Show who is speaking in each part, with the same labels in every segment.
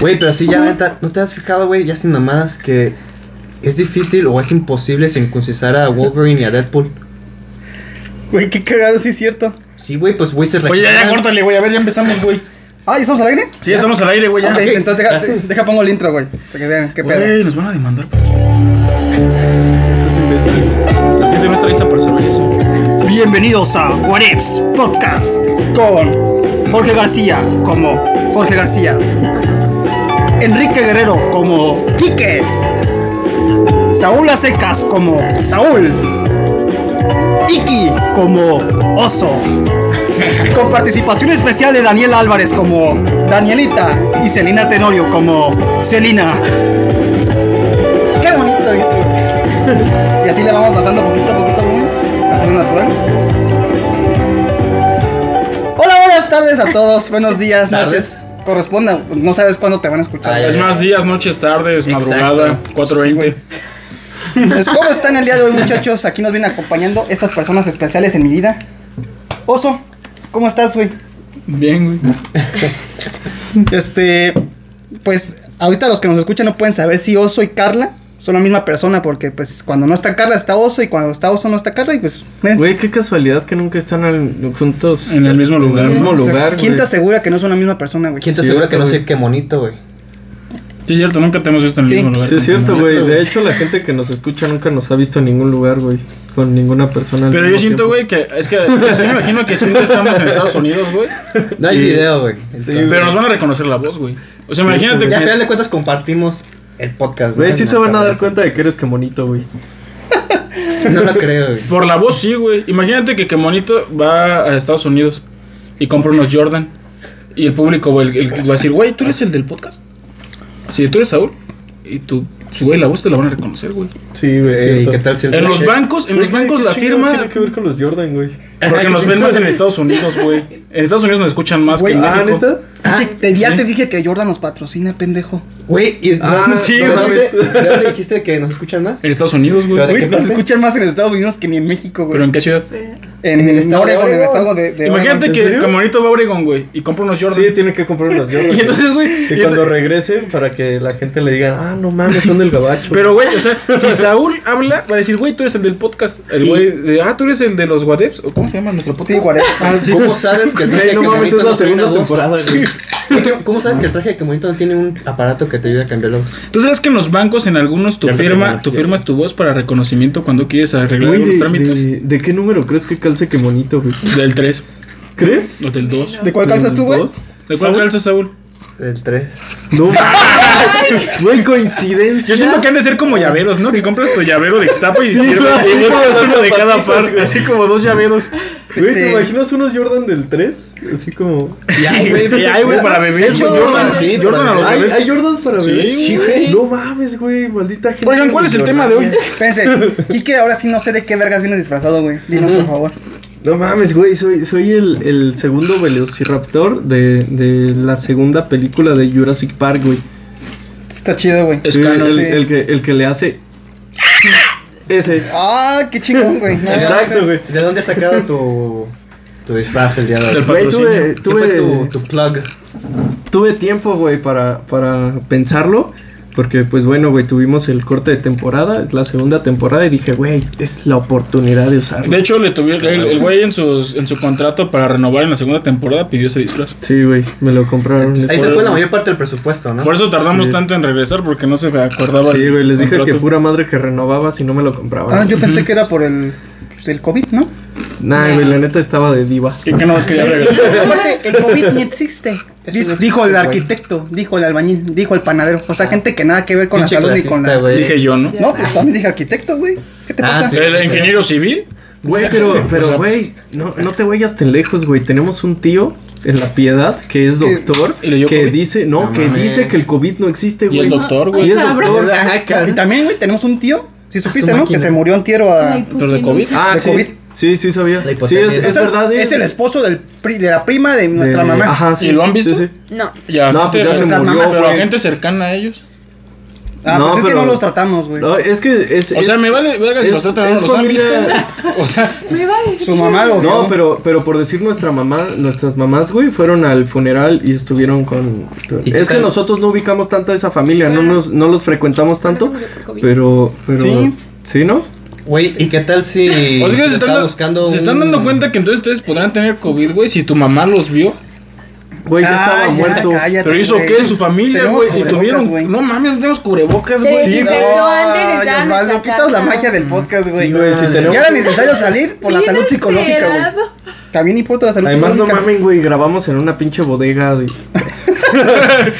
Speaker 1: Güey, pero sí, ya neta, ¿no te has fijado, güey? Ya sin mamadas que es difícil o es imposible circuncisar a Wolverine y a Deadpool.
Speaker 2: Güey, qué cagado, sí es cierto.
Speaker 1: Sí, güey, pues güey se
Speaker 3: Oye, ya, ya,
Speaker 1: recuerdan.
Speaker 3: córtale, güey. A ver, ya empezamos, güey.
Speaker 2: Ah, ¿y estamos al aire?
Speaker 3: Sí, ya estamos al aire, güey. Ya.
Speaker 2: Ok, entonces deja, de- deja pongo el intro, güey. Para que vean qué pedo.
Speaker 3: Güey, nos van a demandar. La gente no está lista para saber eso.
Speaker 4: Bienvenidos a What Ifs Podcast con Jorge García como Jorge García, Enrique Guerrero como Quique, Saúl Acecas como Saúl, Iki como Oso, con participación especial de Daniel Álvarez como Danielita y Celina Tenorio como Celina.
Speaker 2: Qué bonito intro,
Speaker 4: ¿eh?
Speaker 2: güey. Y así le vamos pasando poquito a poquito, güey. A forma natural. Hola, buenas tardes a todos. Buenos días, noches.
Speaker 1: Tardes.
Speaker 2: Corresponda, no sabes cuándo te van a escuchar.
Speaker 1: Ah, ya,
Speaker 2: güey.
Speaker 3: Es más días, noches, tardes,
Speaker 1: Exacto.
Speaker 3: madrugada, 4.20.
Speaker 2: Pues, ¿Cómo están el día de hoy, muchachos? Aquí nos vienen acompañando estas personas especiales en mi vida. Oso, ¿cómo estás, güey?
Speaker 3: Bien, güey.
Speaker 2: Este, pues ahorita los que nos escuchan no pueden saber si Oso y Carla son la misma persona, porque pues cuando no está Carla está Oso y cuando está Oso no está Carla y pues, miren.
Speaker 5: Güey, qué casualidad que nunca están al- juntos.
Speaker 3: En el mismo lugar,
Speaker 5: En el mismo
Speaker 2: O sea,
Speaker 5: lugar,
Speaker 2: ¿Quién te
Speaker 5: güey.
Speaker 2: asegura que no son la misma persona, güey?
Speaker 1: ¿Quién te
Speaker 5: Sí,
Speaker 1: asegura
Speaker 5: cierto,
Speaker 1: que no
Speaker 5: güey.
Speaker 1: sé qué monito, güey?
Speaker 3: Sí, es cierto, nunca te hemos visto en el
Speaker 2: Sí.
Speaker 3: mismo lugar.
Speaker 5: Sí, es cierto, güey.
Speaker 1: güey.
Speaker 5: De hecho, la gente que nos escucha nunca nos ha visto en ningún lugar, güey. Con ninguna persona. al
Speaker 3: Pero yo
Speaker 5: mismo
Speaker 3: siento,
Speaker 5: tiempo.
Speaker 3: güey, que es que yo me imagino que si un día estamos en Estados Unidos, güey,
Speaker 1: No hay
Speaker 3: Sí.
Speaker 1: video, güey. Entonces-
Speaker 3: pero nos van a reconocer la voz, güey. O sea,
Speaker 5: Sí,
Speaker 3: imagínate
Speaker 5: güey.
Speaker 1: Y
Speaker 3: que
Speaker 1: al final de cuentas compartimos el podcast,
Speaker 5: Güey, sí
Speaker 1: No,
Speaker 5: se van a dar
Speaker 1: sabes.
Speaker 5: cuenta de que eres que monito, güey.
Speaker 1: No lo creo, güey.
Speaker 3: por la voz sí, güey. Imagínate que Kemonito va a Estados Unidos y compra unos Jordan y el público güey, el- el- va a decir, "Güey, tú eres el del podcast?" Sí, tú eres Saúl y tú pues, güey, la voz te la van a reconocer, güey.
Speaker 5: Sí, güey.
Speaker 1: Güey, ¿y ¿Qué tal si el-
Speaker 3: En los bancos,
Speaker 5: Pues,
Speaker 3: en los bancos la firma
Speaker 5: tiene que ver con los Jordan, güey.
Speaker 3: porque nos ven más en Estados Unidos, güey. En Estados Unidos nos escuchan más que
Speaker 2: Güey,
Speaker 3: en
Speaker 5: Ah,
Speaker 3: México.
Speaker 5: ¿neta?
Speaker 2: Pinche, te- ya
Speaker 3: sí.
Speaker 2: te dije que Jordan nos patrocina, pendejo.
Speaker 1: Güey, y
Speaker 5: Ah,
Speaker 1: no,
Speaker 3: sí,
Speaker 1: ¿de
Speaker 3: güey.
Speaker 1: dónde- ¿De dónde dijiste que nos escuchan más?
Speaker 3: En Estados Unidos, güey.
Speaker 1: Pero de
Speaker 2: Güey,
Speaker 1: qué
Speaker 2: nos
Speaker 1: parte?
Speaker 2: escuchan más en Estados Unidos que ni en México, güey.
Speaker 3: Pero en qué ciudad?
Speaker 2: En,
Speaker 1: en el estado de
Speaker 2: Oregon, en el
Speaker 1: Oregon.
Speaker 2: estado de, de
Speaker 3: Imagínate
Speaker 2: Oregon.
Speaker 3: que
Speaker 5: ¿En serio?
Speaker 3: Camonito va a Oregon, güey, y compra unos Jordan.
Speaker 5: Sí, tiene que comprar unos Jordan.
Speaker 3: Y entonces, güey,
Speaker 5: Y
Speaker 3: y-
Speaker 5: cuando regrese, para que la gente le diga, ah, no mames, son del gabacho.
Speaker 3: Pero, güey, o sea, si Saúl habla, va a decir, güey, tú eres el del podcast. El güey, de, ah, tú eres el de los Guadeps. ¿O ¿Cómo se llama nuestro
Speaker 2: Sí,
Speaker 3: podcast?
Speaker 2: Juárez.
Speaker 3: Ah, sí.
Speaker 1: ¿Cómo sabes que el traje
Speaker 5: Güey, no
Speaker 1: de
Speaker 5: mames,
Speaker 1: Kemonito
Speaker 5: es la
Speaker 1: no tiene
Speaker 5: segunda
Speaker 1: voz?
Speaker 5: temporada, güey.
Speaker 1: ¿Cómo- ¿Cómo sabes que el traje de Kemonito no tiene un aparato que te ayude a cambiar la voz?
Speaker 3: Tú sabes que en los bancos, en algunos, tu
Speaker 1: Ya me
Speaker 3: firma,
Speaker 1: regaló,
Speaker 3: tu
Speaker 1: ya.
Speaker 3: firmas tu voz para reconocimiento cuando quieres arreglar
Speaker 5: Güey,
Speaker 3: los
Speaker 5: de,
Speaker 3: trámites.
Speaker 5: de- ¿de qué número crees que calce que monito, güey?
Speaker 3: Del 3
Speaker 5: ¿Crees?
Speaker 3: o del 2.
Speaker 2: ¿De cuál calzas tú, güey?
Speaker 5: ¿Dos?
Speaker 3: ¿De cuál calza Saúl?
Speaker 1: El 3.
Speaker 5: No mames. Güey, coincidencia.
Speaker 3: Yo siento que han de ser como llaveros, ¿no? Que compras tu llavero de Ixtapa y,
Speaker 5: Sí,
Speaker 3: y
Speaker 5: güey, sí,
Speaker 3: buscas uno
Speaker 5: como
Speaker 3: de
Speaker 5: zapatitos,
Speaker 3: cada parte,
Speaker 5: güey.
Speaker 3: así como dos llaveros.
Speaker 5: Güey,
Speaker 2: Este-
Speaker 5: ¿te imaginas unos Jordan del 3? Así como.
Speaker 1: Y
Speaker 3: Ay, güey, ay, güey, para bebés,
Speaker 1: Sí,
Speaker 3: güey, Jordan,
Speaker 1: sí,
Speaker 3: Jordan
Speaker 1: para
Speaker 3: a los
Speaker 5: ¿Hay,
Speaker 3: bebés.
Speaker 5: hay Jordans para
Speaker 3: Sí,
Speaker 5: bebés?
Speaker 3: Sí,
Speaker 5: güey. No mames, güey, maldita gente.
Speaker 3: Oigan, ¿cuál es el tema de hoy?
Speaker 2: Espérense, Quique, ahora sí no sé de qué vergas vienes disfrazado, güey. Dinos, por favor.
Speaker 5: No mames, güey, soy, soy el, el segundo Velociraptor de, de la segunda película de Jurassic Park, güey.
Speaker 2: Está chido, güey.
Speaker 3: Es
Speaker 5: Sí,
Speaker 3: canon,
Speaker 5: el,
Speaker 2: sí.
Speaker 5: el que, el que le hace. Ese.
Speaker 2: Ah, qué chingón, güey. No,
Speaker 5: Exacto, güey.
Speaker 1: ¿De dónde has sacado tu, tu disfraz el día de
Speaker 3: Del
Speaker 1: hoy?
Speaker 5: Güey,
Speaker 3: patrocinio.
Speaker 5: tuve,
Speaker 1: ¿Qué fue tu,
Speaker 5: tuve,
Speaker 1: tu plug?
Speaker 5: tuve tiempo, güey, para, para pensarlo. Porque, pues bueno, güey, tuvimos el corte de temporada, es la segunda temporada, y dije, güey, es la oportunidad de usarlo.
Speaker 3: De hecho, le tuvieron, el, el güey en, sus, en su contrato para renovar en la segunda temporada pidió ese disfraz.
Speaker 5: sí, güey, me lo compraron.
Speaker 1: Ahí se fue la mayor parte del presupuesto, ¿no?
Speaker 3: Por eso tardamos
Speaker 5: Sí.
Speaker 3: tanto en regresar porque no se acordaba.
Speaker 5: Sí,
Speaker 3: el
Speaker 5: güey, les dije que
Speaker 3: contrato.
Speaker 5: pura madre que renovaba si no me lo
Speaker 2: Ah,
Speaker 5: compraban.
Speaker 2: yo pensé que era por el, pues, el COVID, ¿no?
Speaker 5: Nah, güey, la neta estaba de diva.
Speaker 3: Que, que no quería regresar.
Speaker 2: Aparte, el COVID ni existe. Dice-
Speaker 1: no
Speaker 2: dijo
Speaker 1: existe,
Speaker 2: el
Speaker 1: güey.
Speaker 2: arquitecto, dijo el albañil, dijo el panadero. O sea, gente que nada que ver con la
Speaker 1: Pinche
Speaker 2: salud ni
Speaker 1: clasista,
Speaker 2: con la.
Speaker 1: güey.
Speaker 3: dije yo, ¿no?
Speaker 2: No, pues también dije arquitecto, güey. ¿Qué te
Speaker 1: Ah,
Speaker 2: pasa?
Speaker 1: sí.
Speaker 3: El ingeniero civil.
Speaker 5: Güey, pero, pero, güey, no, no te vayas tan lejos, güey. Tenemos un tío en la piedad que es doctor
Speaker 3: ¿Y le dio
Speaker 5: que
Speaker 3: COVID?
Speaker 5: dice, no,
Speaker 1: No
Speaker 5: que
Speaker 1: mames.
Speaker 5: dice que el COVID no existe,
Speaker 3: Y
Speaker 5: güey.
Speaker 3: el doctor,
Speaker 5: Y
Speaker 3: güey.
Speaker 5: es
Speaker 1: "Ah,
Speaker 5: doctor.
Speaker 2: Y también, güey, tenemos un tío. Si supiste, ¿no? Que
Speaker 1: máquina.
Speaker 2: se murió entero a.
Speaker 3: Pero de COVID.
Speaker 5: Ah,
Speaker 2: ¿De
Speaker 5: sí.
Speaker 2: COVID?
Speaker 5: Sí, sí sabía.
Speaker 1: La
Speaker 5: Sí,
Speaker 1: hipotenusa.
Speaker 5: es,
Speaker 2: O
Speaker 5: es
Speaker 2: sea,
Speaker 5: verdad.
Speaker 2: es el esposo del pri- de la prima de nuestra
Speaker 5: de-
Speaker 2: mamá.
Speaker 5: Ajá, sí.
Speaker 3: ¿Y lo han visto?
Speaker 5: Sí, sí.
Speaker 6: No.
Speaker 3: Ya,
Speaker 5: No, pues ya se
Speaker 2: nuestras
Speaker 5: murió,
Speaker 2: mamás,
Speaker 3: Pero a
Speaker 2: güey.
Speaker 3: gente cercana a ellos.
Speaker 2: Ah, pues es que
Speaker 5: pero-
Speaker 2: no los tratamos, güey.
Speaker 5: No, es que es.
Speaker 3: O sea,
Speaker 5: es-
Speaker 3: me vale verga si
Speaker 5: es-
Speaker 3: los tratan o no
Speaker 5: es
Speaker 3: los han visto.
Speaker 5: familia-
Speaker 3: O sea,
Speaker 6: Me va a decir.
Speaker 2: Su mamá lo
Speaker 5: No,
Speaker 2: vio.
Speaker 5: pero, pero por decir nuestra mamá, nuestras mamás, güey, fueron al funeral y estuvieron con.
Speaker 1: ¿Y qué
Speaker 5: es que
Speaker 1: tal?
Speaker 5: nosotros no ubicamos tanto a esa familia,
Speaker 6: Ah.
Speaker 5: no nos, no los frecuentamos tanto,
Speaker 6: Por eso murió por COVID.
Speaker 5: pero, pero.
Speaker 2: Sí.
Speaker 5: Sí, ¿no?
Speaker 1: Güey, ¿y qué tal si
Speaker 3: o sea Pues que se están, da-
Speaker 1: buscando
Speaker 3: se están
Speaker 1: un-
Speaker 3: dando cuenta que entonces ustedes podrán tener COVID, güey, si tu mamá los vio.
Speaker 5: Güey, ya
Speaker 2: Ah,
Speaker 5: estaba
Speaker 2: ya,
Speaker 5: muerto.
Speaker 2: cállate,
Speaker 3: Pero hizo
Speaker 2: güey.
Speaker 3: qué su familia,
Speaker 2: Tenemos
Speaker 3: güey. Y
Speaker 2: cubrebocas,
Speaker 3: tuvieron.
Speaker 2: güey.
Speaker 3: No mames, no tenemos cubrebocas,
Speaker 6: Sí,
Speaker 3: güey.
Speaker 6: sí, Perfecto, antes de
Speaker 2: Ay,
Speaker 6: entrar a
Speaker 2: Osvaldo,
Speaker 6: nuestra
Speaker 2: quitas la
Speaker 6: casa.
Speaker 2: magia del podcast, güey.
Speaker 5: Sí, güey, si tenemos-
Speaker 2: Ya era necesario salir por la
Speaker 6: Bien
Speaker 2: salud psicológica, güey.
Speaker 6: encerrado.
Speaker 2: También importa la salud
Speaker 5: Además, no
Speaker 2: psicológica.
Speaker 5: mamen, güey, grabamos en una pinche bodega. De...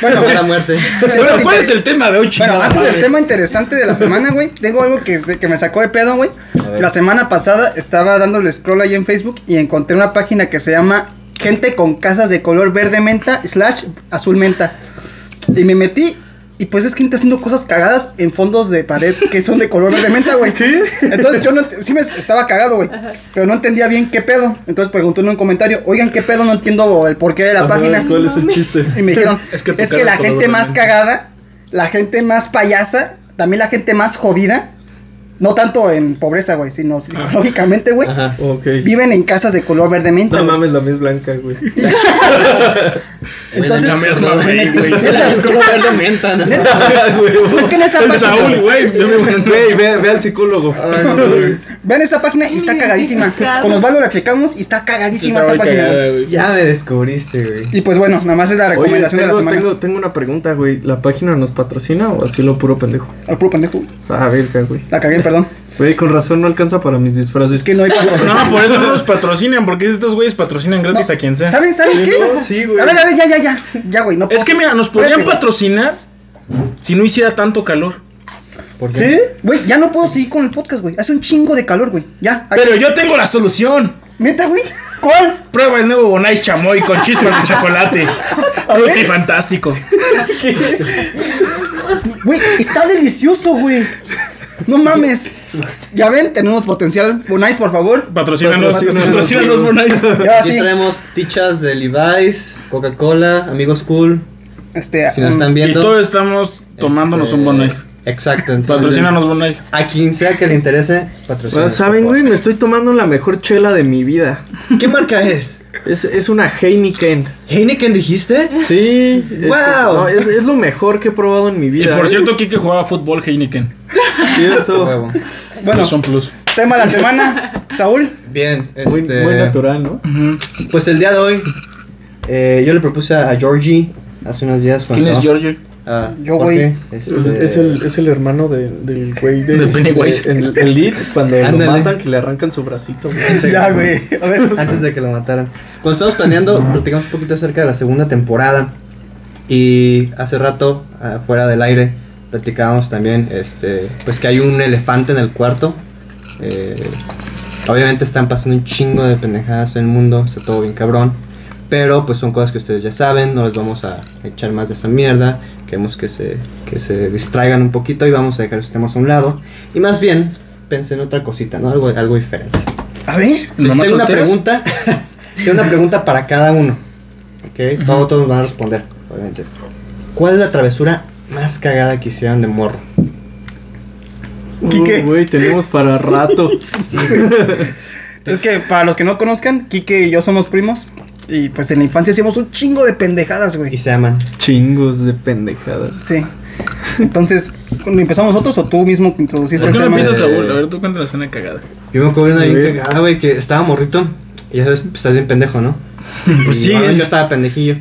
Speaker 1: Bueno, mala muerte.
Speaker 3: Bueno, ¿cuál es el tema de hoy,
Speaker 2: Bueno,
Speaker 3: chingada
Speaker 2: antes del
Speaker 3: madre?
Speaker 2: tema interesante de la semana, güey, tengo algo que, se- que me sacó de pedo, güey. La semana pasada estaba dándole scroll ahí en Facebook y encontré una página que se llama Gente con Casas de Color Verde Menta slash Azul Menta. Y me metí y pues es que está haciendo cosas cagadas en fondos de pared que son de color verde menta, güey. Entonces yo no, ent- sí me es- estaba cagado, güey. Pero no entendía bien qué pedo. Entonces pregunté en un comentario, oigan, qué pedo, no entiendo el porqué de la página.
Speaker 5: ¿Cuál es el chiste?
Speaker 2: Y me dijeron,
Speaker 3: Es
Speaker 2: es
Speaker 3: que
Speaker 2: que,
Speaker 3: tu cara
Speaker 2: la
Speaker 3: es color
Speaker 2: gente más
Speaker 3: verde.
Speaker 2: cagada, la gente más payasa, también la gente más jodida, no tanto en pobreza, güey,
Speaker 3: Ah.
Speaker 2: sino psicológicamente, güey,
Speaker 1: Ajá.
Speaker 5: Ok.
Speaker 2: viven en casas de color verde menta.
Speaker 5: No
Speaker 2: güey.
Speaker 5: mames, la mía es blanca, güey.
Speaker 2: Entonces,
Speaker 3: La misma,
Speaker 2: me
Speaker 3: güey,
Speaker 2: metí.
Speaker 3: güey.
Speaker 2: Neta,
Speaker 1: Es como verde menta, ¿no?
Speaker 2: Busquen esa
Speaker 3: El de
Speaker 2: página.
Speaker 3: Saúl, güey. Yo me
Speaker 5: Güey, ve, ve al psicólogo.
Speaker 2: Ah, Vean esa página y está cagadísima.
Speaker 6: Claro.
Speaker 2: Con Osvaldo la checamos y está cagadísima esa
Speaker 3: Está muy
Speaker 2: página.
Speaker 3: cagada,
Speaker 2: güey.
Speaker 3: güey.
Speaker 1: Ya me descubriste, güey.
Speaker 2: Y pues bueno, nada más es la
Speaker 5: Oye,
Speaker 2: recomendación
Speaker 5: tengo,
Speaker 2: de la semana.
Speaker 5: tengo, tengo una pregunta, güey. ¿La página nos patrocina o así lo puro pendejo?
Speaker 2: Al puro pendejo.
Speaker 5: Ah, verga, güey.
Speaker 2: La cagué, perdón.
Speaker 5: Güey, con razón no alcanza para mis disfraces.
Speaker 2: Es que no hay
Speaker 3: No, pues, por eso no los patrocinan, porque estos güeyes patrocinan gratis a quien sea.
Speaker 2: ¿Saben, saben qué?
Speaker 5: no, sí, güey.
Speaker 2: A ver, a ver, ya, ya, ya. Ya, güey, no
Speaker 3: Es
Speaker 2: puedo.
Speaker 3: que mira, nos podrían
Speaker 2: Espérate,
Speaker 3: patrocinar si no hiciera tanto calor.
Speaker 1: ¿Por qué?
Speaker 2: Güey, ya no puedo seguir con el podcast, güey. Hace un chingo de calor, güey. Ya. aquí.
Speaker 3: Pero yo tengo la solución.
Speaker 2: Neta, güey. ¿Cuál?
Speaker 3: Prueba el nuevo Bonais Chamoy con chispas de chocolate. Fruity
Speaker 2: ver.
Speaker 3: fantástico.
Speaker 2: Güey, está delicioso, güey. No mames. Ya ven, tenemos potencial. Bonais, por favor.
Speaker 3: Patrocínanos,
Speaker 2: Patrocínanos,
Speaker 3: patrocínanos Bonais.
Speaker 2: Y ahora
Speaker 1: Aquí
Speaker 2: sí.
Speaker 1: traemos tichas de Levi's, Coca-Cola, amigos cool.
Speaker 2: Este.
Speaker 1: Si nos
Speaker 2: um,
Speaker 1: están
Speaker 3: Mm, Y
Speaker 1: viendo.
Speaker 3: todos estamos tomándonos
Speaker 1: este,
Speaker 3: un Bonais.
Speaker 1: Exacto, entonces.
Speaker 3: Patrocínanos Bonais.
Speaker 1: A quien sea que le interese,
Speaker 5: Ah,
Speaker 1: patrocina.
Speaker 5: ¿Saben, güey? Me estoy tomando la mejor chela de mi vida.
Speaker 1: ¿Qué marca es?
Speaker 5: Es, es una Heineken.
Speaker 1: ¿Heineken dijiste?
Speaker 5: Sí. es-
Speaker 1: ¡Guau!
Speaker 5: no, es, es lo mejor que he probado en mi
Speaker 3: Y
Speaker 5: vida.
Speaker 3: por
Speaker 5: ¿eh?
Speaker 3: cierto, Kike jugaba fútbol Heineken.
Speaker 5: Cierto.
Speaker 1: Huevo.
Speaker 2: mm, Bueno,
Speaker 3: Son plus.
Speaker 2: tema de la semana. Saúl.
Speaker 1: Bien, este.
Speaker 5: Muy, muy natural, ¿no?
Speaker 1: Pues el día de hoy, eh, yo le propuse a Georgie hace unos días cuando
Speaker 3: ¿Quién es
Speaker 1: estaba-
Speaker 3: Giorgio?
Speaker 1: Ah,
Speaker 2: Yo,
Speaker 1: Jorge, este-
Speaker 5: Es, el, es el hermano de- del güey de,
Speaker 3: De Pennywise.
Speaker 5: de- el, el lead, cuando lo
Speaker 1: Ándale.
Speaker 5: matan, que le arrancan su bracito. güey.
Speaker 1: ese-
Speaker 2: Ya, güey. A ver.
Speaker 1: Antes de que lo mataran. Cuando estábamos planeando, platicamos un poquito acerca de la segunda temporada. Y hace rato, afuera del aire, platicábamos también este, pues que hay un elefante en el cuarto. Eh, obviamente están pasando un chingo de pendejadas en el mundo, está todo bien cabrón. Pero pues son cosas que ustedes ya saben, no les vamos a echar más de esa mierda. Queremos que se, que se distraigan un poquito y vamos a dejar esos temas a un lado. Y más bien, pensé en otra cosita, ¿no? Algo, algo diferente.
Speaker 2: A ver.
Speaker 1: Les Pues
Speaker 3: ¿Mamás
Speaker 1: tengo una
Speaker 3: solteras?
Speaker 1: pregunta. tengo una pregunta para cada uno. Ok, todos, todos van a responder, obviamente. ¿Cuál es la travesura más cagada que hicieron de morro?
Speaker 2: Quique.
Speaker 5: Uh, Güey, tenemos para rato.
Speaker 2: Es que para los que no conozcan, Kike y yo somos primos. Y pues en la infancia hacíamos un chingo de pendejadas,
Speaker 1: Y
Speaker 2: güey.
Speaker 1: se aman.
Speaker 5: Chingos de pendejadas.
Speaker 2: Sí. Entonces, ¿cuándo ¿empezamos nosotros o tú mismo que introduciste
Speaker 3: ¿Por
Speaker 2: el
Speaker 3: qué no
Speaker 2: tema?
Speaker 3: empiezas,
Speaker 1: eh,
Speaker 3: Saúl? A ver, tú cuéntanos una cagada.
Speaker 1: Yo me acuerdo de una
Speaker 5: Güey.
Speaker 1: bien cagada, güey, que estaba morrito. Y ya sabes, pues, estás bien pendejo, ¿no?
Speaker 3: Pues
Speaker 1: Y,
Speaker 3: sí,
Speaker 1: bueno,
Speaker 3: es-
Speaker 1: yo estaba pendejillo.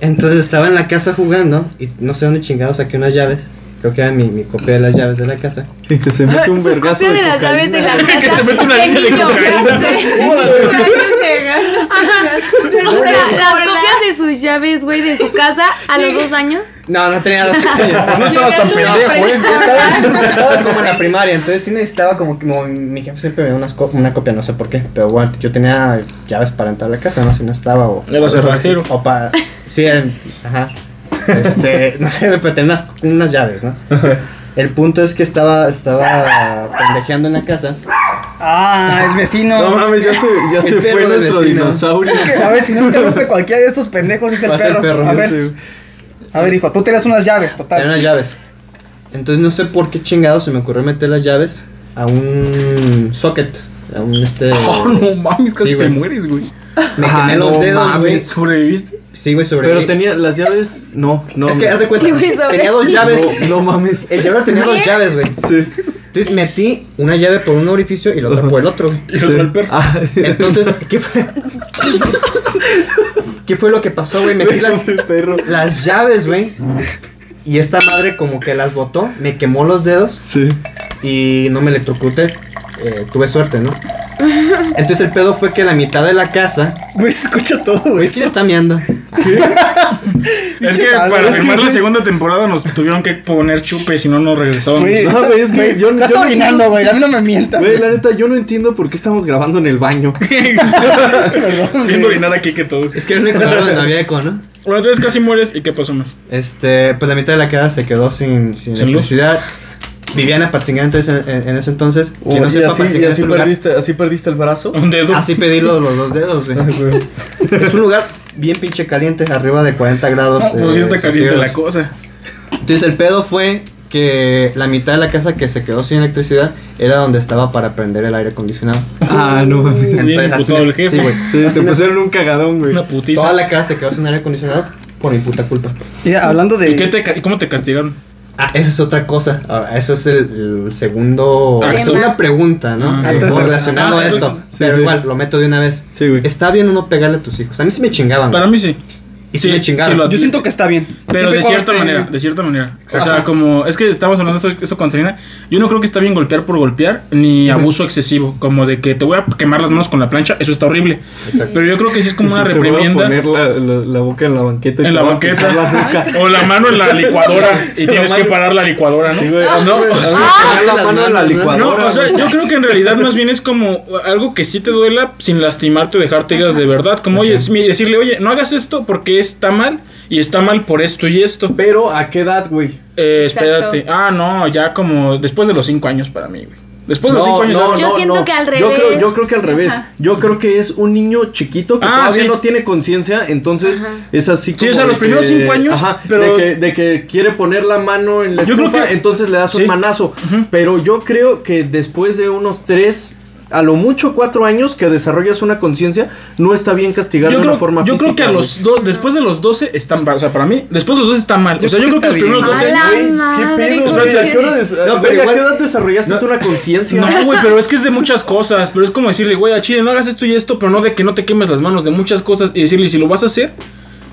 Speaker 1: Entonces estaba en la casa jugando y no sé dónde chingados saqué unas llaves. Creo que era mi, mi copia de las llaves de la casa.
Speaker 5: Y que se mete un
Speaker 6: Su
Speaker 5: vergazo
Speaker 6: copia
Speaker 5: de,
Speaker 6: de las llaves de la
Speaker 5: cocaína.
Speaker 6: casa.
Speaker 3: Que se mete una línea de
Speaker 6: Qué niño,
Speaker 3: cocaína.
Speaker 6: sí. O sea, las copias de sus llaves, güey, de su casa a los dos años.
Speaker 1: No, no tenía dos años.
Speaker 3: No estabas tan pendejo,
Speaker 1: Yo ¿eh? estaba, estaba como en la primaria, entonces sí necesitaba como que como mi jefe siempre me dio unas co- una copia, no sé por qué, pero bueno, yo tenía llaves para entrar a la casa, no sé, no estaba o...
Speaker 3: Era
Speaker 1: o-
Speaker 3: cerrajero.
Speaker 1: O para... Sí, eran- ajá. Este, no sé, pero tenía unas, unas llaves, ¿no? El punto es que estaba, estaba pendejeando en la casa.
Speaker 2: Ah, el vecino.
Speaker 5: No mames, ya se, ya
Speaker 1: El
Speaker 5: se fue
Speaker 1: perro del
Speaker 5: nuestro
Speaker 1: vecino.
Speaker 5: dinosaurio.
Speaker 2: Es que, a ver, si no interrumpe cualquiera de estos pendejos, dice el
Speaker 1: Va a ser
Speaker 2: perro.
Speaker 1: perro,
Speaker 2: A
Speaker 1: yo
Speaker 2: ver,
Speaker 5: Sí.
Speaker 2: a ver, hijo, tú tienes unas llaves,
Speaker 1: Tenía
Speaker 2: total.
Speaker 1: unas llaves. Entonces no sé por qué chingado se me ocurrió meter las llaves a un socket, a un este...
Speaker 3: Oh, no mames, casi
Speaker 1: Sí,
Speaker 3: te
Speaker 1: güey.
Speaker 3: mueres, güey.
Speaker 1: Me quemé los dedos, güey.
Speaker 3: ¿Sobreviviste?
Speaker 1: Sí, güey, sobre
Speaker 5: Ah, Pero tenía las llaves. No, no.
Speaker 1: Es que
Speaker 5: me-
Speaker 1: haz de cuenta,
Speaker 6: Sí, güey, sobre-
Speaker 1: tenía dos llaves.
Speaker 5: No, no mames.
Speaker 1: El cerebro tenía dos llaves, güey.
Speaker 5: Sí.
Speaker 1: Entonces metí una llave por un orificio y la otra por el otro, güey.
Speaker 3: Y el otro el perro.
Speaker 5: Ah,
Speaker 1: Entonces, ¿qué fue? ¿Qué fue lo que pasó, güey? Metí las,
Speaker 5: el perro.
Speaker 1: las llaves, güey. Y esta madre como que las botó, me quemó los dedos
Speaker 5: Sí.
Speaker 1: y no me electrocuté. Eh, tuve suerte, ¿no? Entonces el pedo fue que la mitad de la casa...
Speaker 2: Güey, se escucha todo, güey.
Speaker 1: ¿Quién está meando?
Speaker 3: Es que
Speaker 2: Ah,
Speaker 3: para
Speaker 2: es que,
Speaker 3: filmar la
Speaker 2: güey.
Speaker 3: segunda temporada nos tuvieron que poner chupe, si no nos regresaban.
Speaker 2: Güey,
Speaker 5: No, güey, es que
Speaker 2: güey,
Speaker 5: yo-
Speaker 2: Estás
Speaker 5: yo-
Speaker 2: orinando, güey. A mí no me mientas.
Speaker 5: Güey, la neta, yo no entiendo por qué estamos grabando en el baño.
Speaker 3: Viendo orinar aquí que todos.
Speaker 1: Es que era un encuentro donde había eco, ¿no?
Speaker 3: Bueno, entonces casi mueres. ¿Y qué pasó más?
Speaker 1: Este, pues la mitad de la casa se quedó sin, sin
Speaker 3: ¿Sin luz?
Speaker 1: electricidad. Vivía en Apatzingán entonces, en, en ese entonces.
Speaker 5: Y
Speaker 1: Quien no sepa
Speaker 5: así, y
Speaker 1: Apatzingán es
Speaker 5: así
Speaker 1: un lugar-
Speaker 5: perdiste, así perdiste el brazo.
Speaker 3: Un dedo. Ah,
Speaker 1: así pedí los, los dos dedos, güey. es un lugar bien pinche caliente, arriba de 40 grados.
Speaker 3: No, pues sí
Speaker 1: eh,
Speaker 3: está caliente
Speaker 1: centígrados.
Speaker 3: la cosa.
Speaker 1: Entonces el pedo fue que la mitad de la casa que se quedó sin electricidad era donde estaba para prender el aire acondicionado.
Speaker 5: Ah, no mames.
Speaker 3: Bien
Speaker 1: Entonces, así
Speaker 3: imputado
Speaker 1: me-
Speaker 3: el jefe.
Speaker 1: sí, güey.
Speaker 5: Sí,
Speaker 1: Así
Speaker 5: te
Speaker 1: me-
Speaker 5: pusieron un cagadón, güey.
Speaker 3: Una putiza.
Speaker 1: Toda la casa se quedó sin aire acondicionado por mi puta culpa.
Speaker 2: Mira, hablando de.
Speaker 3: ¿Y qué te ca- y cómo te castigaron?
Speaker 1: Ah, esa es otra cosa. Ahora, eso es el, el segundo.
Speaker 3: Ah,
Speaker 1: La
Speaker 3: eso.
Speaker 1: segunda pregunta, ¿no?
Speaker 3: Ah,
Speaker 1: Eh,
Speaker 2: entonces-
Speaker 1: relacionado
Speaker 3: ah,
Speaker 1: a esto.
Speaker 3: entonces-
Speaker 1: pero
Speaker 5: sí.
Speaker 1: igual, lo meto de una vez.
Speaker 5: Sí, güey.
Speaker 1: ¿Está bien o no pegarle a tus hijos? A mí sí me chingaban.
Speaker 3: Para
Speaker 1: güey.
Speaker 3: mí sí.
Speaker 1: y sí, me
Speaker 3: sí
Speaker 1: chingaban.
Speaker 3: lo
Speaker 2: Yo siento que está bien.
Speaker 3: Pero
Speaker 2: Siempre
Speaker 3: de
Speaker 2: cuando
Speaker 3: cierta
Speaker 2: esté-
Speaker 3: manera, de cierta manera. O
Speaker 1: Ajá.
Speaker 3: sea, como es que estamos hablando de eso, eso con Trina. Yo no creo que está bien golpear por golpear, ni abuso excesivo, como de que te voy a quemar las manos con la plancha, eso está horrible.
Speaker 1: Exacto.
Speaker 3: Pero yo creo que sí es como una
Speaker 5: Te voy a
Speaker 3: reprimienda
Speaker 5: poner la, la- la boca en la banqueta. y
Speaker 3: en
Speaker 5: te
Speaker 3: la
Speaker 5: voy a
Speaker 3: banqueta
Speaker 5: pisar la boca.
Speaker 3: o la mano en la licuadora y tienes que parar la licuadora, ¿no?
Speaker 5: Sí, güey. No,
Speaker 3: o
Speaker 6: Ah,
Speaker 3: sea,
Speaker 5: la
Speaker 1: las
Speaker 5: mano en la
Speaker 1: manos, ¿no?
Speaker 5: licuadora.
Speaker 3: No, o sea,
Speaker 5: güey.
Speaker 3: yo creo que en realidad más bien es como algo que sí te duela sin lastimarte o dejarte heridas de verdad. Como oye, mi- decirle, oye, no hagas esto porque está mal y está mal por esto y esto.
Speaker 5: Pero, ¿a qué edad, güey?
Speaker 3: Eh,
Speaker 6: Exacto.
Speaker 3: espérate. Ah, no, ya como después de los cinco años para mí, güey. Después de Pues, los cinco años. ya-
Speaker 6: Yo siento que al
Speaker 5: Yo creo,
Speaker 6: revés.
Speaker 5: yo creo que al revés.
Speaker 6: Ajá.
Speaker 5: Yo creo que es un niño chiquito que
Speaker 3: Ah,
Speaker 5: todavía
Speaker 3: sí.
Speaker 5: no tiene conciencia, entonces
Speaker 6: Ajá.
Speaker 5: es así como.
Speaker 3: Sí, o sea,
Speaker 5: de
Speaker 3: los primeros
Speaker 5: que-
Speaker 3: cinco años,
Speaker 5: Ajá,
Speaker 3: pero-
Speaker 5: De que, de que quiere poner la mano en la
Speaker 3: Yo creo
Speaker 5: estufa,
Speaker 3: que-
Speaker 5: entonces le das
Speaker 3: sí.
Speaker 5: un manazo. Pero yo creo que después de unos tres. A lo mucho cuatro años que desarrollas una conciencia, no está bien castigar
Speaker 3: yo
Speaker 5: de
Speaker 3: creo,
Speaker 5: una forma
Speaker 3: yo
Speaker 5: física.
Speaker 3: creo que a
Speaker 5: güey.
Speaker 3: los dos, después de los 12 están, o sea, para mí, después de los 12 está mal. O sea, yo creo que los primeros 12
Speaker 6: Mala
Speaker 5: Güey,
Speaker 6: madre,
Speaker 5: ¿Qué pedo?
Speaker 6: ¿por
Speaker 5: Espérate, ¿a
Speaker 6: qué?
Speaker 5: Pues, qué hora des-
Speaker 1: No, pero
Speaker 5: güey, ¿a
Speaker 1: igual-
Speaker 5: qué edad desarrollaste tú una conciencia?
Speaker 3: No, güey, pero es que es de muchas cosas. Pero es como decirle, güey, a Chile, no hagas esto y esto, pero no de que no te quemes las manos, de muchas cosas. Y decirle, si lo vas a hacer,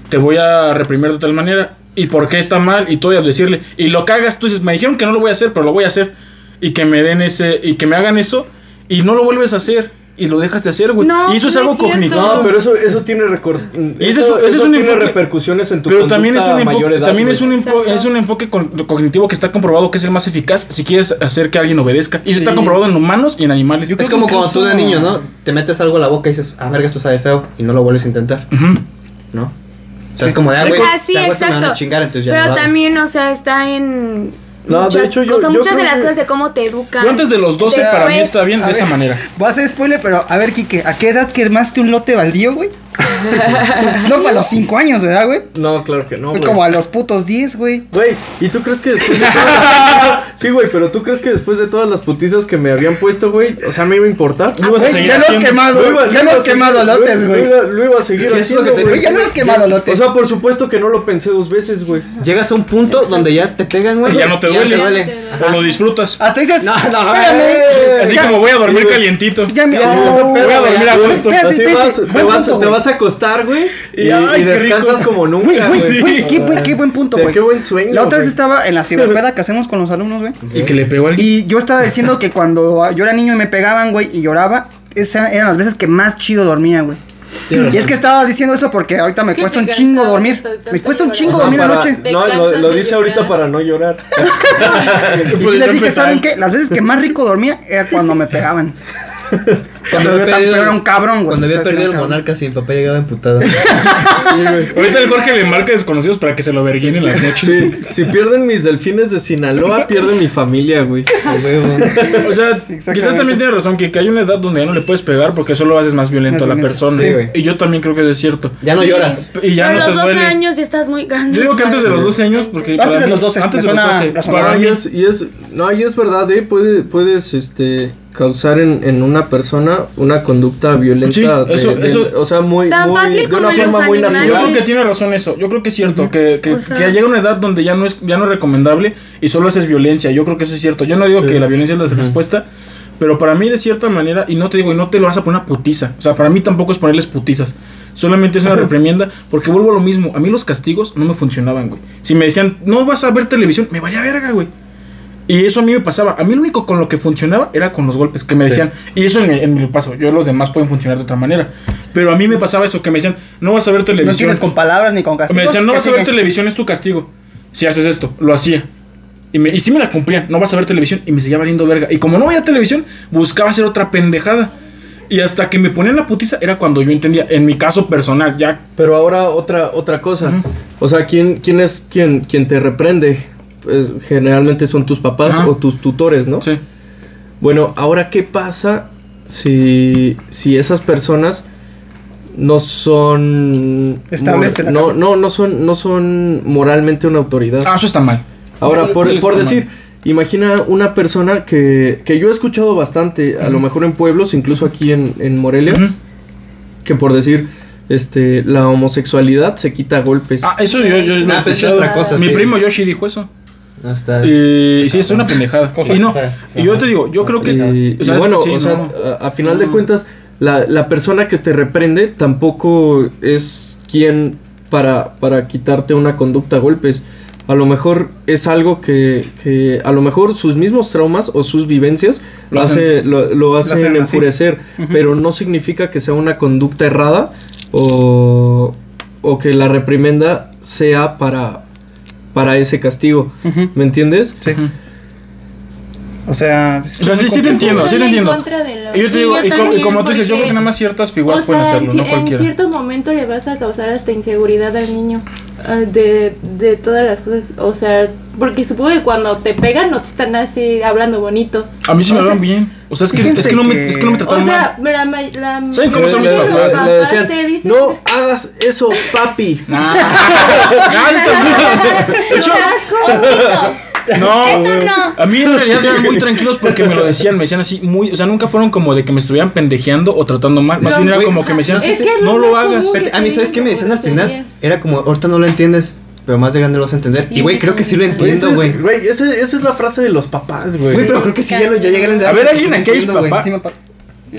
Speaker 3: te voy a reprimir de tal manera. Y por qué está mal, y todo, y decirle, y lo cagas, tú dices, me dijeron que no lo voy a hacer, pero lo voy a hacer. Y que me den ese, y que me hagan eso, y no lo vuelves a hacer, y lo dejas de hacer, güey.
Speaker 6: No,
Speaker 3: y eso es
Speaker 6: no
Speaker 3: algo
Speaker 6: es cierto.
Speaker 3: cognitivo.
Speaker 5: No, pero eso, eso tiene recor-
Speaker 3: ese
Speaker 5: eso,
Speaker 3: es- ese es
Speaker 5: eso
Speaker 3: un
Speaker 5: tiene
Speaker 3: enfoque-
Speaker 5: repercusiones en tu
Speaker 3: Pero también es un
Speaker 5: conducta a mayor
Speaker 3: enfoque,
Speaker 5: edad,
Speaker 3: también
Speaker 5: güey.
Speaker 3: es un, enfo-
Speaker 6: Exacto.
Speaker 3: es un enfoque con- cognitivo que está comprobado que es el más eficaz si quieres hacer que alguien obedezca. Y eso está comprobado en humanos y en animales.
Speaker 1: Es como cuando tú de niño, ¿no? Te metes algo a la boca y dices, ah, verga, esto sabe feo, y no lo vuelves a intentar, ¿no? O sea, es como de, ah,
Speaker 6: O
Speaker 1: güey,
Speaker 6: sea, sí,
Speaker 1: te hago esto, me van
Speaker 6: exacto.
Speaker 1: a chingar, entonces ya no
Speaker 6: Pero
Speaker 1: lo hago".
Speaker 6: también, o sea, está en.
Speaker 5: No, de
Speaker 6: muchas
Speaker 5: hecho, yo-
Speaker 6: cosas,
Speaker 5: yo
Speaker 6: muchas de
Speaker 5: creo
Speaker 6: las
Speaker 5: que-
Speaker 6: cosas de cómo te educan.
Speaker 3: Yo antes de los 12 para mí
Speaker 6: Después-
Speaker 3: está bien
Speaker 2: A
Speaker 3: de esa
Speaker 2: ver,
Speaker 3: manera.
Speaker 2: Voy a hacer spoiler, pero a ver, Quique, ¿a qué edad quemaste un lote baldío, güey? no fue a los 5 años, ¿verdad, güey?
Speaker 5: No, claro que no,
Speaker 2: Fue
Speaker 5: güey.
Speaker 2: como a los putos 10, güey.
Speaker 5: Güey, ¿y tú crees que después de todas las- Sí, güey, pero ¿tú crees que después de todas las putizas que me habían puesto, güey? O sea, me iba a importar.
Speaker 3: Lo ibas a
Speaker 2: Güey,
Speaker 3: seguir
Speaker 2: ya lo has
Speaker 3: haciendo.
Speaker 2: quemado,
Speaker 5: Lo iba- lo
Speaker 2: ya lo
Speaker 5: iba a
Speaker 2: has
Speaker 5: seguir-
Speaker 2: quemado a lotes,
Speaker 5: lo-
Speaker 2: güey.
Speaker 5: Lo, iba- lo iba a seguir
Speaker 1: es lo
Speaker 5: haciendo,
Speaker 1: que te-
Speaker 5: güey.
Speaker 2: Güey, ya lo has quemado a
Speaker 5: O
Speaker 2: lotes.
Speaker 5: sea, por supuesto que no lo pensé dos veces, güey.
Speaker 1: Llegas a un punto donde ya te pegan, güey.
Speaker 3: Y ya no te duele.
Speaker 6: duele.
Speaker 3: O lo disfrutas.
Speaker 2: Hasta dices,
Speaker 1: No, no, no,
Speaker 2: espérame.
Speaker 5: eh,
Speaker 3: Así
Speaker 2: ya-
Speaker 3: como voy a dormir
Speaker 5: Sí, güey.
Speaker 3: calientito.
Speaker 2: Ya me
Speaker 5: Sí,
Speaker 2: Oh,
Speaker 5: ese pedo,
Speaker 2: güey.
Speaker 3: voy a
Speaker 5: güey.
Speaker 3: dormir a
Speaker 5: Güey,
Speaker 3: gusto.
Speaker 5: Así
Speaker 2: Espérate,
Speaker 5: vas,
Speaker 2: espérate,
Speaker 5: te,
Speaker 2: buen
Speaker 5: vas,
Speaker 2: punto,
Speaker 5: te
Speaker 2: güey.
Speaker 5: vas a acostar, güey. Y,
Speaker 3: Ay,
Speaker 5: y
Speaker 3: qué
Speaker 5: descansas
Speaker 3: rico.
Speaker 5: como
Speaker 2: Güey,
Speaker 5: nunca,
Speaker 2: güey,
Speaker 5: güey.
Speaker 2: güey, qué, buen- qué buen punto,
Speaker 5: O sea,
Speaker 2: güey.
Speaker 5: qué buen sueño,
Speaker 2: La otra vez
Speaker 5: güey.
Speaker 2: estaba en la ciberpeda que hacemos con los alumnos, güey.
Speaker 3: Y que le pegó a alguien.
Speaker 2: Y yo estaba diciendo que cuando yo era niño y me pegaban, güey, y lloraba, esas eran las veces que más chido dormía, güey. Y es que estaba diciendo eso porque ahorita me
Speaker 6: Sí,
Speaker 2: cuesta
Speaker 6: te
Speaker 2: un
Speaker 6: cansaba
Speaker 2: chingo
Speaker 6: de
Speaker 2: dormir.
Speaker 6: tanto
Speaker 2: Me cuesta un
Speaker 6: llorar.
Speaker 2: chingo
Speaker 6: O sea,
Speaker 2: dormir
Speaker 5: para-
Speaker 2: anoche.
Speaker 6: Te
Speaker 5: No, lo,
Speaker 6: cansas
Speaker 5: lo
Speaker 6: de
Speaker 5: dice ahorita
Speaker 6: llorar.
Speaker 5: para no llorar.
Speaker 2: pues Y sí les dije, ¿saben qué? Las veces que más rico dormía era cuando me pegaban.
Speaker 1: Cuando había
Speaker 2: Pero tan-
Speaker 1: perdido,
Speaker 2: pero era un cabrón, güey.
Speaker 1: cuando había
Speaker 2: O sea,
Speaker 1: perdido
Speaker 2: era
Speaker 1: el
Speaker 2: un cabrón.
Speaker 1: monarca, sí, mi papá llegaba emputado.
Speaker 3: Ahorita el Jorge le marca desconocidos para que se lo verguen en las noches.
Speaker 5: Sí, si pierden mis delfines de Sinaloa, pierden mi familia, güey.
Speaker 3: O sea,
Speaker 2: exactamente.
Speaker 3: quizás también tiene razón que, que hay una edad donde ya no le puedes pegar porque solo haces más violento a la persona.
Speaker 1: Sí, güey.
Speaker 3: y yo también creo que eso es cierto.
Speaker 1: Ya no lloras.
Speaker 3: Y ya
Speaker 6: Pero
Speaker 3: no te
Speaker 6: los 12
Speaker 3: duele.
Speaker 6: años ya estás muy grande.
Speaker 3: Yo digo que antes de los 12 años, porque
Speaker 2: Antes
Speaker 3: para
Speaker 2: de
Speaker 3: mí-
Speaker 2: los 12,
Speaker 3: antes de
Speaker 2: me
Speaker 3: los
Speaker 2: suena
Speaker 3: 12,
Speaker 2: razonable.
Speaker 3: para
Speaker 5: No,
Speaker 3: mí
Speaker 5: y es, y es, no, y es verdad, ¿eh? Puede, puedes este, causar en, en una persona una conducta violenta.
Speaker 3: Sí,
Speaker 5: de-
Speaker 3: eso-
Speaker 5: de-
Speaker 3: eso-
Speaker 5: o sea, muy,
Speaker 6: Tan
Speaker 5: muy-
Speaker 6: fácil
Speaker 5: de una
Speaker 6: como en
Speaker 5: forma
Speaker 6: los
Speaker 5: muy
Speaker 6: animales.
Speaker 3: Yo creo
Speaker 5: natural.
Speaker 3: que tiene razón eso. Yo creo que es cierto. Que, que,
Speaker 6: O sea-
Speaker 3: que llega una edad donde ya no es ya no es recomendable y solo haces violencia. Yo creo que eso es cierto. Yo no digo que la violencia es la respuesta, pero para mí de cierta manera y no te digo y no te lo vas a poner una putiza. O sea, para mí tampoco es ponerles putizas. Solamente es una reprimienda porque vuelvo a lo mismo. A mí los castigos no me funcionaban, güey. Si me decían no vas a ver televisión, me valía verga, güey. Y eso a mí me pasaba. A mí lo único con lo que funcionaba era con los golpes que me decían. Y eso en mi, en mi paso. Yo los demás pueden funcionar de otra manera. Pero a mí me pasaba eso que me decían, no vas a ver
Speaker 2: No
Speaker 3: televisión.
Speaker 2: tienes con palabras ni con castigos.
Speaker 3: Me decían, no
Speaker 2: ¿qué
Speaker 3: vas a ver
Speaker 2: sigue?
Speaker 3: televisión, es tu castigo. Si haces esto, lo hacía. Y, me, y sí me la cumplían, no vas a ver televisión. Y me seguía valiendo verga. Y como no veía televisión, buscaba hacer otra pendejada. Y hasta que me ponían la putiza era cuando yo entendía. En mi caso personal, ya.
Speaker 5: Pero ahora otra, otra cosa. O sea, ¿quién, quién es quien, quien te reprende? Pues, generalmente son tus papás
Speaker 3: Ajá.
Speaker 5: o tus tutores, ¿no?
Speaker 3: Sí.
Speaker 5: Bueno, ahora qué pasa si, si esas personas no son
Speaker 2: Estables de la
Speaker 5: no, no, no son, no son moralmente una autoridad.
Speaker 3: Ah, eso está mal.
Speaker 5: Ahora,
Speaker 3: Yo-
Speaker 5: por,
Speaker 3: sí, está
Speaker 5: por
Speaker 3: mal.
Speaker 5: decir, imagina una persona que, que yo he escuchado bastante, a lo mejor en pueblos, incluso aquí en, en Morelia,
Speaker 3: Ujú.
Speaker 5: que por decir, este, la homosexualidad se quita a golpes.
Speaker 3: Ah, eso yo. yo lo he
Speaker 1: Ah, pues es
Speaker 3: escuchado.
Speaker 1: otra cosa,
Speaker 3: Mi
Speaker 1: sí.
Speaker 3: primo Yoshi dijo eso.
Speaker 1: No está.
Speaker 3: Y Eh, sí, es una pendejada.
Speaker 1: Sí.
Speaker 3: Y no,
Speaker 1: Está-
Speaker 3: y yo te digo, yo creo que.
Speaker 5: Y,
Speaker 3: o sea,
Speaker 5: y bueno,
Speaker 3: sí,
Speaker 5: o sea,
Speaker 3: no.
Speaker 7: Eh,
Speaker 5: a, a final de
Speaker 3: No.
Speaker 5: cuentas, la, la persona que te reprende tampoco es quien para, para quitarte una conducta a golpes. A lo mejor es algo que, que a lo mejor sus mismos traumas o sus vivencias
Speaker 3: Lo
Speaker 5: lo,
Speaker 3: hacen-
Speaker 5: hace- lo, lo hacen,
Speaker 2: hacen así.
Speaker 5: enfurecer, pero no significa que sea una conducta errada o, o que la reprimenda sea para, para ese castigo.
Speaker 2: Ujú.
Speaker 5: ¿Me entiendes?
Speaker 2: Sí. O sea, es
Speaker 3: O sea, sí,
Speaker 2: muy
Speaker 3: sí te
Speaker 2: complejo.
Speaker 3: entiendo, sí
Speaker 7: Estoy
Speaker 3: te
Speaker 7: en
Speaker 3: entiendo.
Speaker 7: contra de los-
Speaker 3: Y yo te
Speaker 6: Sí,
Speaker 3: digo,
Speaker 6: yo
Speaker 3: y, como, y
Speaker 6: también,
Speaker 3: como tú dices, yo creo que
Speaker 6: porque-
Speaker 3: nada más ciertas figuras
Speaker 7: O
Speaker 3: pueden
Speaker 7: sea, en,
Speaker 3: hacerlo, no
Speaker 7: ci- en
Speaker 3: cualquiera.
Speaker 7: cierto momento le vas a causar hasta inseguridad al niño eh, de, de todas las cosas. O sea, porque supongo que cuando te pegan no te están así hablando bonito.
Speaker 3: A mí sí me
Speaker 7: O
Speaker 3: hablan
Speaker 7: sea,
Speaker 3: bien. O sea, es que,
Speaker 2: fíjense
Speaker 3: es que, no, me,
Speaker 2: que-
Speaker 3: es que no me
Speaker 7: O
Speaker 3: trataron
Speaker 7: sea,
Speaker 3: mal.
Speaker 7: la, ma- la
Speaker 3: ¿Saben cómo son mis
Speaker 7: mayoría de
Speaker 3: papás?
Speaker 5: Pues
Speaker 7: los
Speaker 5: Le- le- le decían,
Speaker 7: te dicen-
Speaker 5: no hagas eso, papi.
Speaker 3: Nah. Nah, está bien. De hecho, no,
Speaker 7: Eso no.
Speaker 3: a mí en realidad eran muy tranquilos porque me lo decían, me decían así muy, o sea, nunca fueron como de que me estuvieran pendejeando o tratando mal, más
Speaker 7: Lo-
Speaker 3: bien era
Speaker 7: güey,
Speaker 3: como que me decían,
Speaker 7: es que es
Speaker 3: no
Speaker 7: lo
Speaker 3: lo
Speaker 7: más
Speaker 3: hagas.
Speaker 7: común.
Speaker 1: Espérate, a mí, ¿sabes qué me decían al final? Era como, ahorita no lo entiendes, pero más de grande lo vas a entender. Y, güey, creo que sí lo entiendo, güey.
Speaker 5: esa, es la frase de los papás,
Speaker 1: Güey, pero creo que sí ya, lo, ya llegué a la edad
Speaker 3: A ver,
Speaker 1: que
Speaker 3: alguien
Speaker 1: sí
Speaker 3: aquí es
Speaker 1: entiendo, güey.
Speaker 3: papá.
Speaker 1: Sí,
Speaker 6: No.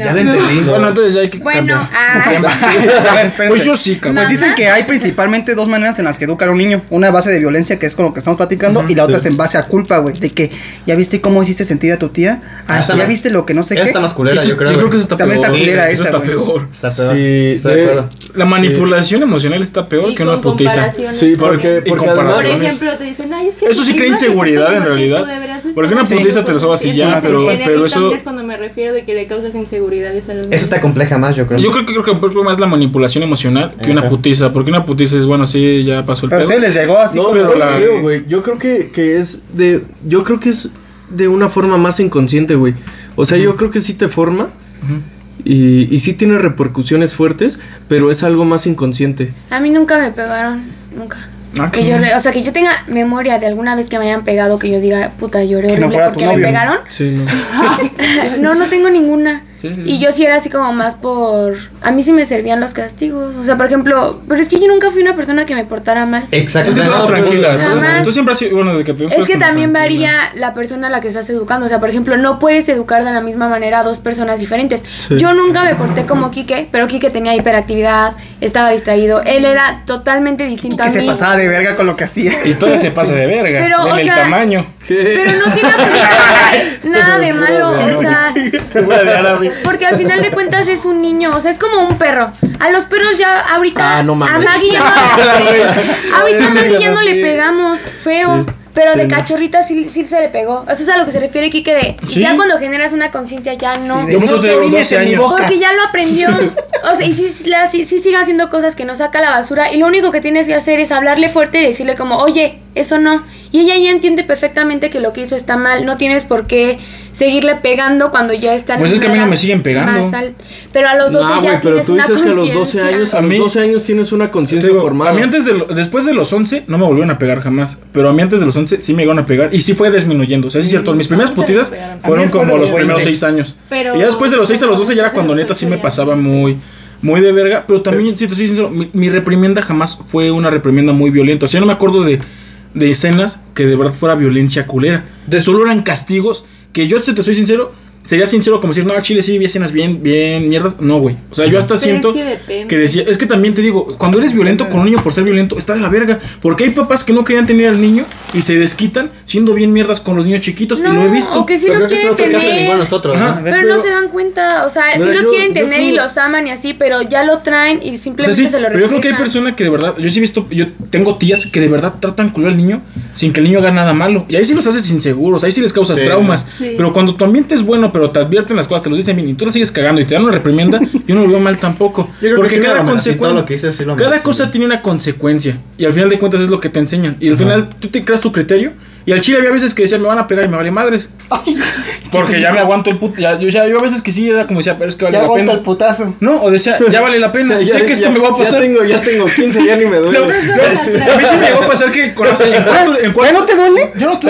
Speaker 1: Ya lo entendí.
Speaker 3: Bueno, entonces ya hay que
Speaker 6: Bueno,
Speaker 3: cambiar.
Speaker 6: ah,
Speaker 2: A ver, espérense.
Speaker 3: Pues yo sí, cabrón.
Speaker 2: Pues dicen que hay principalmente dos maneras en las que educar a un niño. Una a base de violencia, que es con lo que estamos platicando, y la otra es en base a culpa, güey. De que, ¿ya viste cómo hiciste sentir a tu tía? Ah,
Speaker 1: Hasta
Speaker 2: ¿Ya
Speaker 1: más-
Speaker 2: viste lo que no sé
Speaker 1: Esa
Speaker 2: qué?
Speaker 1: está más culera,
Speaker 3: Eso es-
Speaker 1: yo creo.
Speaker 3: que
Speaker 1: güey.
Speaker 3: eso está
Speaker 2: También está
Speaker 3: peor.
Speaker 2: culera
Speaker 3: eso
Speaker 2: esa,
Speaker 3: está
Speaker 2: güey.
Speaker 3: peor.
Speaker 1: Está peor.
Speaker 5: Sí,
Speaker 1: Estoy de
Speaker 5: de-
Speaker 1: acuerdo.
Speaker 3: La manipulación emocional está peor
Speaker 7: Y
Speaker 3: que una
Speaker 7: con
Speaker 3: putiza.
Speaker 7: comparaciones.
Speaker 5: Sí, porque,
Speaker 3: Y
Speaker 5: porque
Speaker 7: Por
Speaker 5: además.
Speaker 3: comparaciones.
Speaker 7: ejemplo, te dicen, ay, es que.
Speaker 3: Eso
Speaker 7: tu
Speaker 3: sí crea
Speaker 7: prima se
Speaker 3: inseguridad,
Speaker 7: porta
Speaker 3: en
Speaker 7: mal,
Speaker 3: realidad.
Speaker 7: tú deberás de
Speaker 3: Porque una
Speaker 7: estar
Speaker 3: putiza te lo sobas y ya,
Speaker 7: consciente".
Speaker 3: pero-
Speaker 7: En
Speaker 3: pero
Speaker 7: ahí
Speaker 3: eso-
Speaker 7: también es cuando me refiero de que le causas inseguridades a los niños.
Speaker 1: Eso te compleja más, yo creo.
Speaker 3: Yo creo que creo que el problema es la manipulación emocional que una
Speaker 1: Ajá.
Speaker 3: putiza, porque una putiza es bueno, sí, ya pasó el
Speaker 2: Pero a
Speaker 3: pedo.
Speaker 2: ustedes les llegó así
Speaker 5: No,
Speaker 2: como
Speaker 5: pero
Speaker 2: que-
Speaker 5: la creo, güey. Yo creo que, que es de. Yo creo que es de una forma más inconsciente, güey. O sea, yo creo que sí te forma. Y, y sí tiene repercusiones fuertes, pero es algo más inconsciente.
Speaker 6: A mí nunca me pegaron, nunca.
Speaker 3: Ah,
Speaker 6: Que
Speaker 3: qué
Speaker 6: yo, re- o sea, que yo tenga memoria de alguna vez que me hayan pegado, que yo diga, puta, lloré
Speaker 2: Que no
Speaker 6: horrible
Speaker 2: fuera tu
Speaker 6: porque me
Speaker 2: novio.
Speaker 6: pegaron.
Speaker 5: Sí, no.
Speaker 6: No, no tengo ninguna.
Speaker 3: Sí, sí,
Speaker 6: Y yo sí era así como más por... A mí sí me servían los castigos. O sea, por ejemplo, pero es que yo nunca fui una persona que me portara mal.
Speaker 3: Es que tú eras
Speaker 1: Exactamente.
Speaker 3: tranquila.
Speaker 6: Jamás.
Speaker 3: entonces- Tú siempre has sido, bueno, desde que te
Speaker 6: Es que también varía la persona a la que estás educando. O sea, por ejemplo, no puedes educar de la misma manera a dos personas diferentes. Yo nunca me porté como Quique, pero Quique tenía hiperactividad, estaba distraído. Él era totalmente distinto
Speaker 2: que
Speaker 6: a
Speaker 2: se
Speaker 6: mí.
Speaker 2: pasaba de verga con lo que hacía.
Speaker 3: Y todavía se pasa de verga.
Speaker 6: Pero,
Speaker 3: Ven
Speaker 6: o
Speaker 3: el
Speaker 6: sea-
Speaker 3: tamaño.
Speaker 6: Pero no tiene absolutamente nada de malo. O sea,
Speaker 3: Te voy a dejar a mí.
Speaker 6: Porque al final de cuentas es un niño, o sea, es como un perro. A los perros ya ahorita
Speaker 5: Ah, no mames.
Speaker 6: a Maggie ya no, ahorita a Maggie ya no le pegamos feo. Pero
Speaker 5: Sí,
Speaker 6: de
Speaker 5: no.
Speaker 6: cachorrita sí, sí se le pegó. O sea, es a lo que se refiere Kike de
Speaker 3: Sí.
Speaker 6: ya cuando generas una conciencia ya no.
Speaker 2: de
Speaker 3: Yo por eso
Speaker 2: no
Speaker 3: te
Speaker 2: te
Speaker 3: digo,
Speaker 2: orines
Speaker 3: 12
Speaker 2: en mi
Speaker 3: años.
Speaker 2: boca.
Speaker 6: Porque ya lo aprendió. O sea, y sí, la- sí, sí sigue haciendo cosas que no saca a la basura. Y lo único que tienes que hacer es hablarle fuerte y decirle como, oye, eso no. Y ella ya entiende perfectamente que lo que hizo está mal. No tienes por qué seguirle pegando cuando ya está en
Speaker 3: Pues es
Speaker 6: una
Speaker 3: que a mí no
Speaker 6: edad
Speaker 3: me siguen pegando.
Speaker 6: más alta. Pero a los
Speaker 5: Nah,
Speaker 6: 12 ya
Speaker 5: Ah, güey, pero
Speaker 6: tienes
Speaker 5: tú
Speaker 6: una
Speaker 5: dices que a los 12
Speaker 6: conciencia.
Speaker 5: años, a,
Speaker 3: A mí-
Speaker 5: los 12 años tienes una
Speaker 3: Te
Speaker 5: conciencia
Speaker 3: digo,
Speaker 5: formada.
Speaker 3: a mí antes de lo- después de los 11 no me volvieron a pegar jamás, pero a mí antes de los 11 sí me llegaron a pegar y sí fue disminuyendo. O sea, sí es cierto, mis primeras
Speaker 7: A mí también
Speaker 3: putizas
Speaker 7: me pegaron.
Speaker 2: A mí
Speaker 3: fueron
Speaker 2: después
Speaker 3: como
Speaker 2: de
Speaker 3: los
Speaker 2: los
Speaker 3: primeros
Speaker 2: 20.
Speaker 3: 6 años.
Speaker 7: Pero-
Speaker 3: y ya después de los 6 a los 12 ya era cuando neta sí me pasaba muy muy de verga, pero también si te soy sincero, mi, mi reprimienda jamás fue una reprimienda muy violenta. O sea, yo no me acuerdo de de escenas que de verdad fuera violencia culera. De solo eran castigos que yo si te soy sincero Sería sincero como decir, no, a Chile sí vi escenas bien, bien mierdas. No, güey. O sea, yo hasta
Speaker 7: Pero
Speaker 3: siento
Speaker 7: es que depende.
Speaker 3: que decía, es que también te digo, cuando eres violento con un niño por ser violento, está de la verga. Porque hay papás que no querían tener al niño y se desquitan siendo bien mierdas con los niños chiquitos y lo he visto.
Speaker 6: o que sí
Speaker 1: Pero
Speaker 6: los
Speaker 1: creo que eso
Speaker 6: quieren
Speaker 1: no fue el caso de ninguno de
Speaker 6: tener.
Speaker 1: nosotros,
Speaker 3: Ajá.
Speaker 1: ¿no?
Speaker 2: ver,
Speaker 6: Pero no
Speaker 2: pero-
Speaker 6: se dan cuenta, o sea, sí
Speaker 5: Mira,
Speaker 6: los
Speaker 5: yo-
Speaker 6: quieren
Speaker 5: yo
Speaker 6: tener y
Speaker 5: creo-
Speaker 6: los aman y así, pero ya lo traen y
Speaker 3: O sea,
Speaker 6: simplemente
Speaker 3: sí,
Speaker 6: se lo
Speaker 3: pero yo creo que hay
Speaker 6: reflejan.
Speaker 3: personas que de verdad, yo sí he visto, yo tengo tías que de verdad tratan culo al niño sin que el niño haga nada malo. Y ahí sí los haces inseguros, ahí sí les causas
Speaker 1: Sí.
Speaker 3: traumas.
Speaker 7: Sí.
Speaker 3: Pero cuando tu ambiente es bueno, pero te advierten las cosas, te los dicen bien y tú las sigues cagando y te dan una reprimienda, yo no lo veo mal tampoco.
Speaker 1: creo que
Speaker 3: Porque
Speaker 1: sí me
Speaker 3: cada
Speaker 1: lo merecí,
Speaker 3: consecuencia.
Speaker 1: todo lo que hice sí lo
Speaker 3: cada
Speaker 1: merecí.
Speaker 3: cosa tiene una consecuencia. Y al final de cuentas es lo que te enseñan. Y al final tú te creas tu criterio. Y al chile había veces que decía, me van a pegar y me vale madres. Porque ya me aguanto el puto. Ya, yo, ya- yo a veces que sí era como decía, pero es que vale
Speaker 2: Ya
Speaker 3: la
Speaker 2: aguanta
Speaker 3: pena.
Speaker 2: el putazo.
Speaker 3: no, o decía, ya vale la pena. sé que esto me va a pasar.
Speaker 5: Ya tengo, ya tengo 15, ya ni me duele.
Speaker 3: No, no, a mí sí me llegó a pasar que con, o sea, en cuarto, en
Speaker 2: ¿Ya
Speaker 3: cuarto-
Speaker 2: no te duele?
Speaker 3: yo no te